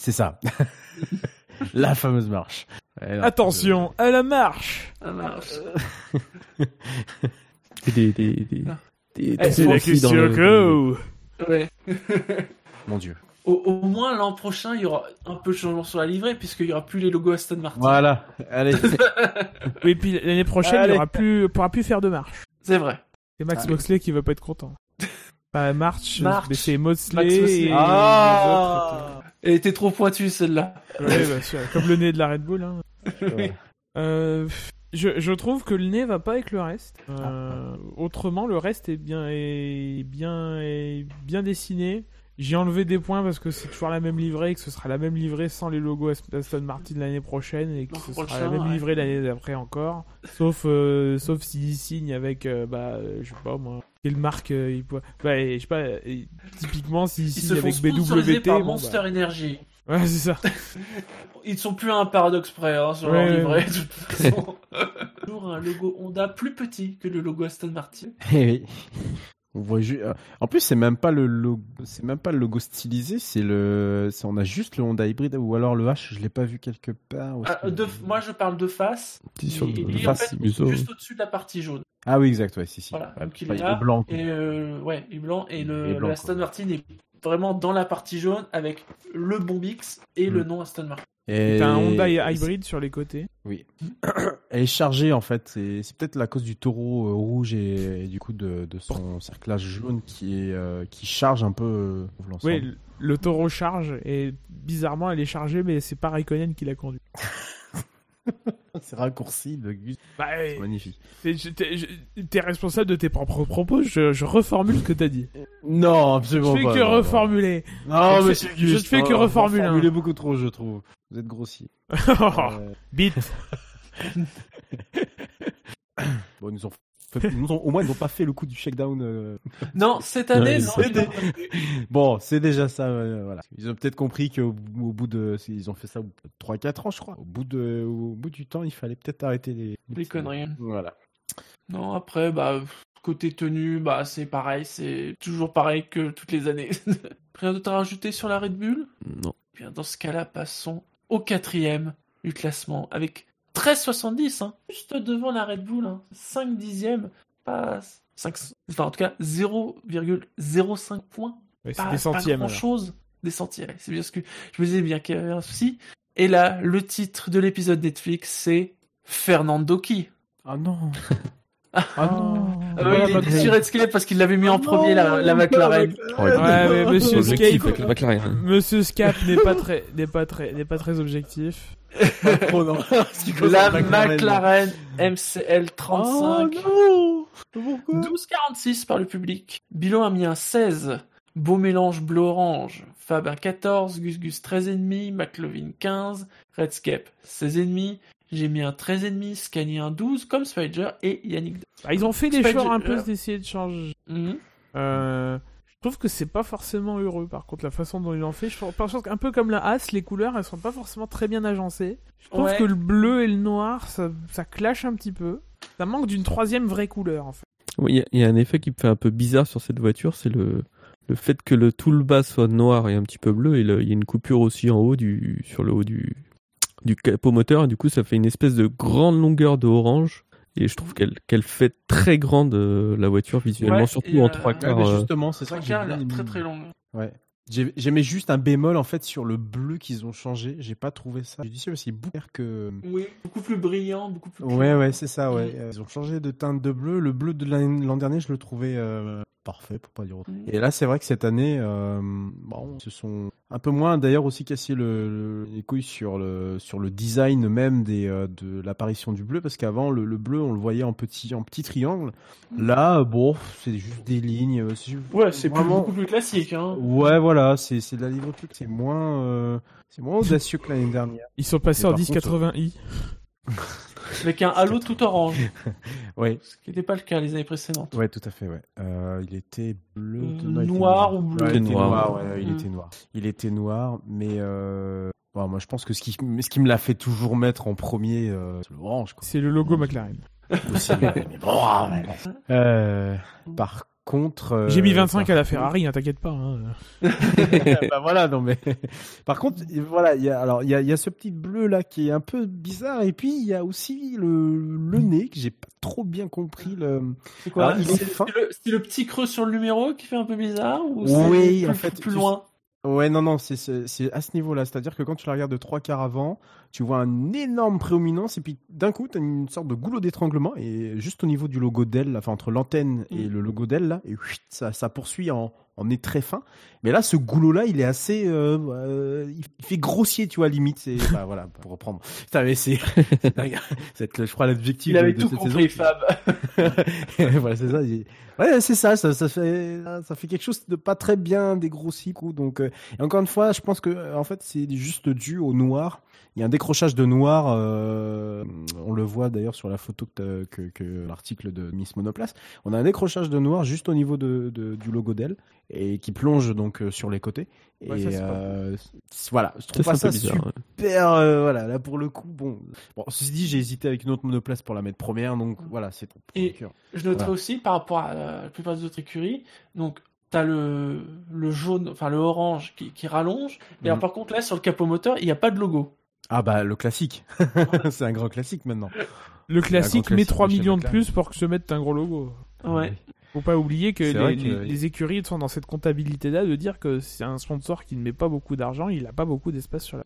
Speaker 4: C'est ça. la fameuse marche. Elle-
Speaker 2: Attention à la marche
Speaker 1: La marche.
Speaker 3: et des, des, des, des-
Speaker 1: Eh,
Speaker 3: des
Speaker 1: c'est la
Speaker 3: acquis dans le-
Speaker 4: Euh,
Speaker 1: Ouais.
Speaker 4: Mon Dieu.
Speaker 1: Au, au moins l'an prochain, il y aura un peu de changement sur la livrée puisqu'il y aura plus les logos Aston Martin.
Speaker 4: Voilà. Allez.
Speaker 2: Oui, puis l'année prochaine, il
Speaker 4: Allez. Ah.
Speaker 2: y aura plus, on pourra plus faire de marche.
Speaker 1: C'est vrai.
Speaker 2: C'est Max
Speaker 4: Allez.
Speaker 2: Moxley qui va pas être content. Pas marche,
Speaker 1: March.
Speaker 2: mais c'est Moxley.
Speaker 1: Max Moxley.
Speaker 2: Et
Speaker 4: Ah.
Speaker 1: Elle était trop pointue celle-là.
Speaker 2: les autres étaient- Ouais, bien sûr, comme le nez de la Red Bull. Hein.
Speaker 4: Ouais.
Speaker 2: Euh, pff, je, je trouve que le nez va pas avec le reste.
Speaker 1: Ah,
Speaker 2: Euh, Autrement, le reste est bien, est bien, est bien dessiné. J'ai enlevé des points parce que c'est toujours la même livrée et que ce sera la même livrée sans les logos Ast- Aston Martin l'année prochaine et que
Speaker 1: L'an
Speaker 2: ce sera la
Speaker 1: prochain,
Speaker 2: même
Speaker 1: ouais.
Speaker 2: livrée l'année d'après encore. Sauf, euh, sauf s'ils signent avec, euh, bah, euh, je sais pas moi, quelle marque euh, ils peuvent- Bah, euh, je sais pas, euh, typiquement s'ils
Speaker 1: Ils se
Speaker 2: signent
Speaker 1: font
Speaker 2: avec
Speaker 1: sponsoriser
Speaker 2: BWT.
Speaker 1: par
Speaker 2: bon, bah,
Speaker 1: Monster Energy.
Speaker 2: Ouais, c'est ça.
Speaker 1: Ils sont plus à un paradoxe près hein, sur
Speaker 2: Ouais,
Speaker 1: leur livrée de toute façon. Toujours un logo Honda plus petit que le logo Aston Martin.
Speaker 4: Eh oui. On voit ju- euh, En plus, c'est même pas le logo, c'est même pas le logo stylisé, c'est le, c'est- on a juste le Honda hybride ou alors le H, je l'ai pas vu quelque part. où est-ce
Speaker 1: Ah,
Speaker 4: que-
Speaker 1: de- moi, je parle de face.
Speaker 3: Petit sur
Speaker 1: il,
Speaker 3: de
Speaker 1: il est en
Speaker 3: face,
Speaker 1: fait
Speaker 3: museau.
Speaker 1: juste au-dessus de la partie jaune.
Speaker 4: Ah oui, exact, ouais, si, si.
Speaker 1: Voilà,
Speaker 4: Ouais,
Speaker 1: donc il
Speaker 4: enfin,
Speaker 1: est là,
Speaker 4: blanc. quoi.
Speaker 1: Et euh, ouais, il est blanc. Et
Speaker 4: Il est
Speaker 1: le,
Speaker 4: blanc,
Speaker 1: le Aston
Speaker 4: quoi.
Speaker 1: Martin est vraiment dans la partie jaune avec le bon mix et le nom Aston Martin.
Speaker 4: Et-
Speaker 2: T'as un Honda hybride sur les côtés.
Speaker 4: Elle est chargée en fait. C'est c'est peut-être la cause du taureau euh, rouge et, et du coup de, de son cerclage jaune qui est euh, qui charge un peu euh, l'ensemble.
Speaker 2: Oui, le- le taureau charge et bizarrement elle est chargée mais c'est pas Raikkonen qui l'a conduit.
Speaker 4: c'est raccourci de Gus.
Speaker 2: Bah,
Speaker 4: C'est magnifique.
Speaker 2: t'es, je- t'es- je- t'es responsable de tes propres propos, je, je reformule ce que t'as dit.
Speaker 4: Non,
Speaker 2: Je
Speaker 4: absolument
Speaker 2: fais
Speaker 4: pas.
Speaker 2: que
Speaker 4: non, non.
Speaker 2: reformuler.
Speaker 4: Non,
Speaker 2: Je te
Speaker 4: monsieur
Speaker 2: fais-
Speaker 4: Gus.
Speaker 2: je te fais que
Speaker 4: non,
Speaker 2: reformule, hein. Oh.
Speaker 4: Formulez beaucoup trop, je trouve. Vous êtes grossier.
Speaker 2: Ah,
Speaker 4: Euh,
Speaker 2: Bite.
Speaker 4: bon, ils nous ont fait- ils nous ont- au moins, ils n'ont pas fait le coup du shakedown. euh,
Speaker 1: Non, cette année,
Speaker 3: Ouais,
Speaker 1: non,
Speaker 4: c'est-
Speaker 1: non.
Speaker 4: Bon, c'est déjà ça. euh, voilà. Ils ont peut-être compris qu'au au bout de. Ils ont fait ça 3-4 ans, je crois. Au bout, de, au bout du temps, il fallait peut-être arrêter les. les
Speaker 1: des
Speaker 4: petits-
Speaker 1: conneries.
Speaker 4: Voilà.
Speaker 1: Non, après, bah, pff, côté tenue, bah, c'est pareil, c'est toujours pareil que toutes les années. Rien d'autre à rajouter sur la Red Bull
Speaker 3: Non.
Speaker 1: Bien, dans ce cas-là, passons au quatrième du classement avec 13,70, hein, juste devant la Red Bull, hein, 5 dixièmes, pas 5, enfin, en tout cas 0,05 points,
Speaker 2: Ouais, c'est
Speaker 1: pas,
Speaker 2: des centièmes.
Speaker 1: grand
Speaker 2: alors.
Speaker 1: chose, des centièmes. C'est bien ce que je me disais bien qu'il y avait un souci. Et là, le titre de l'épisode Netflix, c'est Fernando qui.
Speaker 4: Ah non
Speaker 2: Ah non. Ah
Speaker 1: Ah bah, il est déchiré de ce qu'il est parce qu'il l'avait
Speaker 4: Ah
Speaker 1: mis en premier la, la McLaren.
Speaker 2: Ouais, mais monsieur
Speaker 3: Objectif
Speaker 2: Scape-
Speaker 3: avec la McLaren.
Speaker 2: Monsieur Scap n'est pas très, n'est pas très, n'est pas très objectif. Oh
Speaker 1: La McLaren MCL 35.
Speaker 4: Oh non Pourquoi
Speaker 1: 12,46 par le public. Bilan a mis un 16. Beau mélange bleu-orange. Fab un 14, Gus Gus 13,5, McLovin 15, Redscape 16,5. J'ai mis un 13,5, Scania un 12, comme Spider et Yannick.
Speaker 2: Ah, ils ont fait
Speaker 1: C'est pas
Speaker 2: l'effort
Speaker 1: du-
Speaker 2: un peu
Speaker 1: euh,
Speaker 2: d'essayer de changer.
Speaker 1: Mhm.
Speaker 2: Euh, je trouve que c'est pas forcément heureux. Par contre, la façon dont ils l'ont fait, je pense- je pense qu'un peu comme la As, les couleurs, elles sont pas forcément très bien agencées. Je trouve
Speaker 1: Ouais.
Speaker 2: que le bleu et le noir, ça, ça clash un petit peu. Ça manque d'une troisième vraie couleur, en fait.
Speaker 3: Oui, Il y, a- il y a un effet qui me fait un peu bizarre sur cette voiture, c'est le, le fait que le, tout le bas soit noir et un petit peu bleu, et le- il y a une coupure aussi en haut du, sur le haut du, du capot moteur, et du coup ça fait une espèce de grande longueur de orange, et je trouve qu'elle qu'elle fait très grande euh, la voiture visuellement,
Speaker 1: Ouais,
Speaker 3: surtout
Speaker 1: et,
Speaker 3: en
Speaker 1: euh,
Speaker 3: trois
Speaker 1: ouais,
Speaker 4: Ouais,
Speaker 3: quarts.
Speaker 4: Ah, mais
Speaker 3: euh,
Speaker 4: justement, c'est ça
Speaker 1: Trois
Speaker 4: que j'ai
Speaker 1: quarts, elle a
Speaker 4: bien
Speaker 1: l'air très
Speaker 4: aimé.
Speaker 1: très longue.
Speaker 4: Ouais. J'ai- J'aimais juste un bémol en fait sur le bleu qu'ils ont changé. J'ai pas trouvé ça judicieux, mais c'est beaucoup plus clair que.
Speaker 1: Oui, beaucoup plus brillant, beaucoup plus.
Speaker 4: Ouais, ouais, c'est ça, ouais. Euh, Ils ont changé de teinte de bleu. Le bleu de l'an l'an dernier, je le trouvais euh, parfait, pour pas dire autre.
Speaker 1: Mhm.
Speaker 4: Et là, c'est vrai que cette année, euh, bon, ils se sont un peu moins d'ailleurs aussi cassé le, le- les couilles sur le, sur le design même des, euh, de l'apparition du bleu, parce qu'avant, le, le bleu, on le voyait en petit, en petit triangle.
Speaker 1: Mm.
Speaker 4: Là, bon, c'est juste des lignes. euh, C'est
Speaker 1: Ouais, c'est plus-
Speaker 4: vraiment-
Speaker 1: beaucoup plus classique. Hein.
Speaker 4: Ouais, voilà, c'est c'est de la livre truc, c'est moins, euh, c'est moins audacieux que l'année dernière.
Speaker 2: Ils sont passés
Speaker 4: Mais
Speaker 2: en
Speaker 4: par contre,
Speaker 2: 1080i.
Speaker 1: Avec un halo tout orange,
Speaker 4: Ouais,
Speaker 1: ce qui n'était pas le cas les années précédentes.
Speaker 4: ouais, tout à fait, ouais. Euh, il était bleu,
Speaker 1: Euh,
Speaker 4: non, il était
Speaker 1: noir ou bleu.
Speaker 4: Ouais, il était
Speaker 3: Noir,
Speaker 4: noir, ouais, il
Speaker 1: Mm.
Speaker 4: était noir. Il était noir, mais euh, bon, moi je pense que ce qui, ce qui me l'a fait toujours mettre en premier, euh, c'est l'orange, quoi.
Speaker 2: C'est le logo McLaren.
Speaker 4: Aussi, mais- mais bon, ah, ouais. Euh, par contre, euh,
Speaker 2: J'ai mis 25 à
Speaker 4: par-
Speaker 2: la Ferrari, hein, t'inquiète pas. hein.
Speaker 4: bah voilà, non mais. Par contre, voilà, il y a alors il y a, il y a ce petit bleu là qui est un peu bizarre et puis il y a aussi le, le nez que j'ai pas trop bien compris le.
Speaker 1: C'est quoi
Speaker 4: Alors, il est
Speaker 1: C'est
Speaker 4: fin.
Speaker 1: c'est le, c'est le petit creux sur le numéro qui fait un peu bizarre ou c'est
Speaker 4: Oui,
Speaker 1: plus-
Speaker 4: en fait,
Speaker 1: plus
Speaker 4: tu-
Speaker 1: loin.
Speaker 4: Ouais, non, non, c'est- c'est c'est à ce niveau-là. C'est-à-dire que quand tu la regardes de trois quarts avant, tu vois un énorme prédominance et puis d'un coup, tu as une sorte de goulot d'étranglement et juste au niveau du logo Dell, là, enfin entre l'antenne et
Speaker 1: Mm.
Speaker 4: le logo Dell, là, et whitt, ça, ça poursuit en, en est très fin. Mais là, ce goulot-là, il est assez. euh, euh, il fait grossier, tu vois, limite. C'est, bah, voilà, pour reprendre. Putain, mais c'est. c'est dingue. C'est, je crois, l'objectif
Speaker 1: Il
Speaker 4: de,
Speaker 1: avait
Speaker 4: de
Speaker 1: tout
Speaker 4: cette
Speaker 1: compris,
Speaker 4: saison.
Speaker 1: Fab.
Speaker 4: voilà, c'est ça. il- Ouais, c'est ça, ça, ça fait, ça fait quelque chose de pas très bien dégrossi, coup. Donc, euh, et encore une fois, je pense que, euh, en fait, c'est juste dû au noir. Il y a un décrochage de noir. euh, on le voit d'ailleurs sur la photo que, t'as- que, que l'article de Miss Monoplace. On a un décrochage de noir juste au niveau de, de- du logo d'elle. et qui plonge donc euh, sur les côtés. Et
Speaker 2: Ouais, ça, c'est pas
Speaker 4: euh, c- voilà, je
Speaker 3: euh, Ça,
Speaker 4: trouve pas
Speaker 3: c'est un
Speaker 4: ça
Speaker 3: peu bizarre. hein. ouais.
Speaker 4: super. euh, voilà, là pour le coup, bon. Bon, ceci dit, j'ai hésité avec une autre monoplace pour la mettre première, donc voilà, c'est trop.
Speaker 1: Mm. Et-
Speaker 4: procure.
Speaker 1: Je noterai
Speaker 4: Voilà.
Speaker 1: aussi par rapport à la la plupart des autres écuries, donc t'as le, le jaune, enfin le orange qui, qui rallonge, et alors
Speaker 4: Mhm.
Speaker 1: par contre là sur le capot moteur, il n'y a pas de logo.
Speaker 4: Ah bah le classique, c'est un grand classique maintenant.
Speaker 2: Le classique
Speaker 4: classique
Speaker 2: met
Speaker 4: de
Speaker 2: 3
Speaker 4: chez
Speaker 2: millions de
Speaker 4: McLaren.
Speaker 2: plus pour que se mette un gros logo.
Speaker 1: Ouais.
Speaker 2: Faut pas oublier que,
Speaker 4: C'est
Speaker 2: les,
Speaker 4: vrai que- euh,
Speaker 2: les- les écuries sont dans cette comptabilité-là de dire que c'est un sponsor qui ne met pas beaucoup d'argent, il a pas beaucoup d'espace sur la.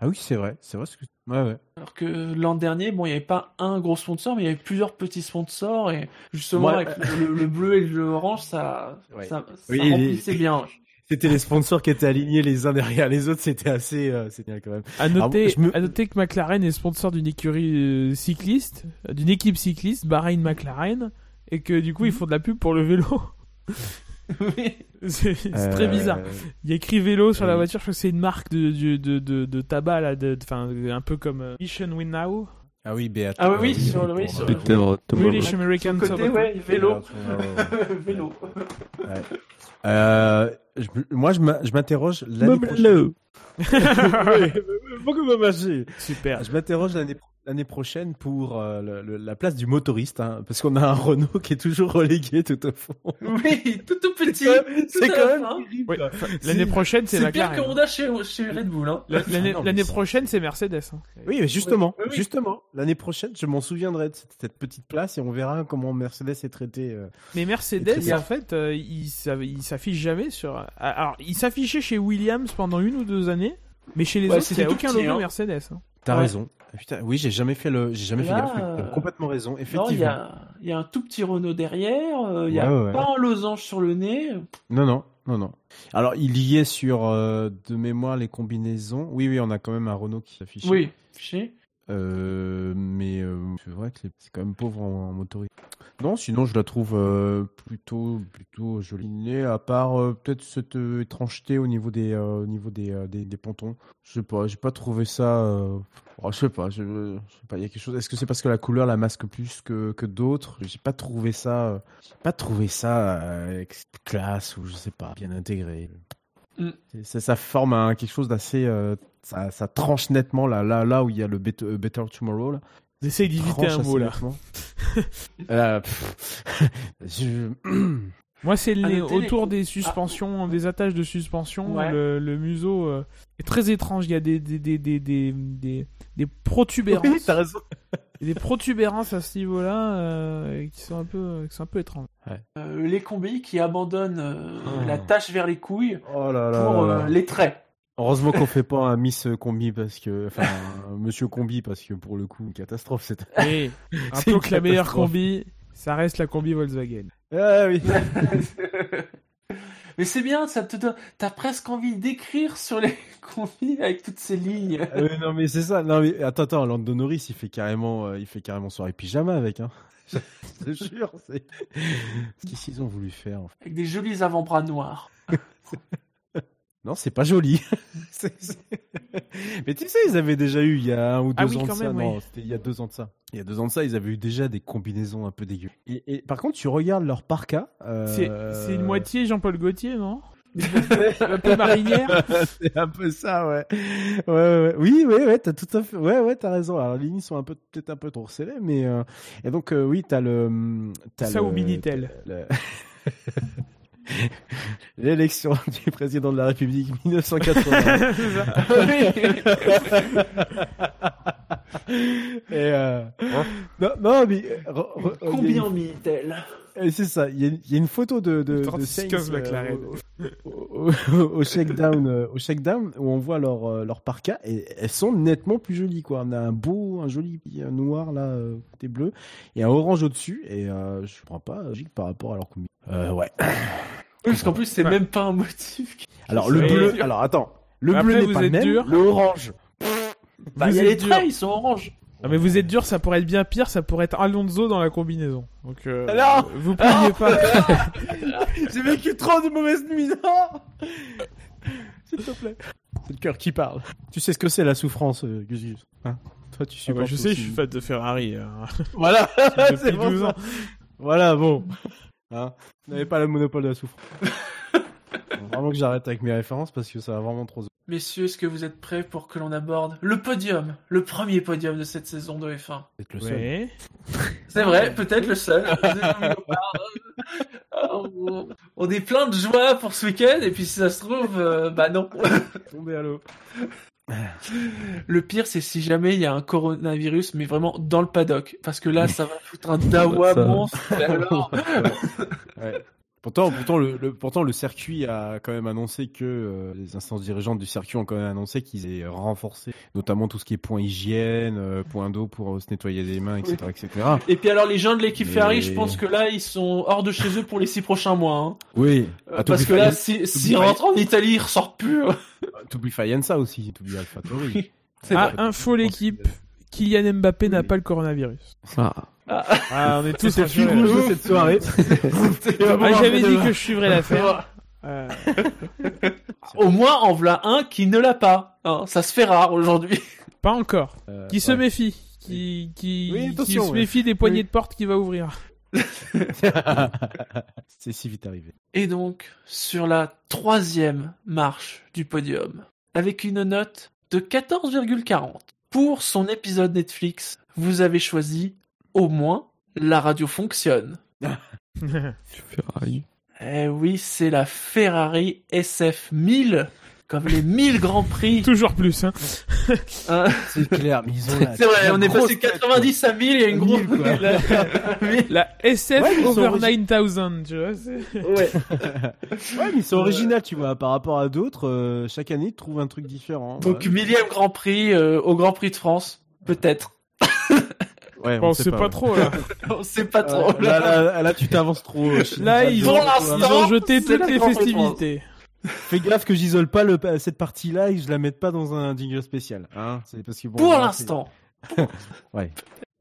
Speaker 4: Ah oui, c'est vrai, c'est vrai. Ce que... Ouais, ouais.
Speaker 1: Alors que l'an dernier, bon, il n'y avait pas un gros sponsor, mais il y avait plusieurs petits sponsors, et justement
Speaker 4: Ouais.
Speaker 1: avec le, le bleu et le orange, ça,
Speaker 4: Ouais.
Speaker 1: ça, ça
Speaker 4: Oui, et-
Speaker 1: remplissait bien.
Speaker 4: C'était les sponsors qui étaient alignés les uns derrière les autres, c'était assez, euh, c'était bien quand même.
Speaker 2: À noter,
Speaker 4: Ah bon, je me-
Speaker 2: à noter que McLaren est sponsor d'une écurie euh, cycliste, euh, d'une équipe cycliste, Bahrain McLaren, et que du coup
Speaker 4: Mhm.
Speaker 2: ils font de la pub pour le vélo.
Speaker 1: Oui.
Speaker 2: c'est c'est très
Speaker 4: Euh,
Speaker 2: bizarre. Il y a écrit vélo sur la
Speaker 4: Oui.
Speaker 2: voiture, je crois que c'est une marque de, de, de, de, de tabac, là, de, de- enfin, un peu comme euh, Mission Win Now.
Speaker 4: Ah oui, Béat.
Speaker 1: Ah oui, oui, sur le- oui, sur le-
Speaker 4: Putain,
Speaker 3: Peter Tomorrow.
Speaker 2: British American
Speaker 1: Côté,
Speaker 2: Tobacco.
Speaker 1: ouais, vélo. vélo.
Speaker 4: Euh, je- moi, je m'a- je m'interroge l'année prochaine.
Speaker 3: Mamelot.
Speaker 4: Ouais, beaucoup de marché.
Speaker 2: Super.
Speaker 4: Je m'interroge l'année pro- l'année prochaine pour euh, le- le- la place du motoriste, hein, parce qu'on a un Renault qui est toujours relégué tout au fond.
Speaker 1: Oui, tout, tout petit.
Speaker 4: C'est
Speaker 1: tout à
Speaker 4: quand
Speaker 1: la
Speaker 4: même
Speaker 1: fin.
Speaker 4: terrible.
Speaker 2: Ouais,
Speaker 4: quoi.
Speaker 2: L'année
Speaker 4: C'est-
Speaker 2: prochaine, c'est
Speaker 1: C'est pire que
Speaker 2: McLaren.
Speaker 1: Honda chez, chez Red Bull. Hein.
Speaker 2: La- L'année
Speaker 4: Ah non, mais
Speaker 2: l'année
Speaker 4: c'est-
Speaker 2: prochaine, c'est Mercedes. hein.
Speaker 4: Oui, mais justement,
Speaker 1: Oui, oui.
Speaker 4: justement, l'année prochaine, je m'en souviendrai de cette, cette petite place et on verra comment Mercedes est traité. euh.
Speaker 2: Mais
Speaker 4: C'est
Speaker 2: Mercedes,
Speaker 4: très
Speaker 2: en fait, euh, il s'av- il s'affiche jamais sur. Alors, il s'affichait chez Williams pendant une ou deux années, mais chez les
Speaker 1: Ouais,
Speaker 2: autres, il n'y
Speaker 1: c'était
Speaker 2: a
Speaker 1: tout
Speaker 2: aucun
Speaker 1: petit,
Speaker 2: logo
Speaker 1: hein.
Speaker 2: Mercedes. hein.
Speaker 4: T'as
Speaker 1: Ouais.
Speaker 4: raison. Ah, putain, oui, j'ai jamais fait le, j'ai jamais fait
Speaker 1: Là,
Speaker 4: gaffe. mais T'as
Speaker 1: euh,
Speaker 4: complètement raison, effectivement.
Speaker 1: Non, il y a, il y a un tout petit Renault derrière, euh, il y a
Speaker 4: Ouais, ouais,
Speaker 1: pas un losange sur le nez.
Speaker 4: Non, non, non, non. Alors, il y est sur euh, de mémoire les combinaisons. Oui, oui, on a quand même un Renault qui s'affiche.
Speaker 1: Oui, fiché.
Speaker 4: Euh, mais euh, c'est vrai que les- c'est quand même pauvre en, en motoriste. Non, sinon je la trouve euh, plutôt plutôt jolie. Mais À part euh, peut-être cette euh, étrangeté au niveau des euh, au niveau des, euh, des, des pontons. Je sais pas, j'ai pas trouvé ça. euh, oh, je sais pas, je, je sais pas. Il y a quelque chose. Est-ce que c'est parce que la couleur la masque plus que, que d'autres J'ai pas trouvé ça. euh, j'ai pas trouvé ça euh, ex- classe ou je sais pas bien intégré.
Speaker 1: Mm.
Speaker 4: C'est- c'est- ça forme un- quelque chose d'assez euh, ça, ça tranche nettement là, là, là où il y a le Bet- euh, Better Tomorrow. Là.
Speaker 2: J'essaie d'éviter
Speaker 4: Tranche
Speaker 2: un mot
Speaker 4: assez
Speaker 2: là.
Speaker 4: nettement. Euh, pff, je-
Speaker 2: Moi, c'est le-
Speaker 1: À noter
Speaker 2: autour
Speaker 1: les-
Speaker 2: des suspensions, des attaches de suspension,
Speaker 1: Ah. Ouais.
Speaker 2: le, le museau euh, est très étrange. Il y a des des des des des, des, des protubérances,
Speaker 4: Oui, t'as raison.
Speaker 2: des protubérances à ce niveau-là euh, qui sont un peu qui sont un peu étranges.
Speaker 1: Euh, les combis qui abandonnent euh,
Speaker 4: Oh.
Speaker 1: la tâche vers les couilles
Speaker 4: Oh là là.
Speaker 1: pour
Speaker 4: là
Speaker 1: euh,
Speaker 4: là.
Speaker 1: les traits.
Speaker 4: Heureusement qu'on fait pas un Miss Combi parce que enfin un Monsieur Combi parce que pour le coup une catastrophe c'est.
Speaker 2: Et
Speaker 4: C'est
Speaker 2: rappelons
Speaker 4: une
Speaker 2: que la meilleure
Speaker 4: catastrophe.
Speaker 2: combi, ça reste la combi Volkswagen.
Speaker 4: Ah oui.
Speaker 1: Mais c'est bien, ça te donne. T'as presque envie d'écrire sur les combis avec toutes ces lignes.
Speaker 4: Ah oui, non mais c'est ça. Non mais attends attends Lando Norris il fait carrément euh, il fait carrément soirée pyjama avec hein. Je te jure c'est. Qu'est-ce qu'ils ont voulu faire en fait
Speaker 1: Avec des jolis avant-bras noirs.
Speaker 4: Non c'est pas joli. C'est- c'est- mais tu sais ils avaient déjà eu il y a un ou deux
Speaker 2: Ah oui,
Speaker 4: ans de
Speaker 2: quand
Speaker 4: ça.
Speaker 2: même,
Speaker 4: non
Speaker 2: oui.
Speaker 4: c'était il y a deux ans de ça. Il y a deux ans de ça ils avaient eu déjà des combinaisons un peu dégueu. Et, et par contre tu regardes leur parka. euh,
Speaker 2: C'est c'est une moitié Jean-Paul Gaultier, non Un peu marinière.
Speaker 4: c'est un peu ça, ouais. Ouais, ouais. Oui, ouais, ouais, t'as tout à fait. Ouais, ouais, t'as raison. Alors les lignes sont un peu, peut-être un peu trop scellées, mais euh, et donc euh, oui, t'as le. hum, T'as
Speaker 2: Ça
Speaker 4: le-
Speaker 2: ou Minitel.
Speaker 4: le- L'élection du président de la République 1980.
Speaker 2: C'est ça.
Speaker 4: Et, euh,
Speaker 2: Oh.
Speaker 4: non, non, mais euh, re- re- il y
Speaker 1: Combien
Speaker 4: a
Speaker 1: en Minitel
Speaker 4: une- euh, C'est ça. Il y, a une- il y a une photo de de, de
Speaker 2: 36,
Speaker 4: Sainz,
Speaker 2: 15
Speaker 4: euh,
Speaker 2: McLaren.
Speaker 4: au- au, au shakedown euh, au shakedown où on voit leur euh, leur parka et elles sont nettement plus jolies quoi on a un beau un joli un noir là euh, côté bleu et un orange au dessus et euh, je comprends pas logique par rapport à leur combi euh, ouais
Speaker 1: Oui, parce qu'en plus, c'est
Speaker 2: Ouais.
Speaker 1: même pas un motif. qui-
Speaker 4: alors le
Speaker 2: Oui.
Speaker 4: bleu alors attends le
Speaker 2: Après,
Speaker 4: bleu
Speaker 2: vous
Speaker 4: n'est pas le
Speaker 2: êtes
Speaker 4: même
Speaker 2: dur.
Speaker 4: le orange
Speaker 1: Bah, il
Speaker 2: Vous
Speaker 1: y a
Speaker 2: êtes
Speaker 1: les
Speaker 2: dur.
Speaker 1: traits, ils sont oranges.
Speaker 2: Ah, mais vous êtes dur, ça pourrait être bien pire, ça pourrait être Alonso dans la combinaison. Donc, euh,
Speaker 4: Non
Speaker 2: vous plaignez pas.
Speaker 4: j'ai vécu trop de mauvaises nuits non s'il te plaît c'est le cœur qui parle tu sais ce que c'est la souffrance euh, Gus Gus Hein toi tu
Speaker 2: Ah bah,
Speaker 4: supportes
Speaker 2: je sais, je
Speaker 4: aussi.
Speaker 2: suis fan de Ferrari. hein.
Speaker 4: voilà
Speaker 2: Depuis
Speaker 4: C'est pour
Speaker 2: 12
Speaker 4: ça.
Speaker 2: ans.
Speaker 4: Voilà, bon. Hein Vous n'avez pas le monopole de la souffrance. vraiment que j'arrête avec mes références parce que ça va vraiment trop.
Speaker 1: Messieurs, est-ce que vous êtes prêts pour que l'on aborde le podium, le premier podium de cette saison de F1
Speaker 4: Peut-être le seul.
Speaker 2: Ouais.
Speaker 1: C'est vrai, peut-être le seul. On est plein de joie pour ce week-end, et puis si ça se trouve, euh, bah non.
Speaker 2: Tombé à l'eau.
Speaker 1: Le pire, c'est si jamais il y a un coronavirus, mais vraiment dans le paddock. Parce que là, ça va foutre un dawa
Speaker 3: Ça-
Speaker 1: monstre. et alors-
Speaker 4: Ouais. Pourtant, pourtant, le, le- pourtant, le circuit a quand même annoncé que euh, les instances dirigeantes du circuit ont quand même annoncé qu'ils aient renforcé, notamment tout ce qui est point hygiène, euh, point d'eau pour euh, se nettoyer les mains, etc., etc.
Speaker 1: Et puis alors, les gens de l'équipe
Speaker 4: Mais-
Speaker 1: Ferrari, je pense que là, ils sont hors de chez eux pour les six prochains mois. hein.
Speaker 4: Oui. Ah,
Speaker 1: Euh,
Speaker 4: à
Speaker 1: parce que là, si- s'ils
Speaker 4: Fayette.
Speaker 1: rentrent en Italie, ils ressortent plus. hein.
Speaker 4: T'oublies Fayenza aussi, t'oublies Alpha Tauri.
Speaker 1: C'est
Speaker 2: Ah,
Speaker 1: vrai.
Speaker 2: info l'équipe. Kylian Mbappé n'a pas le coronavirus.
Speaker 3: Ah.
Speaker 2: Ah, on est tous
Speaker 4: fil
Speaker 2: rassurés.
Speaker 4: rouge de cette soirée.
Speaker 2: Ah, J'avais dit que je suivrais l'affaire. Euh,
Speaker 1: Au moins, en voilà un qui ne l'a pas. hein. Ça se fait rare aujourd'hui.
Speaker 2: pas encore.
Speaker 4: Euh,
Speaker 2: Qui se
Speaker 4: ouais.
Speaker 2: méfie. Qui, qui,
Speaker 4: Oui,
Speaker 2: qui
Speaker 4: attention,
Speaker 2: se
Speaker 4: ouais.
Speaker 2: méfie des poignées
Speaker 4: Oui.
Speaker 2: de porte qu'il va ouvrir.
Speaker 4: C'est si vite arrivé.
Speaker 1: Et donc, sur la troisième marche du podium, avec une note de 14,40. Pour son épisode Netflix, vous avez choisi au moins la radio fonctionne.
Speaker 3: Ferrari.
Speaker 1: Eh oui, c'est la Ferrari SF 1000, comme les 1000 grands prix.
Speaker 2: Toujours plus. Hein.
Speaker 1: hein.
Speaker 4: C'est clair, mais ils ont la-
Speaker 1: C'est vrai, on est
Speaker 4: grosse
Speaker 1: passé de 90 à 1000, il y a une grosse...
Speaker 4: 1000, quoi.
Speaker 2: La SF
Speaker 4: Ouais, ils sont
Speaker 2: over
Speaker 4: origi-
Speaker 2: 9000, tu vois. c'est-
Speaker 1: Ouais.
Speaker 4: Ouais, mais ils sont originaux, tu vois, par rapport à d'autres. euh, chaque année, ils trouvent un truc différent.
Speaker 1: Donc,
Speaker 4: ouais,
Speaker 1: millième grand prix euh, au Grand Prix de France, peut-être.
Speaker 4: Ouais,
Speaker 2: Bon, c'est pas,
Speaker 4: ouais.
Speaker 2: trop là.
Speaker 1: On sait pas
Speaker 4: Euh,
Speaker 1: trop.
Speaker 4: là, là, là, tu t'avances trop. euh, Shin.
Speaker 2: Là, ils
Speaker 1: Pour
Speaker 2: ont,
Speaker 1: l'instant,
Speaker 2: ils ont jeté
Speaker 1: c'est
Speaker 2: toutes
Speaker 1: la
Speaker 2: les
Speaker 1: grande
Speaker 2: festivités.
Speaker 4: Fais gaffe que j'isole pas le, cette partie-là et que je la mette pas dans un jingle spécial. Hein c'est parce que bon,
Speaker 1: Pour
Speaker 4: là,
Speaker 1: l'instant.
Speaker 4: Ouais.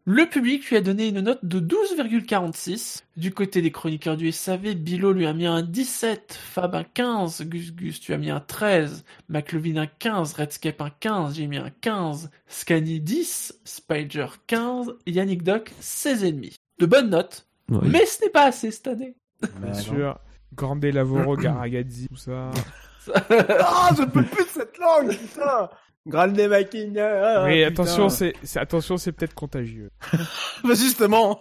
Speaker 1: Le public lui a donné une note de 12,46. Du côté des chroniqueurs du SAV, Bilo lui a mis un 17, Fab un 15, Gus Gus tu as mis un 13, McLovin un 15, Redscape un 15, j'ai mis un 15, Scanny 10, Spider 15, Yannick Doc 16,5. De bonnes notes,
Speaker 3: Ouais.
Speaker 1: mais ce n'est pas assez cette année.
Speaker 4: c'est-
Speaker 2: Bien
Speaker 4: Bah, non.
Speaker 2: sûr. Grande Lavoro, Garagazzi, tout ça.
Speaker 4: Ah, je peux plus de cette langue, putain Grande ah, maquina
Speaker 2: Mais attention, c'est c'est- attention, c'est peut-être contagieux.
Speaker 4: Bah justement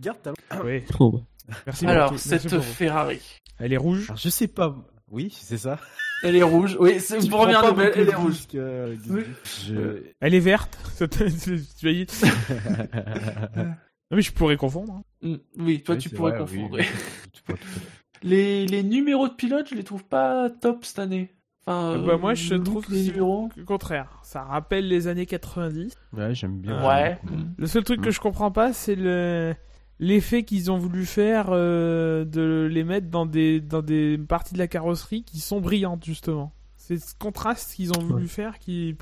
Speaker 4: Garde ta
Speaker 2: Oui.
Speaker 3: Bon, bah.
Speaker 2: Merci
Speaker 1: Alors,
Speaker 2: beaucoup, merci
Speaker 1: cette
Speaker 2: beaucoup.
Speaker 1: Ferrari,
Speaker 2: Elle est rouge.
Speaker 4: Alors, je sais pas... Oui, c'est ça.
Speaker 1: elle est rouge. Oui, c'est
Speaker 4: Tu
Speaker 1: pour revenir
Speaker 4: prends
Speaker 1: à
Speaker 4: pas
Speaker 1: nouvelle,
Speaker 4: beaucoup
Speaker 1: elle est
Speaker 4: de
Speaker 1: rouge.
Speaker 4: risques, euh, Guy.
Speaker 1: Oui. Euh,
Speaker 4: Je-
Speaker 2: Elle est verte. Tu as dit- Non, mais je pourrais confondre. hein.
Speaker 1: Mm, Oui, toi
Speaker 4: Oui,
Speaker 1: tu
Speaker 4: c'est
Speaker 1: pourrais
Speaker 4: vrai, oui,
Speaker 1: confondre.
Speaker 4: oui, oui. Tu pourrais tout à fait.
Speaker 1: Les, les numéros de pilote, je les trouve pas top cette année. Enfin,
Speaker 2: Ah
Speaker 1: euh,
Speaker 2: bah, moi, je
Speaker 1: le
Speaker 2: trouve
Speaker 1: look
Speaker 2: que
Speaker 1: des
Speaker 2: c'est-
Speaker 1: numéros.
Speaker 2: Au contraire, ça rappelle les années 90.
Speaker 4: Ouais, j'aime bien.
Speaker 1: Ouais.
Speaker 2: Le seul truc
Speaker 4: Mm.
Speaker 2: que je comprends pas, c'est le l'effet qu'ils ont voulu faire euh, de les mettre dans des dans des parties de la carrosserie qui sont brillantes justement. C'est ce contraste qu'ils ont voulu faire qui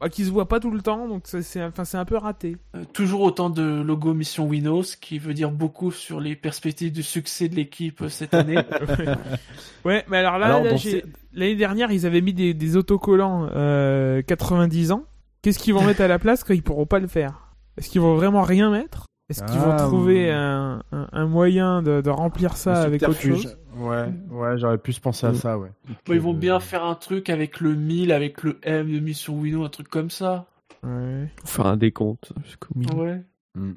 Speaker 2: bah, qui se voit pas tout le temps, donc ça, c'est enfin c'est un peu raté.
Speaker 1: Euh, toujours autant de logo Mission Windows, ce qui veut dire beaucoup sur les perspectives du succès de l'équipe euh, cette année.
Speaker 2: Ouais, mais alors là,
Speaker 4: Alors,
Speaker 2: là,
Speaker 4: dans
Speaker 2: j'ai- l'année dernière, ils avaient mis des, des autocollants euh, 90 ans. Qu'est-ce qu'ils vont mettre à la place quand ils pourront pas le faire Est-ce qu'ils vont vraiment rien mettre Est-ce qu'ils vont
Speaker 4: Ah,
Speaker 2: trouver
Speaker 4: oui.
Speaker 2: un, un- un moyen de, de remplir ça
Speaker 4: Un
Speaker 2: avec autre
Speaker 4: subterfuge.
Speaker 2: chose Mm.
Speaker 4: Ouais, ouais, j'aurais plus pensé à ça, ouais.
Speaker 1: Bon, ils vont bien faire un truc avec le 1000, avec le M de Mission Windows, un truc comme ça.
Speaker 2: Ouais.
Speaker 3: Faut faire un décompte jusqu'au milieu.
Speaker 1: Ouais.
Speaker 2: Bonne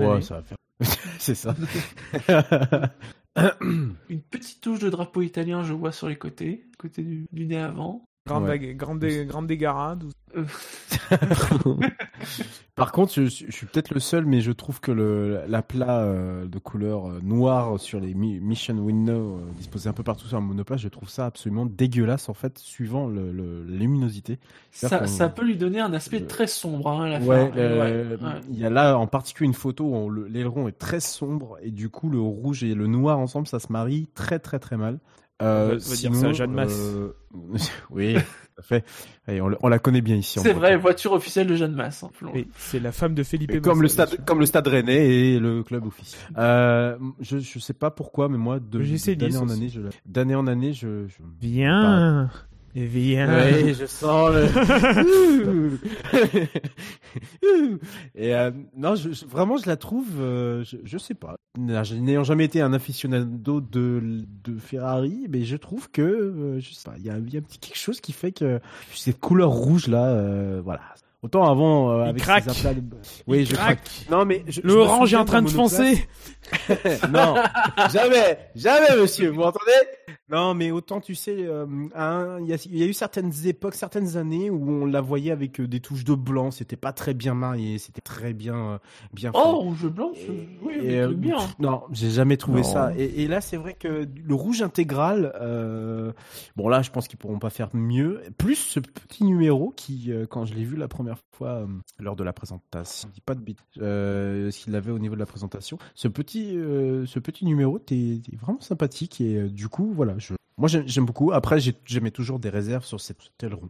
Speaker 4: ouais,
Speaker 2: année.
Speaker 4: ça va faire. c'est ça.
Speaker 1: Une petite touche de drapeau italien, je vois sur les côtés, côté du, du nez avant.
Speaker 2: Grande,
Speaker 4: Ouais.
Speaker 2: ag- grande, grande dégarade.
Speaker 4: Par contre, je, je suis peut-être le seul, mais je trouve que le, la plat euh, de couleur euh, noire sur les mi- Mission Window euh, disposés un peu partout sur un monoplace, je trouve ça absolument dégueulasse en fait, suivant le, le- la luminosité. C'est-à-dire
Speaker 1: Ça,
Speaker 4: qu'on-
Speaker 1: ça peut lui donner un aspect
Speaker 4: Le-
Speaker 1: très sombre, hein, à la
Speaker 4: Ouais, euh,
Speaker 1: fin.
Speaker 4: le-
Speaker 1: Ouais, ouais.
Speaker 4: il y a là en particulier une photo où on- le- l'aileron est très sombre et du coup le rouge et le noir ensemble ça se marie très très très mal.
Speaker 2: On va-
Speaker 4: Euh,
Speaker 2: on va dire que c'est un jeu de masse.
Speaker 4: euh, oui, tout à fait. Et on, le- on la connaît bien ici. en
Speaker 1: C'est vrai,
Speaker 4: Bretagne.
Speaker 1: voiture officielle de Jeanne Masse. hein, plus loin.
Speaker 2: Et c'est la femme de Felipe.
Speaker 4: Et comme le
Speaker 2: Massa,
Speaker 4: stade, comme le stade Rennais et le club office. Euh, je je sais pas pourquoi, mais moi de
Speaker 2: J'ai essayé
Speaker 4: d'année
Speaker 2: Nice
Speaker 4: en
Speaker 2: aussi.
Speaker 4: année, je la- d'année en année, je, je-
Speaker 2: Bien. Et viens.
Speaker 4: Oui, je sens le. Ouh. Et euh, non, je, je- vraiment, je la trouve, euh, je, je sais pas. N'ayant jamais été un aficionado de, de Ferrari, mais je trouve que, euh, je sais pas, il y a, il y a un petit quelque chose qui fait que cette couleur rouge là, euh, voilà. Autant avant, euh,
Speaker 2: Il
Speaker 4: avec
Speaker 2: craque.
Speaker 4: ces aplats de- Oui, je craque. Non, mais je-
Speaker 2: Le
Speaker 4: je me
Speaker 2: orange est en
Speaker 4: souviens
Speaker 2: train
Speaker 4: d'un
Speaker 2: de
Speaker 4: monoplace.
Speaker 2: foncer.
Speaker 4: non, jamais, jamais, monsieur, vous m'entendez Non, mais autant, tu sais, euh, hein, il y, a- il y a eu certaines époques, certaines années où on la voyait avec euh, des touches de blanc, c'était pas très bien marié, c'était très bien, euh, bien fait.
Speaker 1: Oh, rouge et blanc, c'est-
Speaker 4: Et-
Speaker 1: oui,
Speaker 4: et,
Speaker 1: mais
Speaker 4: euh,
Speaker 1: c'est bien.
Speaker 4: pff, Non, j'ai jamais trouvé
Speaker 3: Non.
Speaker 4: ça. Et, et là, c'est vrai que le rouge intégral, euh, bon là, je pense qu'ils pourront pas faire mieux. Plus ce petit numéro qui, euh, quand je l'ai vu la première fois euh, lors de la présentation, je dis pas de bêtises, euh, ce qu'il avait au niveau de la présentation, ce petit, euh, ce petit numéro, t'es t'es vraiment sympathique et euh, du coup, voilà, je, moi j'aime j'aime beaucoup. Après, j'ai- j'aimais toujours des réserves sur cette aileron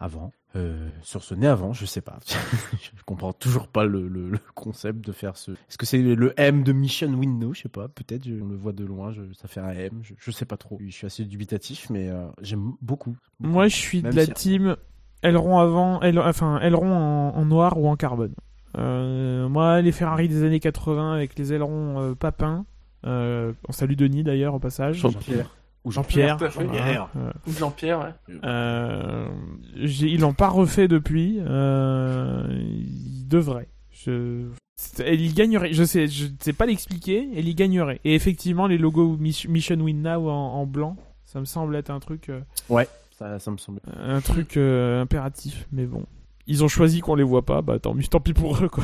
Speaker 4: avant, euh, sur ce nez avant, je sais pas. je comprends toujours pas le, le- le concept de faire ce. Est-ce que c'est le M de Mission Window Je sais pas. Peut-être je- on le voit de loin. je- ça fait un M. Je, je sais pas trop. Je suis assez dubitatif, mais euh, j'aime beaucoup.
Speaker 2: Moi, je suis
Speaker 4: Même
Speaker 2: de la
Speaker 4: si-
Speaker 2: team aileron avant, aile- enfin aileron en, en noir ou en carbone. Euh, moi, les Ferrari des années 80 avec les ailerons euh, papins. Euh, on salue Denis d'ailleurs au passage.
Speaker 3: Jean-Pierre.
Speaker 4: Ou
Speaker 2: Jean-Pierre.
Speaker 1: Tout à fait.
Speaker 2: voilà. Euh,
Speaker 1: Ou Jean-Pierre, hein, ouais.
Speaker 2: euh, j'ai- ils l'ont pas refait depuis. Euh, ils devraient. Je... c'est- Elle y gagnerait. Je sais, je sais pas l'expliquer. Elle y gagnerait. Et effectivement, les logos Mich- Mission Win Now en, en blanc, ça me semble être un truc. euh,
Speaker 4: Ouais, ça, ça me semble.
Speaker 2: un truc euh, impératif, mais bon. Ils ont choisi qu'on les voit pas, bah tant, mieux, tant pis pour eux quoi.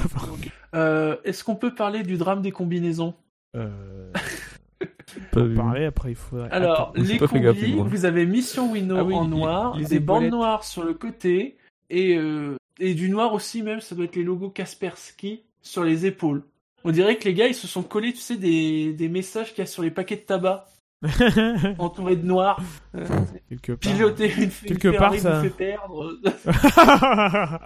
Speaker 1: Euh, Est-ce qu'on peut parler du drame des combinaisons
Speaker 2: Euh,
Speaker 3: Pas
Speaker 2: pour
Speaker 3: vu.
Speaker 2: parler après il faudrait.
Speaker 1: Alors,
Speaker 3: j'ai
Speaker 1: les
Speaker 3: pas fait gaffe,
Speaker 1: combis,
Speaker 3: moi.
Speaker 1: vous avez Mission Winnow
Speaker 2: Ah oui,
Speaker 1: en
Speaker 2: les-
Speaker 1: noir,
Speaker 2: les
Speaker 1: des bandes
Speaker 2: épaulettes.
Speaker 1: noires sur le côté, et, euh, et du noir aussi même, ça doit être les logos Kaspersky sur les épaules. On dirait que les gars, ils se sont collés, tu sais, des, des messages qu'il y a sur les paquets de tabac,
Speaker 2: Attends.
Speaker 1: entourés de noir. Euh,
Speaker 2: Quelque part.
Speaker 1: piloter une, une
Speaker 2: Quelque part,
Speaker 1: Ferrari
Speaker 2: ça-
Speaker 1: vous fait perdre.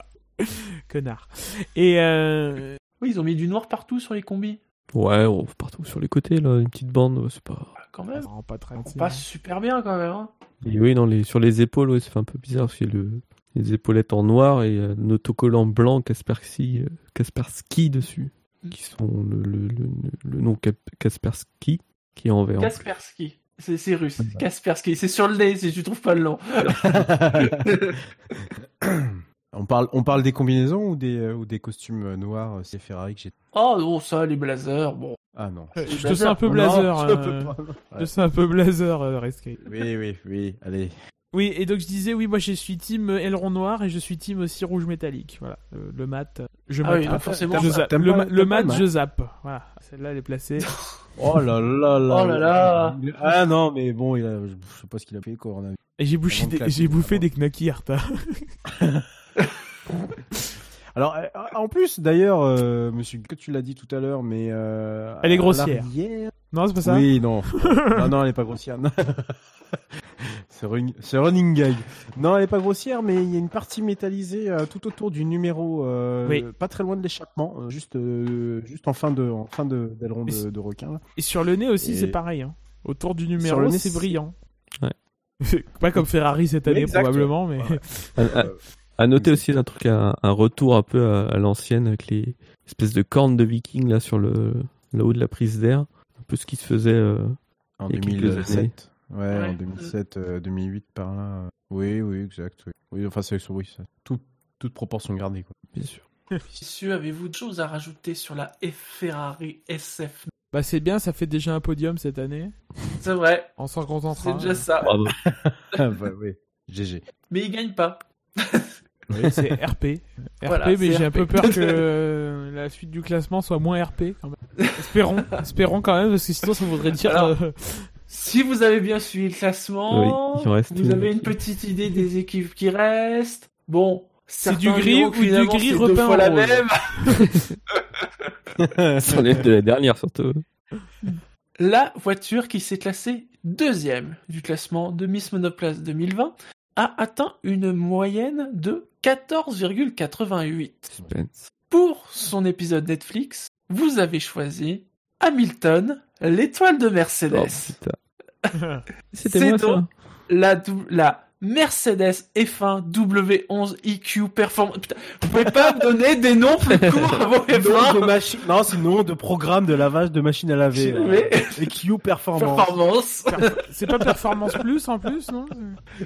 Speaker 2: Connard. Et euh,
Speaker 1: oui, ils ont mis du noir partout sur les combis.
Speaker 3: Ouais, on va partout sur les côtés, là, une petite bande, ouais, c'est pas.
Speaker 1: Ah, Quand
Speaker 2: ça
Speaker 1: même,
Speaker 2: rend pas très.
Speaker 1: on passe super bien quand même. hein.
Speaker 3: Et oui, non, les... sur les épaules, ouais, ça fait un peu bizarre, parce que le... les épaulettes en noir et euh, un autocollant blanc Kaspersky, euh, Kaspersky dessus, qui sont le, le, le, le nom Cap- Kaspersky qui est en vert.
Speaker 1: Kaspersky, c'est c'est russe. Kaspersky, c'est sur le nez si tu trouves pas le nom.
Speaker 4: on parle, on parle des combinaisons ou des euh, ou des costumes euh, noirs, euh, c'est Ferrari que j'ai.
Speaker 1: Oh non, ça, les blazers, bon.
Speaker 4: Ah non.
Speaker 2: Je te sens Euh, un peu
Speaker 4: Non,
Speaker 2: blazer.
Speaker 4: je
Speaker 2: euh,
Speaker 4: peux pas.
Speaker 2: je te sens un peu blazer, euh, Rescape.
Speaker 4: Oui, oui, oui. Allez.
Speaker 2: Oui, et donc je disais, oui, moi je suis team aileron noir et je suis team aussi rouge métallique. Voilà, euh, le, le mat. Je
Speaker 1: Ah oui,
Speaker 2: mate.
Speaker 1: ah, forcément.
Speaker 2: Je
Speaker 4: T'aimes pas-
Speaker 2: zappe.
Speaker 4: t'aimes
Speaker 2: Le,
Speaker 4: pas-
Speaker 2: ma-
Speaker 4: t'aimes
Speaker 2: le
Speaker 4: pas
Speaker 2: mat,
Speaker 4: le mat hein
Speaker 2: je zappe. Voilà, celle-là, elle est placée.
Speaker 4: Oh là là là.
Speaker 1: Oh là là.
Speaker 4: Ah non, mais bon, il a- je sais pas ce qu'il a fait quoi. On a
Speaker 2: Et j'ai bouché
Speaker 4: Avant de
Speaker 2: des-
Speaker 4: claquer,
Speaker 2: j'ai bouffé
Speaker 4: avant.
Speaker 2: des knackis Arta.
Speaker 4: Alors, euh, en plus, d'ailleurs, euh, monsieur, que tu l'as dit tout à l'heure, mais. euh,
Speaker 2: Elle est
Speaker 4: à
Speaker 2: grossière.
Speaker 4: l'arrière-
Speaker 2: Non, c'est pas ça
Speaker 4: Oui, non. non, non, elle est pas grossière. non. C'est run- c'est running gag. Non, elle est pas grossière, mais il y a une partie métallisée euh, tout autour du numéro, euh,
Speaker 2: Oui.
Speaker 4: pas très loin de l'échappement, euh, juste, euh, juste en fin de, en fin de d'aileron
Speaker 2: Mais c'est-
Speaker 4: de, de requin. là.
Speaker 2: Et sur le nez aussi,
Speaker 4: Et-
Speaker 2: c'est pareil. hein. Autour du
Speaker 4: Sur le
Speaker 2: numéro,
Speaker 4: nez,
Speaker 2: c'est
Speaker 4: c'est-
Speaker 2: brillant.
Speaker 3: Ouais.
Speaker 2: Pas comme Ferrari cette année,
Speaker 4: exact.
Speaker 2: probablement, mais.
Speaker 4: Ouais.
Speaker 3: À, à-
Speaker 4: Euh,
Speaker 3: à noter aussi un truc, un, un retour un peu à, à l'ancienne avec les espèces de cornes de viking là sur le là-haut de la prise d'air, un peu ce qui se faisait. euh,
Speaker 4: En
Speaker 3: Il y a quelques
Speaker 4: 2007. Ouais, en
Speaker 1: Ouais.
Speaker 4: 2007, euh, 2008 par là. Oui, oui, exact. Oui, oui enfin, c'est oui, ça. Tout, toute proportion gardée. Quoi.
Speaker 3: bien sûr.
Speaker 1: Messieurs, avez-vous d'autres choses à rajouter sur la F Ferrari SF
Speaker 2: Bah, c'est bien, ça fait déjà un podium cette année.
Speaker 1: C'est vrai,
Speaker 2: On s'en contentera.
Speaker 1: c'est déjà ça.
Speaker 3: Bravo.
Speaker 4: Ah, bah, oui. GG.
Speaker 1: Mais il gagne pas.
Speaker 2: Oui, c'est RP. RP,
Speaker 1: Voilà,
Speaker 2: mais
Speaker 1: c'est
Speaker 2: j'ai un peu
Speaker 1: RP.
Speaker 2: peur que la suite du classement soit moins RP. quand même. Espérons, espérons quand même, parce que sinon ça voudrait dire.
Speaker 1: Alors,
Speaker 2: euh,
Speaker 1: Si vous avez bien suivi le classement,
Speaker 3: Oui, il en reste
Speaker 1: vous
Speaker 3: une.
Speaker 1: avez une petite idée des équipes qui restent. Bon,
Speaker 2: C'est
Speaker 1: certains
Speaker 2: du gris
Speaker 1: diront
Speaker 2: ou
Speaker 1: que
Speaker 2: du
Speaker 1: finalement,
Speaker 2: gris
Speaker 1: c'est deux
Speaker 2: repeint
Speaker 1: fois
Speaker 2: en
Speaker 1: la
Speaker 2: rose.
Speaker 1: même.
Speaker 3: C'en est de la dernière surtout.
Speaker 1: La voiture qui s'est classée deuxième du classement de Miss Monoplace 2020 a atteint une moyenne de 14,88.
Speaker 3: Suspense.
Speaker 1: Pour son épisode Netflix, vous avez choisi Hamilton, l'étoile de
Speaker 3: Oh,
Speaker 1: Mercedes.
Speaker 3: putain.
Speaker 2: C'est
Speaker 3: C'était moi
Speaker 1: donc
Speaker 3: ça.
Speaker 1: la, dou- la Mercedes F1 W11 IQ Performance. Putain, vous pouvez pas me donner des noms plus courts avant
Speaker 4: Nom de
Speaker 1: F1
Speaker 4: machi- Non, c'est le nom de programme de lavage de machine à laver. là.
Speaker 1: Mais-
Speaker 4: Et Q Performance.
Speaker 1: Performance.
Speaker 2: C'est pas Performance Plus en plus, non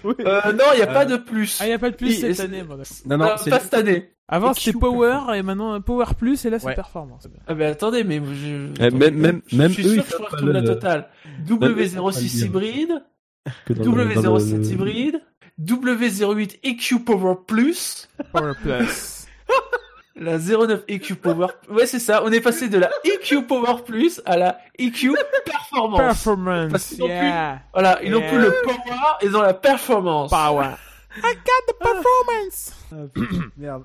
Speaker 4: Oui.
Speaker 1: Euh, non, il y a pas de plus.
Speaker 2: Ah, y a pas de plus
Speaker 1: Oui, et
Speaker 2: cette
Speaker 1: c'est-
Speaker 2: année. bon, d'accord.
Speaker 4: Non,
Speaker 1: Euh,
Speaker 4: non, c'est
Speaker 1: pas cette année.
Speaker 2: Avant
Speaker 4: Et
Speaker 2: c'était
Speaker 4: Q
Speaker 2: Power et maintenant euh, Power Plus et là c'est
Speaker 4: Ouais.
Speaker 2: Performance.
Speaker 1: Ah ben attendez, mais je.
Speaker 3: Eh,
Speaker 1: attendez,
Speaker 3: même- même-
Speaker 1: je
Speaker 3: même
Speaker 1: suis
Speaker 3: eux, ils
Speaker 1: sûr que je
Speaker 3: savent pas
Speaker 1: retrouve la
Speaker 3: le-
Speaker 1: totale.
Speaker 3: savent
Speaker 1: W06
Speaker 3: pas le
Speaker 1: hybride,
Speaker 3: que dans le- dans le-
Speaker 1: W07 hybride, W08 EQ E Power Plus,
Speaker 2: Power Plus.
Speaker 1: la 09 EQ Power. Ouais, c'est ça. On est passé de la EQ Power Plus à la EQ Performance. Parce
Speaker 2: Performance.
Speaker 1: qu'ils ont plus-
Speaker 2: Yeah.
Speaker 1: Voilà, ils n'ont plus
Speaker 2: Yeah.
Speaker 1: le power, ils ont la performance.
Speaker 2: Power. I got the performance.
Speaker 4: Ah, putain, Merde.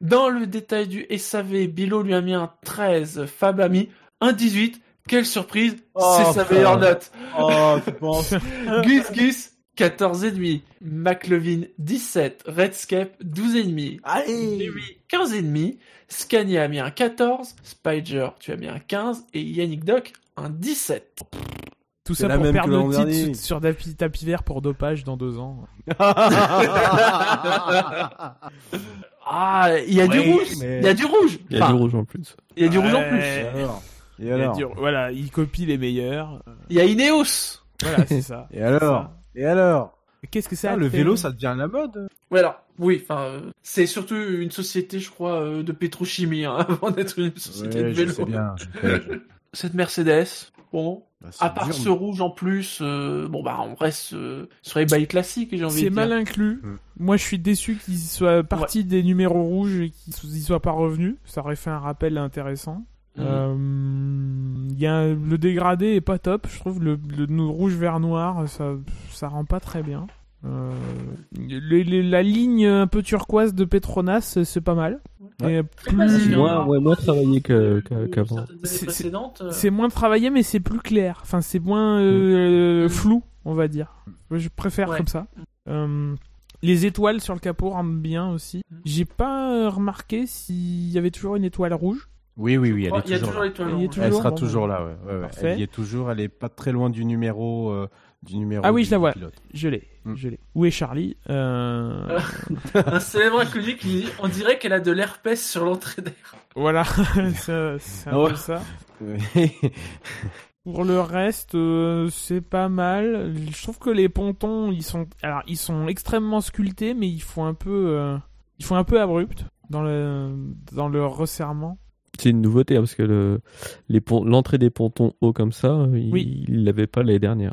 Speaker 1: Dans le détail du SAV, Bilo lui a mis un 13, Fab a mis un 18. Quelle surprise,
Speaker 4: Oh,
Speaker 1: c'est sa
Speaker 4: putain.
Speaker 1: meilleure note.
Speaker 4: Oh, tu penses.
Speaker 1: Gus Gus, 14,5. McLevin, 17. Redscape, 12,5.
Speaker 4: Allez.
Speaker 1: Louis, 15,5. Scania a mis un 14. Spider, tu as mis un 15. Et Yannick Doc, un 17.
Speaker 2: Tout
Speaker 4: C'est
Speaker 2: ça
Speaker 4: la
Speaker 2: pour
Speaker 4: même
Speaker 2: perdre
Speaker 4: que l'an
Speaker 2: le titre
Speaker 4: dernier.
Speaker 2: sur sur tapis, tapis vert pour dopage dans deux ans.
Speaker 1: Ah, il y a du
Speaker 4: Ouais,
Speaker 1: rouge.
Speaker 4: mais-
Speaker 1: Il y a du rouge.
Speaker 3: Il y a du
Speaker 1: Enfin,
Speaker 3: rouge en plus.
Speaker 1: il y a du rouge en
Speaker 2: Ouais.
Speaker 1: plus.
Speaker 4: Et alors Et
Speaker 2: Il y a
Speaker 4: alors
Speaker 2: du- Voilà, il copie les meilleurs. Euh,
Speaker 1: Il y a Ineos.
Speaker 2: Voilà, c'est ça.
Speaker 4: Et alors Et alors
Speaker 2: Qu'est-ce que
Speaker 4: Putain,
Speaker 2: ça
Speaker 4: Ah, le
Speaker 2: fait
Speaker 4: vélo, ça devient la mode.
Speaker 1: Ouais, alors, oui, enfin, euh, c'est surtout une société, je crois, euh, de pétrochimie, hein, avant d'être une société de vélo. Cette Mercedes, bon, à part ce rouge en plus, euh, bon, bah, on reste euh, sur les bails classiques, j'ai envie de
Speaker 2: C'est
Speaker 1: dire.
Speaker 2: mal inclus.
Speaker 4: Mm.
Speaker 2: Moi, je suis déçu qu'ils soient partis des numéros rouges et qu'ils n'y soient pas revenus. Ça aurait fait un rappel intéressant.
Speaker 4: Mm.
Speaker 1: Mhm.
Speaker 2: Euh, il y a un- le dégradé est pas top, je trouve. Le, le nou- rouge vert noir, ça, ça rend pas très bien. Euh, le- le- la ligne un peu turquoise de Petronas, c'est pas mal.
Speaker 4: Ouais.
Speaker 2: Et
Speaker 1: Vas-y,
Speaker 2: plus-
Speaker 1: hein.
Speaker 3: Moins, ouais, moins travaillé que- que-
Speaker 1: Euh,
Speaker 3: qu'avant.
Speaker 1: certaines années
Speaker 2: C'est- c'est-
Speaker 1: précédentes, euh,
Speaker 2: C'est moins travaillé, mais c'est plus clair. Enfin, c'est moins euh, flou, on va dire. Moi, Je préfère
Speaker 1: Ouais.
Speaker 2: comme ça. Euh, les étoiles sur le capot rendent bien aussi. J'ai pas euh, remarqué s'il y avait toujours une étoile rouge.
Speaker 4: Oui, oui, oui,
Speaker 1: oh, Il y a toujours l'étoile
Speaker 2: Il y a
Speaker 1: rouge.
Speaker 2: toujours-
Speaker 4: Elle sera
Speaker 2: Bon, bon.
Speaker 4: toujours là, ouais. ouais, ouais.
Speaker 2: Parfait.
Speaker 4: Elle y est toujours, elle est pas très loin du numéro euh, du numéro
Speaker 2: Ah oui,
Speaker 4: du-
Speaker 2: je la
Speaker 4: du
Speaker 2: vois.
Speaker 4: pilote.
Speaker 2: Je l'ai,
Speaker 4: Mm.
Speaker 2: je l'ai. Où est Charlie Euh,
Speaker 1: Un célèbre inconnu qui dit on dirait qu'elle a de l'herpès sur l'entrée d'air.
Speaker 2: Voilà, Ça- c'est un
Speaker 4: Ah ouais.
Speaker 2: peu ça.
Speaker 4: Ouais.
Speaker 2: Pour le reste, euh, c'est pas mal. Je trouve que les pontons, ils sont, alors ils sont extrêmement sculptés, mais ils font un peu, euh, ils font un peu abrupt dans le dans leur resserrement.
Speaker 3: C'est une nouveauté hein, parce que le- les pon- l'entrée des pontons hauts comme ça, il
Speaker 2: Oui.
Speaker 3: il l'avait pas l'année dernière.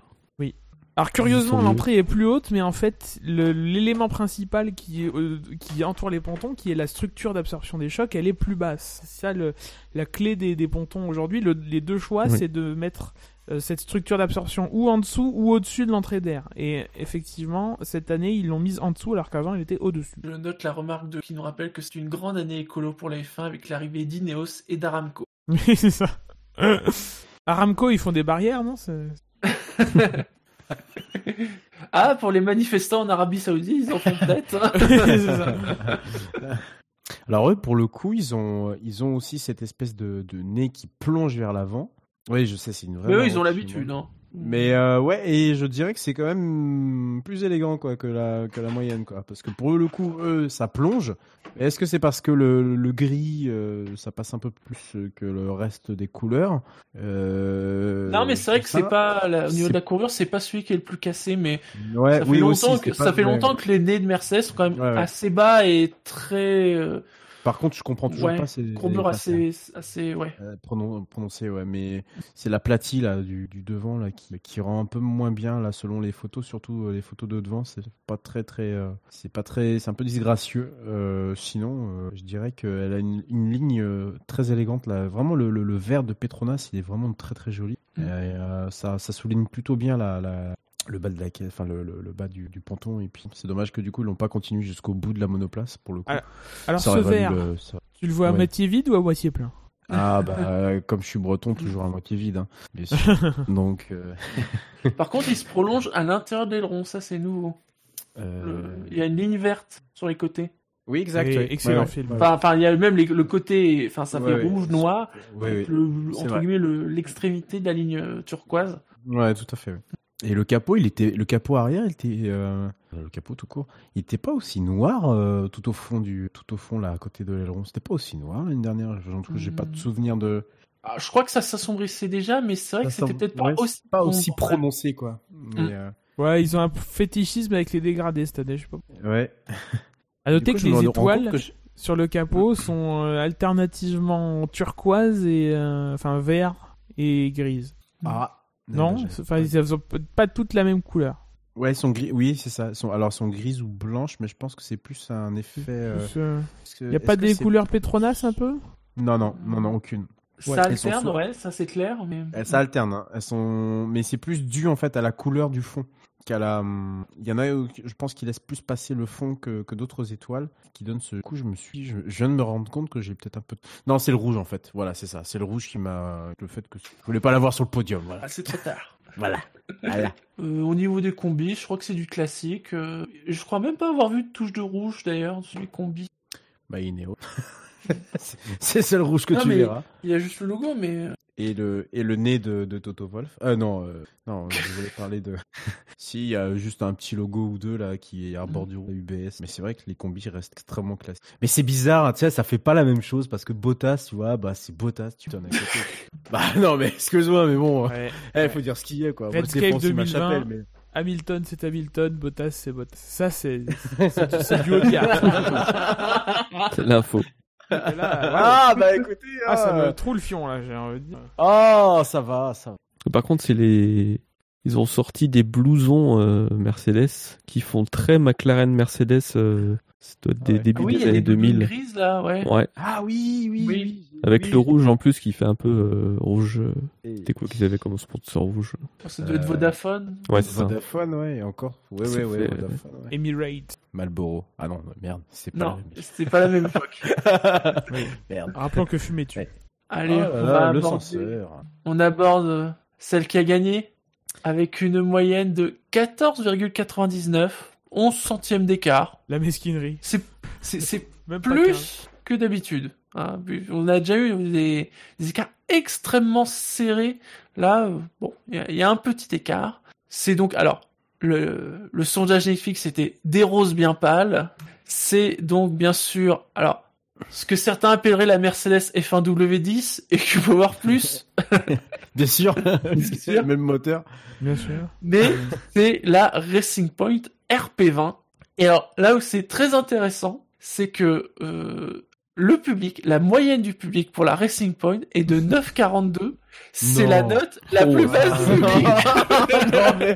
Speaker 2: Alors curieusement,
Speaker 3: Ils sont
Speaker 2: l'entrée est plus haute, mais en fait, le- l'élément principal qui, est, euh, qui entoure les pontons, qui est la structure d'absorption des chocs, elle est plus basse. C'est ça le- la clé des, des pontons aujourd'hui. Le- les deux choix,
Speaker 3: Oui.
Speaker 2: c'est de mettre euh, cette structure d'absorption ou en dessous ou au-dessus de l'entrée d'air. Et effectivement, cette année, ils l'ont mise en dessous alors qu'avant, elle était au-dessus.
Speaker 1: Je note la remarque de qui nous rappelle que c'est une grande année écolo pour les fins avec l'arrivée d'Ineos et d'Aramco.
Speaker 2: Oui, c'est ça. Aramco, ils font des barrières, non C'est-
Speaker 1: Ah, pour les manifestants en Arabie Saoudite, ils en font peut-être. hein.
Speaker 2: C'est ça.
Speaker 4: Alors eux, pour le coup, ils ont, ils ont aussi cette espèce de, de nez qui plonge vers l'avant. Oui, je sais, c'est une vraie.
Speaker 1: Mais eux,
Speaker 4: marotte
Speaker 1: ils ont
Speaker 4: chinoise.
Speaker 1: l'habitude. Hein.
Speaker 4: Mais euh, ouais, et je dirais que c'est quand même plus élégant quoi que la que la moyenne quoi, parce que pour le coup, eux, ça plonge. Est-ce que c'est parce que le, le gris, euh, ça passe un peu plus euh, que le reste des couleurs Euh,
Speaker 1: Non, mais c'est vrai que
Speaker 4: ça
Speaker 1: c'est
Speaker 4: va.
Speaker 1: pas la- au niveau
Speaker 4: c'est-
Speaker 1: de la courbure, c'est pas celui qui est le plus cassé, mais
Speaker 4: Ouais,
Speaker 1: ça fait
Speaker 4: oui,
Speaker 1: longtemps
Speaker 4: aussi,
Speaker 1: que
Speaker 4: c'est pas-
Speaker 1: ça fait
Speaker 4: ouais.
Speaker 1: longtemps que les nez de Mercedes sont quand même
Speaker 4: Ouais, ouais.
Speaker 1: assez bas et très euh,
Speaker 4: Par contre, je comprends toujours
Speaker 1: Ouais,
Speaker 4: pas ces
Speaker 1: courbure
Speaker 4: les-
Speaker 1: assez assez ouais.
Speaker 4: euh, pronon- prononcé ouais mais c'est l'aplati là du, du devant là qui, qui rend un peu moins bien là selon les photos surtout euh, les photos de devant c'est pas très très euh, c'est pas très c'est un peu disgracieux Euh, sinon euh, je dirais qu'elle a une, une ligne euh, très élégante là vraiment le, le, le vert de Petronas il est vraiment très très joli
Speaker 2: Mmh.
Speaker 1: Mm.
Speaker 4: Et, euh, ça, ça souligne plutôt bien la, la- le bas de la caisse, enfin le, le- le bas du, du ponton et puis c'est dommage que du coup ils l'ont pas continué jusqu'au bout de la monoplace pour le coup.
Speaker 2: Ah, Alors
Speaker 4: Ça
Speaker 2: ce
Speaker 4: aurait valu
Speaker 2: verre,
Speaker 4: le- ça-
Speaker 2: tu le vois à
Speaker 4: Ouais.
Speaker 2: moitié vide ou à moitié plein
Speaker 4: ah bah euh, comme je suis breton, toujours à moitié vide. Hein. Bien sûr. Donc euh,
Speaker 1: Par contre, il se prolonge à l'intérieur de l'aileron, ça c'est nouveau.
Speaker 4: euh,
Speaker 1: Le- Il y a une ligne verte sur les côtés.
Speaker 4: oui exact.
Speaker 2: Et
Speaker 4: ouais.
Speaker 2: excellent
Speaker 4: Ouais, ouais.
Speaker 2: film.
Speaker 1: Enfin, enfin, il y a même les- le côté, enfin ça fait
Speaker 4: Ouais, ouais.
Speaker 1: rouge noir,
Speaker 4: Ouais, ouais.
Speaker 1: le-
Speaker 4: C'est
Speaker 1: entre
Speaker 4: vrai.
Speaker 1: guillemets le- l'extrémité de la ligne euh, turquoise.
Speaker 4: Ouais, tout à fait. ouais. Et le capot, il était, le capot arrière, il était, euh, le capot tout court, il était pas aussi noir euh, tout au fond du, tout au fond là, à côté de l'aileron. C'était pas aussi noir l'année dernière. En tout cas, j'ai pas de souvenir de.
Speaker 1: Ah, je crois que ça s'assombrissait déjà, mais c'est vrai
Speaker 4: Ça
Speaker 1: que c'était
Speaker 4: s'en-
Speaker 1: peut-être
Speaker 4: ouais,
Speaker 1: pas aussi,
Speaker 4: Pas aussi
Speaker 2: bah,
Speaker 1: sombre.
Speaker 4: prononcé quoi. Mais,
Speaker 1: Mm.
Speaker 4: euh,
Speaker 2: Ouais, ils ont un fétichisme avec les dégradés cette année, je sais pas.
Speaker 4: ouais.
Speaker 2: À noter
Speaker 4: Du coup,
Speaker 2: que
Speaker 4: je me
Speaker 2: les
Speaker 4: rends compte
Speaker 2: étoiles
Speaker 4: que je-
Speaker 2: sur le capot sont euh, alternativement turquoise et euh, enfin vert et grise.
Speaker 4: Ah.
Speaker 2: Mm. non,
Speaker 4: j'ai-
Speaker 2: c'est- enfin ils elles ont p- pas toutes la même couleur.
Speaker 4: Ouais, ils sont gris. Oui, c'est ça. Ils Sont... Alors, ils sont grises ou blanches, mais je pense que c'est plus un effet. euh,
Speaker 2: Il
Speaker 4: est-ce que-
Speaker 2: y a pas
Speaker 4: est-ce que
Speaker 2: des
Speaker 4: c'est-
Speaker 2: couleurs Petronas un peu
Speaker 4: Non, non, non, non, aucune.
Speaker 1: Ça
Speaker 4: Ouais, elles sont
Speaker 1: alterne,
Speaker 4: sous-
Speaker 1: ouais, ça c'est clair, mais.
Speaker 4: Elles- Ça alterne. hein. Elles sont, mais c'est plus dû en fait à la couleur du fond qu'à la. hum, Il y en a, où je pense, qui laissent plus passer le fond que, que d'autres étoiles, qui donnent ce. Du coup, je me suis, je, je viens de me rendre compte que j'ai peut-être un peu. Non, c'est le rouge en fait. Voilà, c'est ça. C'est le rouge qui m'a. Le fait que je voulais pas l'avoir sur le podium. Voilà.
Speaker 1: Ah, c'est trop tard.
Speaker 4: Voilà. Voilà.
Speaker 1: Euh, au niveau des combis, je crois que c'est du classique. euh, je crois même pas avoir vu de touche de rouge d'ailleurs sur les combis.
Speaker 4: Bah, il est néo. C'est- c'est le seul rouge que
Speaker 1: Non,
Speaker 4: tu
Speaker 1: mais-
Speaker 4: verras.
Speaker 1: Il y a juste le logo, mais. euh,
Speaker 4: et le et le nez de, de Toto Wolf. Euh, non, euh, non, je voulais parler de. si il y a juste un petit logo ou deux là qui est à bord du UBS, mais c'est vrai que les combis restent extrêmement classiques. Mais c'est bizarre, hein, tu sais, ça fait pas la même chose parce que Bottas, tu vois, bah c'est Bottas, tu t'en as côté. bah non, mais excuse-moi, mais bon, eh, faut dire ce qu'il y a quoi. Moi, je
Speaker 2: Redscape
Speaker 4: défends si ma
Speaker 2: 2020.
Speaker 4: chapelle, mais
Speaker 2: Hamilton c'est Hamilton, Bottas c'est Bottas. Ça c'est c'est c'est du haut de gamme.
Speaker 1: Ah.
Speaker 3: C'est l'info.
Speaker 2: Et là, voilà.
Speaker 4: ah bah écoutez,
Speaker 2: Ah, ça me trouve le fion là, j'ai envie de dire.
Speaker 4: oh ça va, ça. va.
Speaker 3: Par contre, c'est les. Ils ont sorti des blousons euh, Mercedes qui font très McLaren Mercedes. euh, ça doit être des
Speaker 4: Ah ouais.
Speaker 3: débuts
Speaker 1: Ah oui, il
Speaker 3: des
Speaker 1: y a
Speaker 3: années
Speaker 1: des doublines
Speaker 3: 2000.
Speaker 1: grises là, ouais.
Speaker 3: Ouais,
Speaker 4: Ah oui, oui, oui.
Speaker 3: avec
Speaker 1: oui.
Speaker 3: le rouge en plus qui fait un peu euh, rouge. euh,
Speaker 4: Et-
Speaker 3: C'était quoi qu'ils avaient comme sponsor rouge
Speaker 1: Oh, Ça doit être
Speaker 4: Euh,
Speaker 1: Vodafone.
Speaker 3: Ouais, c'est ça.
Speaker 4: Vodafone, ouais, et encore. Ouais,
Speaker 3: Ça
Speaker 4: ouais, ouais,
Speaker 3: fait-
Speaker 4: Vodafone, ouais.
Speaker 2: Emirates.
Speaker 4: Malboro. Ah non, merde, c'est pas
Speaker 1: Non,
Speaker 4: la même.
Speaker 1: c'est pas la même époque.
Speaker 4: Merde.
Speaker 2: Rappelons que fumais tu.
Speaker 4: Ouais.
Speaker 1: Allez,
Speaker 4: Oh là
Speaker 1: on,
Speaker 4: là,
Speaker 1: va
Speaker 4: le
Speaker 1: aborder,
Speaker 4: censeur.
Speaker 1: on aborde euh, celle qui a gagné avec une moyenne de 14,99, 11 centièmes d'écart.
Speaker 2: La mesquinerie.
Speaker 1: C'est- C'est c'est
Speaker 2: Même pas qu'un.
Speaker 1: plus que d'habitude. hein. Puis On a déjà eu des, des écarts extrêmement serrés. Là, euh, bon, il y a- il y, a un petit écart. C'est donc, alors, le, le sondage Netflix, c'était des roses bien pâles. C'est donc, bien sûr, alors, ce que certains appelleraient la Mercedes F1 W10 et que Power Plus,
Speaker 4: Bien sûr,
Speaker 1: Bien
Speaker 4: c'est le
Speaker 1: sûr.
Speaker 4: même moteur.
Speaker 2: Bien sûr.
Speaker 1: mais c'est la Racing Point RP20. Et alors, là où c'est très intéressant, c'est que euh, le public, la moyenne du public pour la Racing Point est de 9,42. C'est
Speaker 4: Non.
Speaker 1: la note la plus basse du public.
Speaker 4: Ah, non, mais...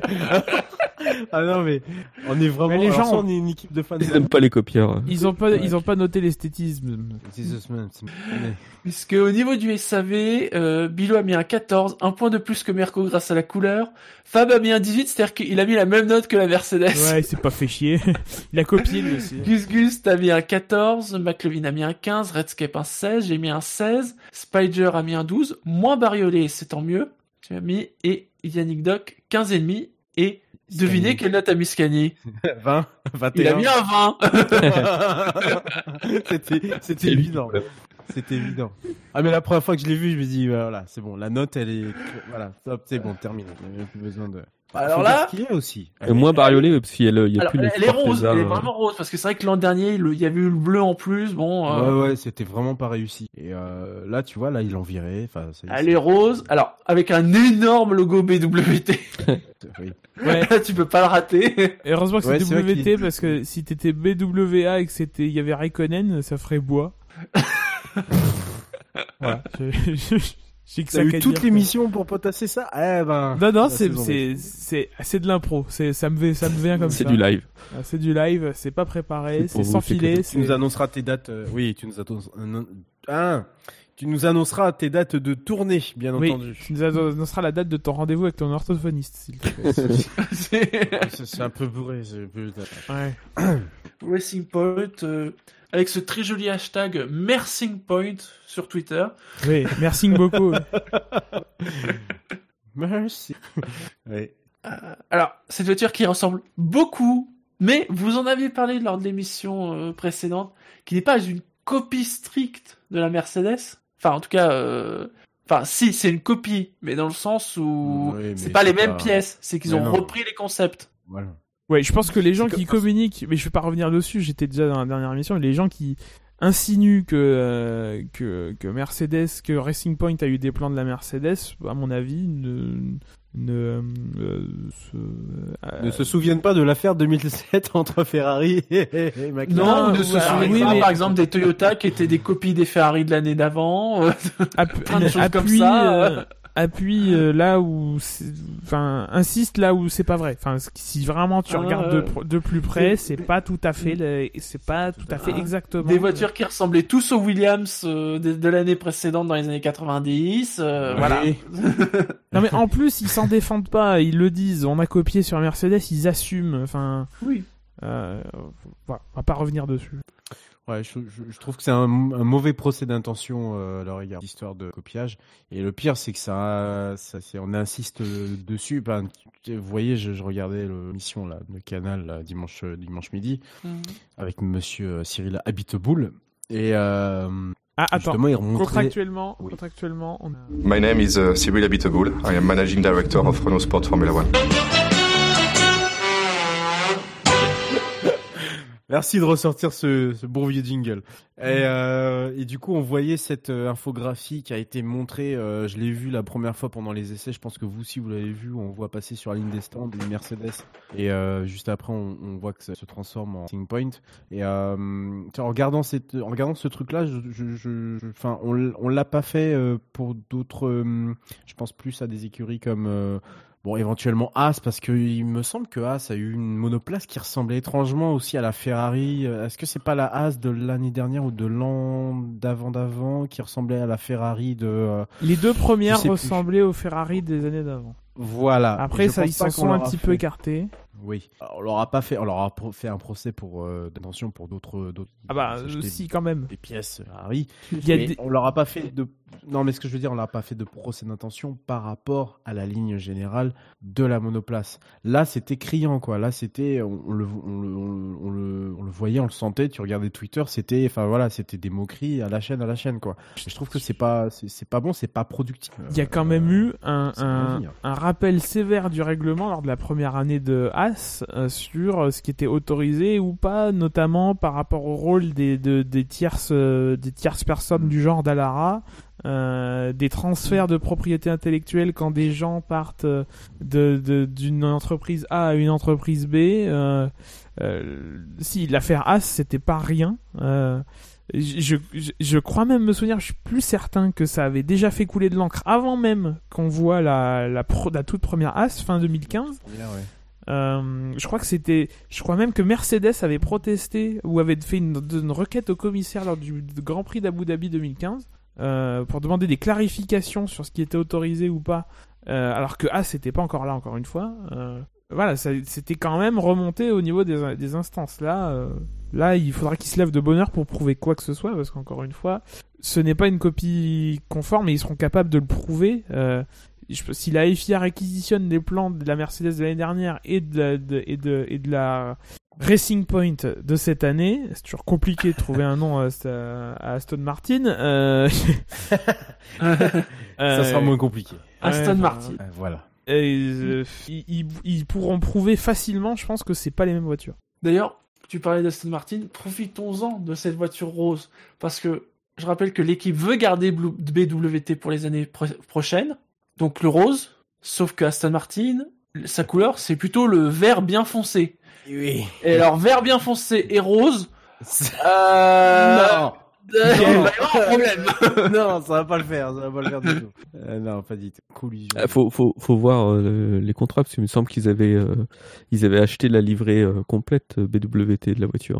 Speaker 4: Ah non, mais on est vraiment.
Speaker 2: Mais les
Speaker 4: alors,
Speaker 2: gens-
Speaker 4: soit on est une équipe de fans.
Speaker 3: Ils n'aiment pas les copieurs. euh.
Speaker 2: Ils ont pas
Speaker 4: Ouais.
Speaker 2: ils ont pas noté l'esthétisme.
Speaker 4: Jesus, man, c'est- mais-
Speaker 1: Puisque au niveau du SAV, euh, Bilo a mis un 14, un point de plus que Merco grâce à la couleur. Fab a mis un 18, c'est-à-dire qu'il a mis la même note que la Mercedes.
Speaker 2: Ouais, il s'est pas fait chier. Il a copié lui aussi.
Speaker 1: Gus Gus, t'as mis un 14, McLevin a mis un 15, Redscape un 16, j'ai mis un 16, Spider a mis un 12, moins bariolé, c'est tant mieux. Tu as mis, et Yannick Doc, 15,5, et devinez
Speaker 4: Scani.
Speaker 1: quelle note a mis Scani
Speaker 4: 20, 21.
Speaker 1: Il a mis un 20
Speaker 4: C'était- C'était
Speaker 3: lui.
Speaker 4: évident. C'était évident. Ah, mais la première fois que je l'ai vu, je me dis, euh, voilà, c'est bon, la note, elle est. Voilà, top, c'est bon, terminé. Il n'y a plus besoin de.
Speaker 1: Bah, Alors
Speaker 4: Faut
Speaker 1: là-
Speaker 4: dire ce qu'il y a aussi.
Speaker 3: Et moins bariolé, parce qu'il y a, le- il y a
Speaker 1: Alors,
Speaker 3: plus les
Speaker 1: elle est rose,
Speaker 3: Fortezas,
Speaker 1: elle est
Speaker 3: euh,
Speaker 1: vraiment rose, parce que c'est vrai que l'an dernier, le- il y avait eu le bleu en plus, bon... euh,
Speaker 4: Ouais, ouais, c'était vraiment pas réussi. Et euh, là, tu vois, là, il en virait. Enfin, ça y est,
Speaker 1: Elle est rose, alors avec un énorme logo BWT,
Speaker 4: c'est- oui.
Speaker 2: Ouais.
Speaker 1: là tu peux pas le rater.
Speaker 2: Et heureusement que
Speaker 4: Ouais,
Speaker 2: c'est
Speaker 4: c'est vrai
Speaker 2: WT
Speaker 4: qu'il-
Speaker 2: parce que si t'étais BWA et que c'était il y avait Raikkonen, ça ferait bois. voilà. Je- je- J'ai que
Speaker 4: T'as
Speaker 2: ça
Speaker 4: eu
Speaker 2: qu'à
Speaker 4: toute
Speaker 2: dire.
Speaker 4: l'émission pour potasser ça Eh ben.
Speaker 2: Non non,
Speaker 4: la
Speaker 2: c'est
Speaker 4: saison
Speaker 2: c'est c'est c'est de l'impro. C'est ça me vient ça me vient comme
Speaker 3: C'est
Speaker 2: ça.
Speaker 3: du live.
Speaker 2: Ah, C'est du live. C'est pas préparé.
Speaker 3: C'est
Speaker 2: C'est
Speaker 3: pour
Speaker 2: sans
Speaker 3: vous, c'est
Speaker 2: filet.
Speaker 3: cadeau.
Speaker 4: Tu nous
Speaker 2: C'est
Speaker 4: annonceras tes dates. euh, oui, tu nous annonceras. Hein Tu nous annonceras tes dates de tournée, bien
Speaker 2: Oui.
Speaker 4: entendu.
Speaker 2: tu nous annonceras la date de ton rendez-vous avec ton orthophoniste, s'il te plaît.
Speaker 1: C'est-
Speaker 4: C'est c'est un peu bourré. c'est un peu-
Speaker 2: Ouais.
Speaker 1: Racing Point, euh, avec ce très joli hashtag Mercing Point sur Twitter.
Speaker 2: Oui, merci beaucoup.
Speaker 4: Merci. Ouais.
Speaker 1: Alors, cette voiture qui ressemble beaucoup, mais vous en aviez parlé lors de l'émission euh, précédente, qui n'est pas une copie stricte de la Mercedes. Enfin, en tout cas, euh, Enfin, si, c'est une copie, mais dans le sens où
Speaker 4: Oui, mais
Speaker 1: c'est pas les
Speaker 4: c'est
Speaker 1: mêmes
Speaker 4: pas-
Speaker 1: pièces, c'est qu'ils
Speaker 4: Mais
Speaker 1: ont
Speaker 4: non.
Speaker 1: repris les concepts.
Speaker 4: Voilà.
Speaker 2: Ouais, je pense que les gens
Speaker 4: C'est
Speaker 2: qui
Speaker 4: comme-
Speaker 2: communiquent, mais je vais pas revenir dessus, j'étais déjà dans la dernière émission, les gens qui insinuent que, euh, que, que Mercedes, que Racing Point a eu des plans de la Mercedes, à mon avis, ne, ne, euh, se-
Speaker 4: Ne
Speaker 2: euh,
Speaker 4: se souviennent pas de l'affaire 2007 entre Ferrari et, et McLaren.
Speaker 2: Non,
Speaker 1: ne
Speaker 2: ouais,
Speaker 1: se souviennent
Speaker 2: oui,
Speaker 1: pas,
Speaker 2: mais-
Speaker 1: par exemple, des Toyota qui étaient des copies des Ferrari de l'année d'avant. euh,
Speaker 2: app-
Speaker 1: plein de choses comme
Speaker 2: appuie,
Speaker 1: ça,
Speaker 2: euh, appuie, euh, là où, c'est- enfin, insiste là où c'est pas vrai. Enfin, ce qui- si vraiment tu
Speaker 1: Ah,
Speaker 2: regardes de,
Speaker 1: euh,
Speaker 2: pro- de plus près,
Speaker 1: c'est-
Speaker 2: c'est pas tout à fait, le- c'est pas tout à fait
Speaker 1: Ah,
Speaker 2: exactement.
Speaker 1: des voitures qui ressemblaient tous aux Williams euh, de, de l'année précédente dans les années 90. euh,
Speaker 4: Oui.
Speaker 1: Voilà.
Speaker 2: Non mais en plus ils s'en défendent pas, ils le disent, on a copié sur Mercedes, ils assument, enfin...
Speaker 1: Oui.
Speaker 2: Euh, voilà, on va pas revenir dessus.
Speaker 4: Ouais, je, je- je trouve que c'est un, un mauvais procès d'intention euh, à leur égard, l'histoire de copiage. Et le pire, c'est que ça, ça c'est, on insiste euh, dessus. Ben, tu- vous voyez, je, je regardais l'émission là, de Canal là, dimanche, euh, dimanche midi
Speaker 1: Mhm.
Speaker 4: avec monsieur euh, Cyril Habiteboul. Et euh,
Speaker 2: Ah attends,
Speaker 4: justement, il remontrait.
Speaker 2: contractuellement,
Speaker 4: Oui.
Speaker 2: contractuellement, on a...
Speaker 5: My name is uh, Cyril Abiteboul. I am managing director of Renault Sport Formula One.
Speaker 4: Merci de ressortir ce, ce bon vieux jingle. Et, euh, et du coup, on voyait cette euh, infographie qui a été montrée. euh, je l'ai vue la première fois pendant les essais. Je pense que vous, si vous l'avez vue, on voit passer sur la ligne des stands une Mercedes. Et euh, juste après, on, on voit que ça se transforme en Think Point. Et euh, tiens, en regardant cette, en regardant ce truc-là, je, je, je- je- enfin, on, l- on l'a pas fait euh, pour d'autres. euh, je pense plus à des écuries comme. euh, Bon, éventuellement Haas, parce qu'il me semble que Haas a eu une monoplace qui ressemblait étrangement aussi à la Ferrari. Euh, Est-ce que c'est pas la Haas de l'année dernière ou de l'an d'avant d'avant qui ressemblait à la Ferrari de euh,
Speaker 2: Les deux premières
Speaker 4: Je sais plus.
Speaker 2: ressemblaient aux Ferrari des années d'avant.
Speaker 4: voilà.
Speaker 2: Après,
Speaker 4: Je
Speaker 2: ça,
Speaker 4: pense
Speaker 2: ils
Speaker 4: pas
Speaker 2: s'en
Speaker 4: qu'on
Speaker 2: sont un
Speaker 4: l'aura
Speaker 2: petit
Speaker 4: fait.
Speaker 2: peu écartés.
Speaker 4: Oui. Alors, On leur a pas fait, on leur a pro- fait un procès pour euh, d'intention pour d'autres d'autres
Speaker 2: Ah bah,
Speaker 4: ils ont acheté
Speaker 2: si, quand même.
Speaker 4: des pièces Ferrari.
Speaker 2: Il y a
Speaker 4: Mais
Speaker 2: des-
Speaker 4: on leur a pas fait de non mais ce que je veux dire on leur a pas fait de procès d'intention par rapport à la ligne générale de la monoplace là c'était criant quoi là c'était on, on le on le, on, on le on le voyait on le sentait tu regardais Twitter c'était enfin voilà c'était des moqueries à la chaîne à la chaîne quoi je trouve que c'est pas c'est c'est pas bon c'est pas productif
Speaker 2: Il y a quand même eu un,
Speaker 4: c'est ma
Speaker 2: un,
Speaker 4: vie, hein.
Speaker 2: un rappel sévère du règlement lors de la première année de Haas euh, sur euh, ce qui était autorisé ou pas, notamment par rapport au rôle des, de- des, tierces, euh, des tierces personnes du genre d'Alara, euh, des transferts de propriété intellectuelle quand des gens partent euh, de- de- d'une entreprise A à une entreprise B. euh, euh, si l'affaire As, c'était pas rien. Euh, je, je, je crois même me souvenir, je suis plus certain que ça avait déjà fait couler de l'encre avant même qu'on voit la, la, pro- la toute première As, fin 2015.
Speaker 4: Ouais, ouais.
Speaker 2: Euh, je crois que c'était, je crois même que Mercedes avait protesté ou avait fait une, une requête au commissaire lors du Grand Prix d'Abu Dhabi 2015 euh, pour demander des clarifications sur ce qui était autorisé ou pas, euh, alors que As n'était pas encore là encore une fois. Euh, voilà, ça- c'était quand même remonté au niveau des, des instances. Là, euh, là, il faudra qu'ils se lèvent de bonne heure pour prouver quoi que ce soit, parce qu'encore une fois, ce n'est pas une copie conforme et ils seront capables de le prouver. Euh, je peux- si la FIA réquisitionne les plans de la Mercedes de l'année dernière et de la, de- et de, et de la Racing Point de cette année, c'est toujours compliqué de trouver un nom à, à- à Aston Martin. euh,
Speaker 4: ça sera
Speaker 2: euh,
Speaker 4: moins compliqué
Speaker 1: Aston
Speaker 2: Ouais,
Speaker 1: Martin.
Speaker 4: Euh, voilà
Speaker 2: et, euh, ils, ils- ils pourront prouver facilement, je pense, que c'est pas les mêmes voitures.
Speaker 1: D'ailleurs, tu parlais d'Aston Martin, profitons-en de cette voiture rose, parce que je rappelle que l'équipe veut garder Blue- BWT pour les années pro- prochaines, donc le rose, sauf que Aston Martin, sa couleur, c'est plutôt le vert bien foncé.
Speaker 4: oui
Speaker 1: Et alors, vert bien foncé et rose, euh...
Speaker 4: non
Speaker 1: euh, il va y
Speaker 4: Non.
Speaker 1: avoir un problème.
Speaker 4: non ça va pas le faire ça va pas le faire du tout Euh, non pas dit collusion
Speaker 3: Euh, Faut, faut, faut voir euh, les contrats, parce qu'il me semble qu'ils avaient, euh, ils avaient acheté la livrée euh, complète euh, BWT de la voiture.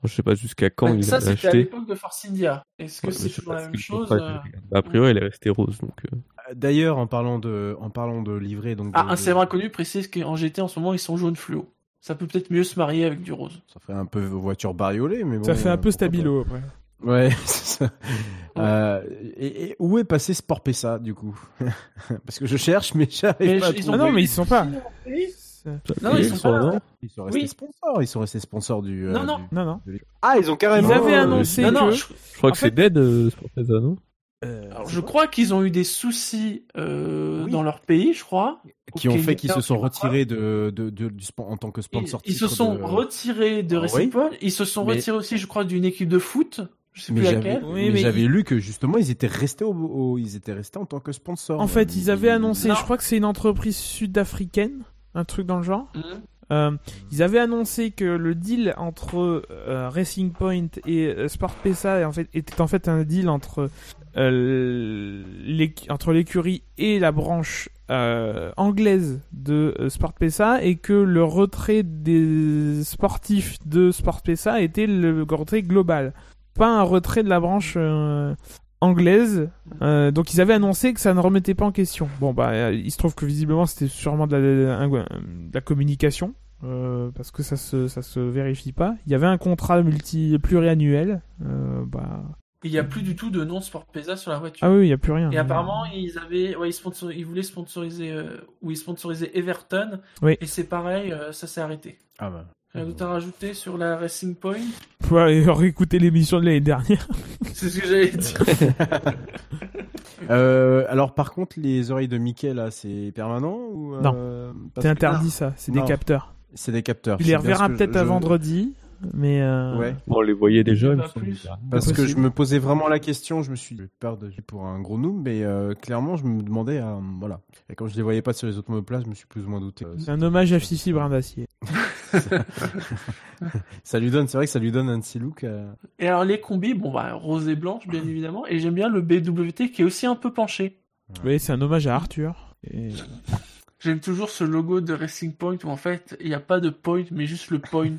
Speaker 3: Alors, je sais pas jusqu'à quand ils
Speaker 1: ça,
Speaker 3: l'avaient
Speaker 1: c'était à
Speaker 3: acheté.
Speaker 1: l'époque de Force India. Est-ce que
Speaker 3: Ouais, je
Speaker 1: c'est
Speaker 3: sais
Speaker 1: toujours
Speaker 3: pas
Speaker 1: la
Speaker 3: si
Speaker 1: même
Speaker 3: le
Speaker 1: chose
Speaker 3: contrat,
Speaker 1: euh,
Speaker 3: je- A priori, elle est restée rose, donc euh,
Speaker 4: D'ailleurs, en parlant de, en parlant de livrée, donc
Speaker 1: Ah,
Speaker 4: de-
Speaker 1: un célèbre inconnu précise qu'en GT, en ce moment, ils sont jaunes fluo. Ça peut peut-être mieux se marier avec du rose.
Speaker 4: ça fait un peu voiture bariolée, mais bon.
Speaker 2: ça fait un
Speaker 4: euh,
Speaker 2: peu
Speaker 4: pourquoi
Speaker 2: stabilo après.
Speaker 4: pas. Ouais, c'est ça. Euh, et, et où est passé Sport PSA du coup Parce que je cherche, mais
Speaker 1: Mais
Speaker 4: j'arrive pas. à
Speaker 1: ils
Speaker 4: trouver.
Speaker 2: Ah non, mais ils sont pas.
Speaker 1: Non,
Speaker 3: ça,
Speaker 1: ils
Speaker 3: ils
Speaker 1: sont
Speaker 3: sont
Speaker 1: pas là.
Speaker 3: non
Speaker 4: Ils sont restés
Speaker 1: Oui.
Speaker 4: sponsors. Ils sont restés sponsors du. euh,
Speaker 1: Non, non.
Speaker 4: du-
Speaker 2: Non, non.
Speaker 4: Ah, ils ont carrément.
Speaker 2: Ils avaient
Speaker 4: euh,
Speaker 2: annoncé
Speaker 1: Non, non,
Speaker 2: que-
Speaker 1: je-
Speaker 3: Je crois
Speaker 2: En
Speaker 3: que
Speaker 2: fait-
Speaker 3: c'est dead, euh, Sporteza, non
Speaker 2: Euh,
Speaker 1: Alors, je crois qu'ils ont eu des soucis euh, dans leur pays, je crois.
Speaker 4: Qui ont
Speaker 1: Au
Speaker 4: fait
Speaker 1: Kenya,
Speaker 4: qu'ils se sont
Speaker 1: je crois.
Speaker 4: retirés de, de, de- du spon- en tant que
Speaker 1: Ils,
Speaker 4: sponsor.
Speaker 1: ils se
Speaker 4: titre
Speaker 1: sont
Speaker 4: de-
Speaker 1: retirés de
Speaker 4: Ah oui.
Speaker 1: Racing Point. Ils se sont
Speaker 4: Mais-
Speaker 1: retirés aussi, je crois, d'une équipe de foot. Je sais
Speaker 4: Mais
Speaker 1: plus
Speaker 4: j'avais,
Speaker 1: laquelle.
Speaker 2: Oui,
Speaker 4: mais
Speaker 2: mais
Speaker 4: j'avais
Speaker 2: ils-
Speaker 4: lu que justement ils étaient restés au, au- ils étaient restés en tant que sponsor.
Speaker 2: En fait, ils avaient annoncé,
Speaker 1: Non.
Speaker 2: je crois que c'est une entreprise sud-africaine, un truc dans le genre.
Speaker 1: Mhm.
Speaker 2: Euh, ils avaient annoncé que le deal entre euh, Racing Point et euh, Sport PSA est en fait, était en fait un deal entre euh, l'éc- entre l'écurie et la branche euh, anglaise de euh, Sport PSA et que le retrait des sportifs de Sport PSA était le retrait global, pas un retrait de la branche euh, anglaise. Euh, donc ils avaient annoncé que ça ne remettait pas en question. Bon bah euh, il se trouve que visiblement c'était sûrement de la, un- de la communication. Euh, parce que ça se ça se vérifie pas. Il y avait un contrat multi pluriannuel. euh, bah
Speaker 1: Il n'y a plus du tout de nom Sport Pesa sur la voiture.
Speaker 2: ah oui, il y a plus rien.
Speaker 1: Et apparemment, ils avaient, ouais, ils, sponsor- ils voulaient sponsoriser, euh, ou ils sponsorisaient Everton.
Speaker 2: Oui.
Speaker 1: Et c'est pareil, euh, ça s'est arrêté.
Speaker 4: Ah bah.
Speaker 1: Rien d'autre à rajouter sur la Racing Point
Speaker 2: faut aller réécouter l'émission de l'année dernière.
Speaker 1: C'est ce que j'allais dire.
Speaker 4: Euh, alors par contre, les oreilles de Mickey là, c'est permanent ou euh,
Speaker 2: C'est
Speaker 4: parce que-
Speaker 2: interdit ça, c'est des
Speaker 4: Non.
Speaker 2: capteurs.
Speaker 4: C'est des capteurs.
Speaker 2: Il
Speaker 4: c'est
Speaker 2: les
Speaker 4: bien
Speaker 2: reverra
Speaker 4: ce que je-
Speaker 2: peut-être à
Speaker 4: je-
Speaker 2: vendredi, mais euh,
Speaker 4: Ouais.
Speaker 3: on les voyait déjà. il me
Speaker 1: Pas
Speaker 3: semble.
Speaker 1: plus.
Speaker 4: Parce que
Speaker 2: possible.
Speaker 4: je me posais vraiment la question, je me suis j'ai peur de pour un gros noob, mais euh, clairement je me demandais, euh, voilà. Et quand je les voyais pas sur les autres monoplaces, je me suis plus ou moins douté. Euh,
Speaker 2: c'est un hommage à Fifi Brin d'Acier.
Speaker 4: ça lui donne, c'est vrai que ça lui donne un petit look. euh,
Speaker 1: Et alors, les combis, bon, bah, rose et blanche, bien évidemment. Et j'aime bien le BWT qui est aussi un peu penché.
Speaker 2: Oui, c'est un hommage à Arthur. Et-
Speaker 1: J'aime toujours ce logo de Racing Point où en fait il n'y a pas de point mais juste le point.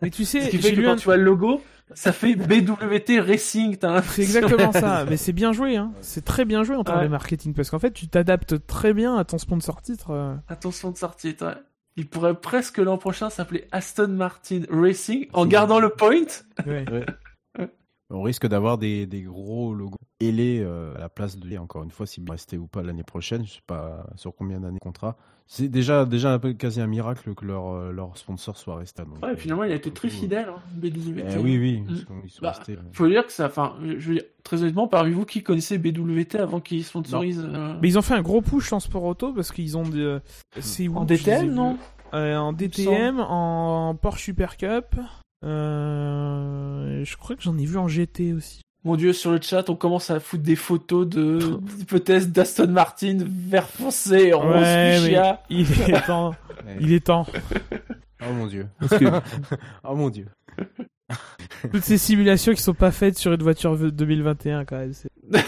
Speaker 2: Mais tu
Speaker 1: Ce
Speaker 2: sais,
Speaker 1: qui fait
Speaker 2: j'ai
Speaker 1: que
Speaker 2: lu
Speaker 1: quand
Speaker 2: un...
Speaker 1: tu vois le logo, ça fait BWT Racing. t'as
Speaker 2: C'est
Speaker 1: l'impression.
Speaker 2: exactement ça, mais c'est bien joué, hein. c'est très bien joué en termes
Speaker 1: Ouais.
Speaker 2: de marketing parce qu'en fait tu t'adaptes très bien à ton sponsor titre. euh.
Speaker 1: Attention de sortie. toi. Il pourrait presque l'an prochain s'appeler Aston Martin Racing en gardant le point.
Speaker 2: Ouais.
Speaker 4: On risque d'avoir des, des gros logos ailés euh, à la place de encore une fois s'ils vont rester ou pas l'année prochaine, je sais pas sur combien d'années de contrat. C'est déjà déjà un peu quasi un miracle que leur euh, leur sponsor soit resté. donc,
Speaker 1: Ouais,
Speaker 4: euh,
Speaker 1: finalement il a été très
Speaker 4: euh,
Speaker 1: fidèle. Hein, BWT.
Speaker 4: eh oui oui,
Speaker 1: Mm.
Speaker 4: ils sont, ils sont
Speaker 1: Bah,
Speaker 4: restés. euh.
Speaker 1: Faut dire que ça. Enfin, je veux dire, très honnêtement, parmi vous qui connaissez BWT avant qu'ils sponsorisent euh,
Speaker 2: Mais ils ont fait un gros push en sport auto parce qu'ils ont des. euh, c'est où
Speaker 1: en
Speaker 2: que je les ai
Speaker 1: DTM,
Speaker 2: vus
Speaker 1: non
Speaker 2: Euh, En DTM, en Porsche Super Cup. euh, je crois que j'en ai vu en GT aussi.
Speaker 1: Mon dieu, sur le chat, on commence à foutre des photos de hypothèses d'Aston Martin vert foncé, rose fuchsia.
Speaker 2: il est temps.
Speaker 4: eh,
Speaker 2: il est temps.
Speaker 4: Oh mon dieu.
Speaker 3: Parce que
Speaker 4: Oh mon dieu.
Speaker 2: Toutes ces simulations qui sont pas faites sur une voiture 2021 quand même. c'est-
Speaker 4: Mais,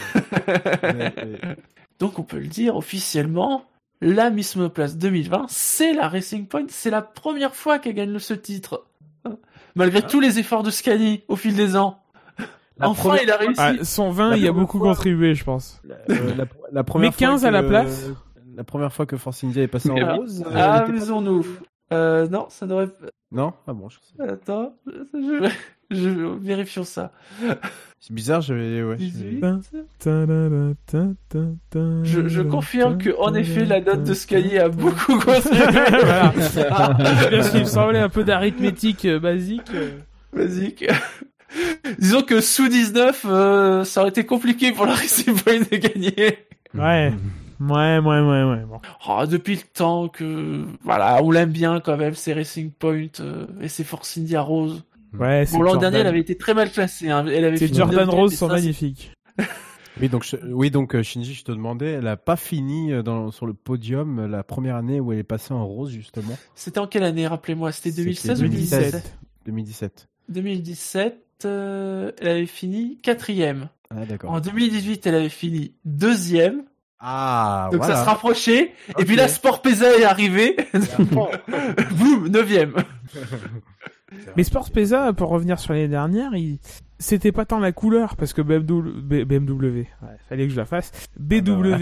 Speaker 4: euh,
Speaker 1: Donc on peut le dire officiellement, la Miss Monoplace 2020, c'est la Racing Point, c'est la première fois qu'elle gagne ce titre. Hein. Malgré tous les efforts de Scani au fil des ans.
Speaker 4: Ah. La
Speaker 1: enfin,
Speaker 4: première-
Speaker 1: il a réussi.
Speaker 2: Ah, 120,
Speaker 4: La
Speaker 2: il y a
Speaker 4: première
Speaker 2: beaucoup
Speaker 4: fois.
Speaker 2: contribué, je pense.
Speaker 4: la, euh, la- la première
Speaker 2: Mais
Speaker 4: fois
Speaker 2: 15 à
Speaker 4: que-
Speaker 2: la place
Speaker 4: La première fois que Force India est passée
Speaker 1: Mais,
Speaker 4: en
Speaker 1: euh,
Speaker 4: rose. euh, elle était-
Speaker 1: Amusons-nous. Euh, non, ça devrait.
Speaker 4: Non, ah bon, je sais.
Speaker 1: Attends, je... je... vérifions ça.
Speaker 4: C'est bizarre, j'avais ouais. j'avais-
Speaker 1: 18. Je,
Speaker 2: Je,
Speaker 1: je confirme que en effet, la note de Scani a beaucoup contribué.
Speaker 2: voilà. C'est bien ce qu'il me semblait un peu d'arithmétique euh, basique. euh.
Speaker 1: Basique. Disons que sous 19, euh, ça aurait été compliqué pour la Racing Point de gagner.
Speaker 2: Ouais. Ouais, ouais, ouais, ouais. Bon.
Speaker 1: Oh, depuis le temps que voilà, on l'aime bien quand même, c'est Racing Point euh, et c'est Force India Rose.
Speaker 2: Ouais, c'est
Speaker 1: Bon, l'an
Speaker 2: Jordan.
Speaker 1: dernier, elle avait été très mal classée. hein. Elle avait
Speaker 2: C'est
Speaker 1: fini
Speaker 2: Jordan
Speaker 1: neuvième,
Speaker 2: Rose
Speaker 1: et
Speaker 2: sont
Speaker 1: ça, c'est-
Speaker 2: magnifiques.
Speaker 4: Oui, donc, je- oui, donc euh, Shinji, je te demandais, elle a pas fini euh, dans, sur le podium euh, la première année où elle est passée en rose, justement,
Speaker 1: C'était en quelle année, rappelez-moi C'était
Speaker 4: C'était
Speaker 1: 2016 ou
Speaker 4: 2017.
Speaker 1: 2017
Speaker 4: 2017.
Speaker 1: 2017, euh, elle avait fini quatrième.
Speaker 4: Ah, d'accord.
Speaker 1: En 2018, elle avait fini deuxième.
Speaker 4: Ah,
Speaker 1: donc
Speaker 4: voilà.
Speaker 1: ça se rapprochait. Et puis là, Sport Pesa est arrivé. Boum, neuvième.
Speaker 2: Mais Sport Pesa, pour revenir sur l'année dernière, il... c'était pas tant la couleur, parce que BMW, B- BMW ouais, fallait que je la fasse. BWT,
Speaker 1: Ah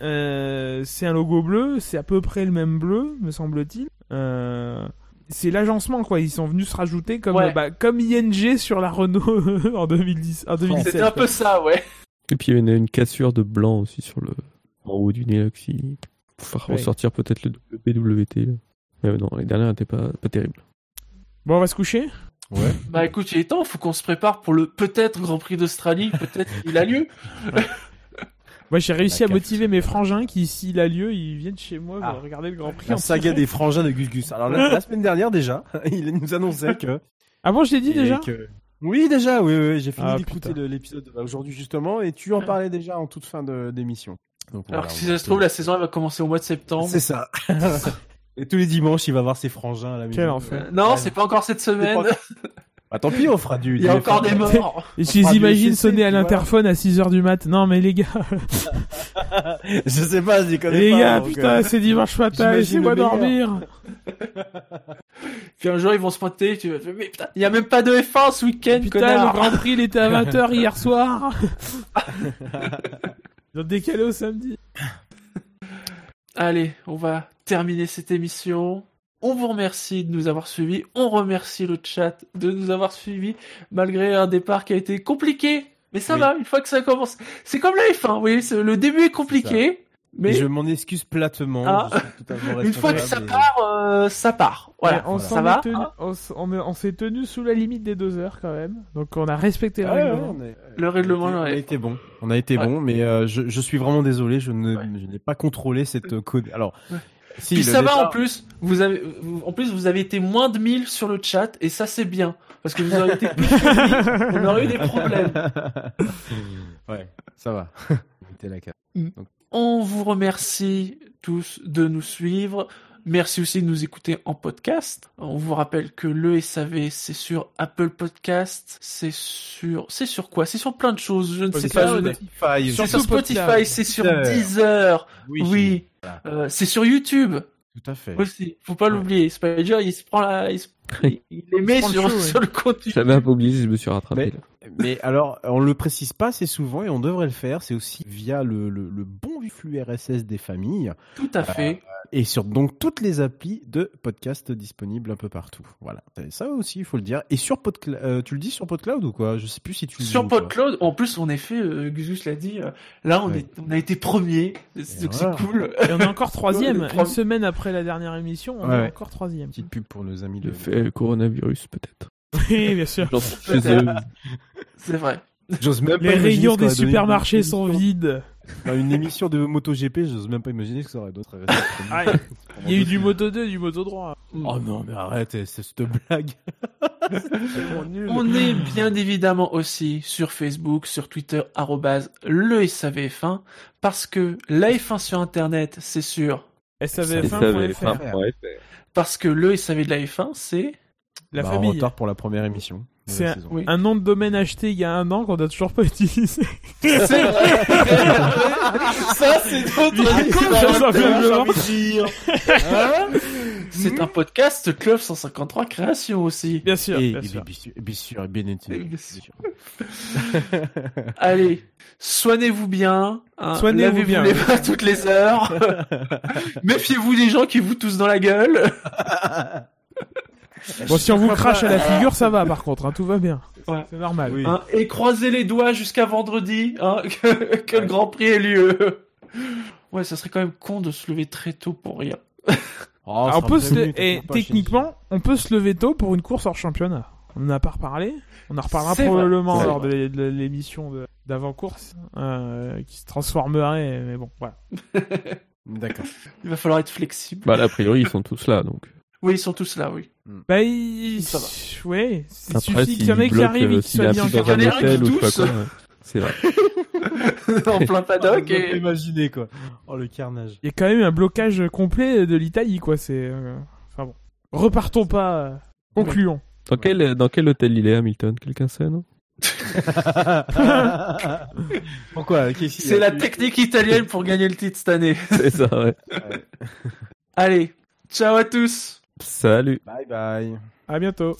Speaker 1: bah
Speaker 2: euh, c'est un logo bleu, c'est à peu près le même bleu, me semble-t-il. Euh, C'est l'agencement, quoi. Ils sont venus se rajouter comme,
Speaker 1: Ouais.
Speaker 2: bah, comme ING sur la Renault en, 2010, en 2017.
Speaker 1: C'était un
Speaker 2: quoi.
Speaker 1: peu ça, ouais.
Speaker 3: Et puis il y a une, une cassure de blanc aussi sur le en haut du nez là, qui- pour faire
Speaker 2: Ouais.
Speaker 3: ressortir peut-être le BWT. là. Mais non, les dernières n'étaient pas, pas terribles.
Speaker 2: Bon, on va se coucher
Speaker 4: Ouais.
Speaker 1: Bah écoute, il est temps, faut qu'on se prépare pour le peut-être Grand Prix d'Australie, peut-être il a lieu.
Speaker 2: Moi, j'ai réussi
Speaker 4: La
Speaker 2: à
Speaker 4: carte.
Speaker 2: motiver mes frangins qui, s'il a lieu, ils viennent chez moi euh,
Speaker 4: Ah.
Speaker 2: regarder le Grand Prix.
Speaker 4: La
Speaker 2: en
Speaker 4: saga
Speaker 2: direct.
Speaker 4: des frangins de Gus Gus. Alors la, la semaine dernière déjà, il nous annonçait que.
Speaker 2: Ah bon, je l'ai dit déjà
Speaker 4: que- Oui déjà, oui, oui, oui, j'ai fini
Speaker 2: Ah,
Speaker 4: d'écouter
Speaker 2: putain.
Speaker 4: le- l'épisode bah, aujourd'hui justement et tu en parlais déjà en toute fin de- d'émission. Donc,
Speaker 1: Alors
Speaker 4: voilà,
Speaker 1: que si
Speaker 4: on-
Speaker 1: ça se trouve, la saison elle va commencer au mois de septembre.
Speaker 4: C'est ça. et tous les dimanches, il va voir ses frangins à la maison.
Speaker 2: Quel enfer.
Speaker 1: Euh, non, c'est pas encore cette semaine.
Speaker 4: C'est Bah tant pis, on fera du.
Speaker 1: Il y a
Speaker 4: du-
Speaker 1: encore des morts.
Speaker 2: Et
Speaker 4: On
Speaker 2: si
Speaker 4: fera du
Speaker 2: j'imagine
Speaker 4: SCC,
Speaker 2: sonner à
Speaker 4: tu vois.
Speaker 2: l'interphone à 6h du mat. Non, mais les gars,
Speaker 4: Je sais pas, je les connais
Speaker 2: les
Speaker 4: pas.
Speaker 2: gars,
Speaker 4: donc,
Speaker 2: putain,
Speaker 4: euh,
Speaker 2: c'est dimanche matin,
Speaker 4: j'imagine
Speaker 2: laissez-moi
Speaker 4: le meilleur.
Speaker 2: dormir.
Speaker 1: Puis un jour ils vont se pointer, tu vas faire, mais putain, il y a même pas de F1 ce week-end,
Speaker 2: Putain, le
Speaker 1: connard.
Speaker 2: Grand Prix, il était à 20h hier soir. Ils ont décalé au samedi.
Speaker 1: Allez, on va terminer cette émission. On vous remercie de nous avoir suivis. On remercie le chat de nous avoir suivis malgré un départ qui a été compliqué. Mais ça
Speaker 4: Oui.
Speaker 1: va, une fois que ça commence, c'est comme la F1. Vous voyez, c'est- le début est compliqué, mais
Speaker 4: Je m'en excuse platement.
Speaker 1: Ah.
Speaker 4: je suis totalement
Speaker 1: une fois que ça
Speaker 4: responsable,
Speaker 1: part, euh, ça part. Voilà,
Speaker 2: on
Speaker 1: ça
Speaker 2: s'en
Speaker 1: va.
Speaker 2: est tenu-
Speaker 4: Ah.
Speaker 1: hein.
Speaker 2: on s- on est- on s'est tenu sous la limite des deux heures quand même. Donc on a respecté
Speaker 4: mais-
Speaker 2: le
Speaker 4: Ah ouais, ouais,
Speaker 2: règlement.
Speaker 4: on est-
Speaker 1: Le règlement,
Speaker 4: on a
Speaker 1: ouais.
Speaker 4: été bon. On a été
Speaker 1: Ouais.
Speaker 4: bon, mais euh, je, je suis vraiment désolé. Je ne,
Speaker 1: Ouais.
Speaker 4: je n'ai pas contrôlé cette euh, code. Alors,
Speaker 1: Ouais.
Speaker 4: si,
Speaker 1: Puis
Speaker 4: le
Speaker 1: ça va
Speaker 4: départ-
Speaker 1: en plus. Vous avez, vous- en plus vous avez été moins de 1000 sur le chat et ça c'est bien parce que vous auriez été plus que 1000, on aurait eu des problèmes.
Speaker 4: ouais, ça va. Mettez la carte.
Speaker 1: On vous remercie tous de nous suivre. Merci aussi de nous écouter en podcast. On vous rappelle que le SAV, c'est sur Apple Podcast, c'est sur, c'est sur quoi? C'est sur plein de choses, je ne sais pas.
Speaker 2: Podcast.
Speaker 1: honnêtement.
Speaker 4: Spotify.
Speaker 1: C'est sur
Speaker 2: Surtout
Speaker 1: Spotify,
Speaker 2: podcast.
Speaker 1: c'est sur
Speaker 4: Deezer.
Speaker 1: Deezer,
Speaker 4: Oui,
Speaker 1: oui,
Speaker 4: Voilà.
Speaker 1: Euh, c'est sur YouTube
Speaker 4: Tout à fait.
Speaker 1: aussi. Faut pas l'oublier. Spider, il se prend la, il, se- il- il les met
Speaker 2: prend le
Speaker 1: sur,
Speaker 2: show, ouais.
Speaker 1: sur le contenu.
Speaker 3: J'avais un peu oublié, je me suis rattrapé.
Speaker 4: Mais- Mais alors, on le précise pas assez souvent et on devrait le faire. C'est aussi via le, le, le bon flux RSS des familles
Speaker 1: Tout à fait.
Speaker 4: et sur donc toutes les applis de podcasts disponibles un peu partout. Voilà. Et Ça aussi, il faut le dire. Et sur Podcloud, tu le dis sur Podcloud ou quoi Je sais plus si tu le dis
Speaker 1: Sur
Speaker 4: ou pas.
Speaker 1: PodCloud, en plus, en effet, euh, Gusus l'a dit, euh, là, on,
Speaker 4: Ouais.
Speaker 1: est, on a été premier, donc c'est
Speaker 4: voilà.
Speaker 1: cool.
Speaker 2: Et on est encore troisième.
Speaker 1: Le
Speaker 2: Une
Speaker 1: premier.
Speaker 2: semaine après la dernière émission, on
Speaker 4: Ouais,
Speaker 2: est
Speaker 4: ouais.
Speaker 2: encore troisième.
Speaker 4: Petite pub pour nos amis de.
Speaker 3: Le fait coronavirus, peut-être.
Speaker 2: Oui, bien sûr.
Speaker 3: J'en suis chez eux.
Speaker 1: C'est vrai.
Speaker 4: J'ose même
Speaker 2: Les
Speaker 4: pas imaginer
Speaker 2: rayons
Speaker 4: ce qu'on
Speaker 2: des
Speaker 4: aurait donné
Speaker 2: supermarchés
Speaker 4: une
Speaker 2: sont
Speaker 4: émission-
Speaker 2: vides.
Speaker 4: Dans une émission de MotoGP, j'ose même pas imaginer que ça aurait d'autres.
Speaker 2: Ah, Il y a eu du moto 2 et du moto 3.
Speaker 4: Oh non, mais arrête, c'est cette blague.
Speaker 1: On est bien évidemment aussi sur Facebook, sur Twitter, arrobase le SAVF1, parce que la F1 sur Internet, c'est sûr.
Speaker 2: SAVF1.fr.
Speaker 1: Parce que le SAV de la F1, c'est...
Speaker 2: La
Speaker 4: Bah, En
Speaker 2: famille.
Speaker 4: retard pour la première émission. de
Speaker 2: C'est
Speaker 4: la
Speaker 2: un-
Speaker 4: saison.
Speaker 1: oui.
Speaker 2: Un nom de domaine acheté il y a un an qu'on n'a toujours pas utilisé.
Speaker 1: C'est vrai Ça, c'est
Speaker 2: Ah,
Speaker 1: d'autres
Speaker 2: c'est pas vrai, j'ai envie
Speaker 1: Hein C'est un podcast Club 153 Création aussi.
Speaker 2: Bien sûr,
Speaker 4: Et,
Speaker 2: bien
Speaker 4: et
Speaker 2: sûr.
Speaker 4: bien sûr, bien sûr, et bien été.
Speaker 1: Bien sûr. Allez, soignez-vous bien. hein,
Speaker 2: Soignez-vous
Speaker 1: Lavez-vous
Speaker 2: bien.
Speaker 1: les mains toutes les heures. Méfiez-vous des gens qui vous toussent dans la gueule.
Speaker 2: Bon, si on vous crache à la figure, ça va par contre, hein, tout va bien.
Speaker 1: Ouais.
Speaker 2: C'est normal.
Speaker 4: Oui.
Speaker 1: hein, et croisez les doigts jusqu'à vendredi hein, que, que le Grand Prix ait lieu. Ouais, ça serait quand même con de se lever très tôt pour rien.
Speaker 4: Oh,
Speaker 2: Alors,
Speaker 4: ça
Speaker 2: on peut
Speaker 4: me
Speaker 2: se le- et
Speaker 4: prévenu, t'inquiète pas,
Speaker 2: techniquement, on peut se lever tôt pour une course hors championnat. On n'en a pas reparlé. On en reparlera
Speaker 1: C'est vrai,
Speaker 2: probablement
Speaker 1: c'est
Speaker 2: lors de l'é- de l'émission de- d'avant-course euh, qui se transformerait. Mais bon, voilà.
Speaker 4: je- D'accord.
Speaker 1: Il va falloir être flexible.
Speaker 3: Bah, là, a priori, ils sont tous là, donc.
Speaker 1: Oui, ils sont tous là, oui.
Speaker 2: Bah, il...
Speaker 1: Ça va.
Speaker 2: Ouais, il
Speaker 3: Après,
Speaker 2: suffit qu'il y en ait
Speaker 3: s'il
Speaker 2: qui
Speaker 3: bloque,
Speaker 2: arrivent et
Speaker 3: euh,
Speaker 2: qui
Speaker 3: s'il est
Speaker 2: soient mis en
Speaker 3: appuyé dans un
Speaker 1: quarantaine.
Speaker 3: hôtel ou je sais pas
Speaker 1: Tous.
Speaker 3: quoi. ouais. C'est vrai.
Speaker 1: en plein paddock.
Speaker 4: Oh,
Speaker 2: Ah,
Speaker 4: Je peux
Speaker 1: et...
Speaker 4: imaginer quoi. Oh le carnage.
Speaker 2: Il y a quand même un blocage complet de l'Italie, quoi. C'est. euh, Enfin bon. Repartons pas. euh, Concluons.
Speaker 3: Dans quel, dans quel hôtel il est, Hamilton Quelqu'un sait, non
Speaker 4: Pourquoi Qu'est-ce qu'il y a
Speaker 1: C'est la
Speaker 4: eu
Speaker 1: technique italienne pour gagner le titre cette année.
Speaker 3: C'est ça, ouais.
Speaker 1: Allez, ciao à tous.
Speaker 3: Salut
Speaker 4: Bye bye.
Speaker 2: À bientôt.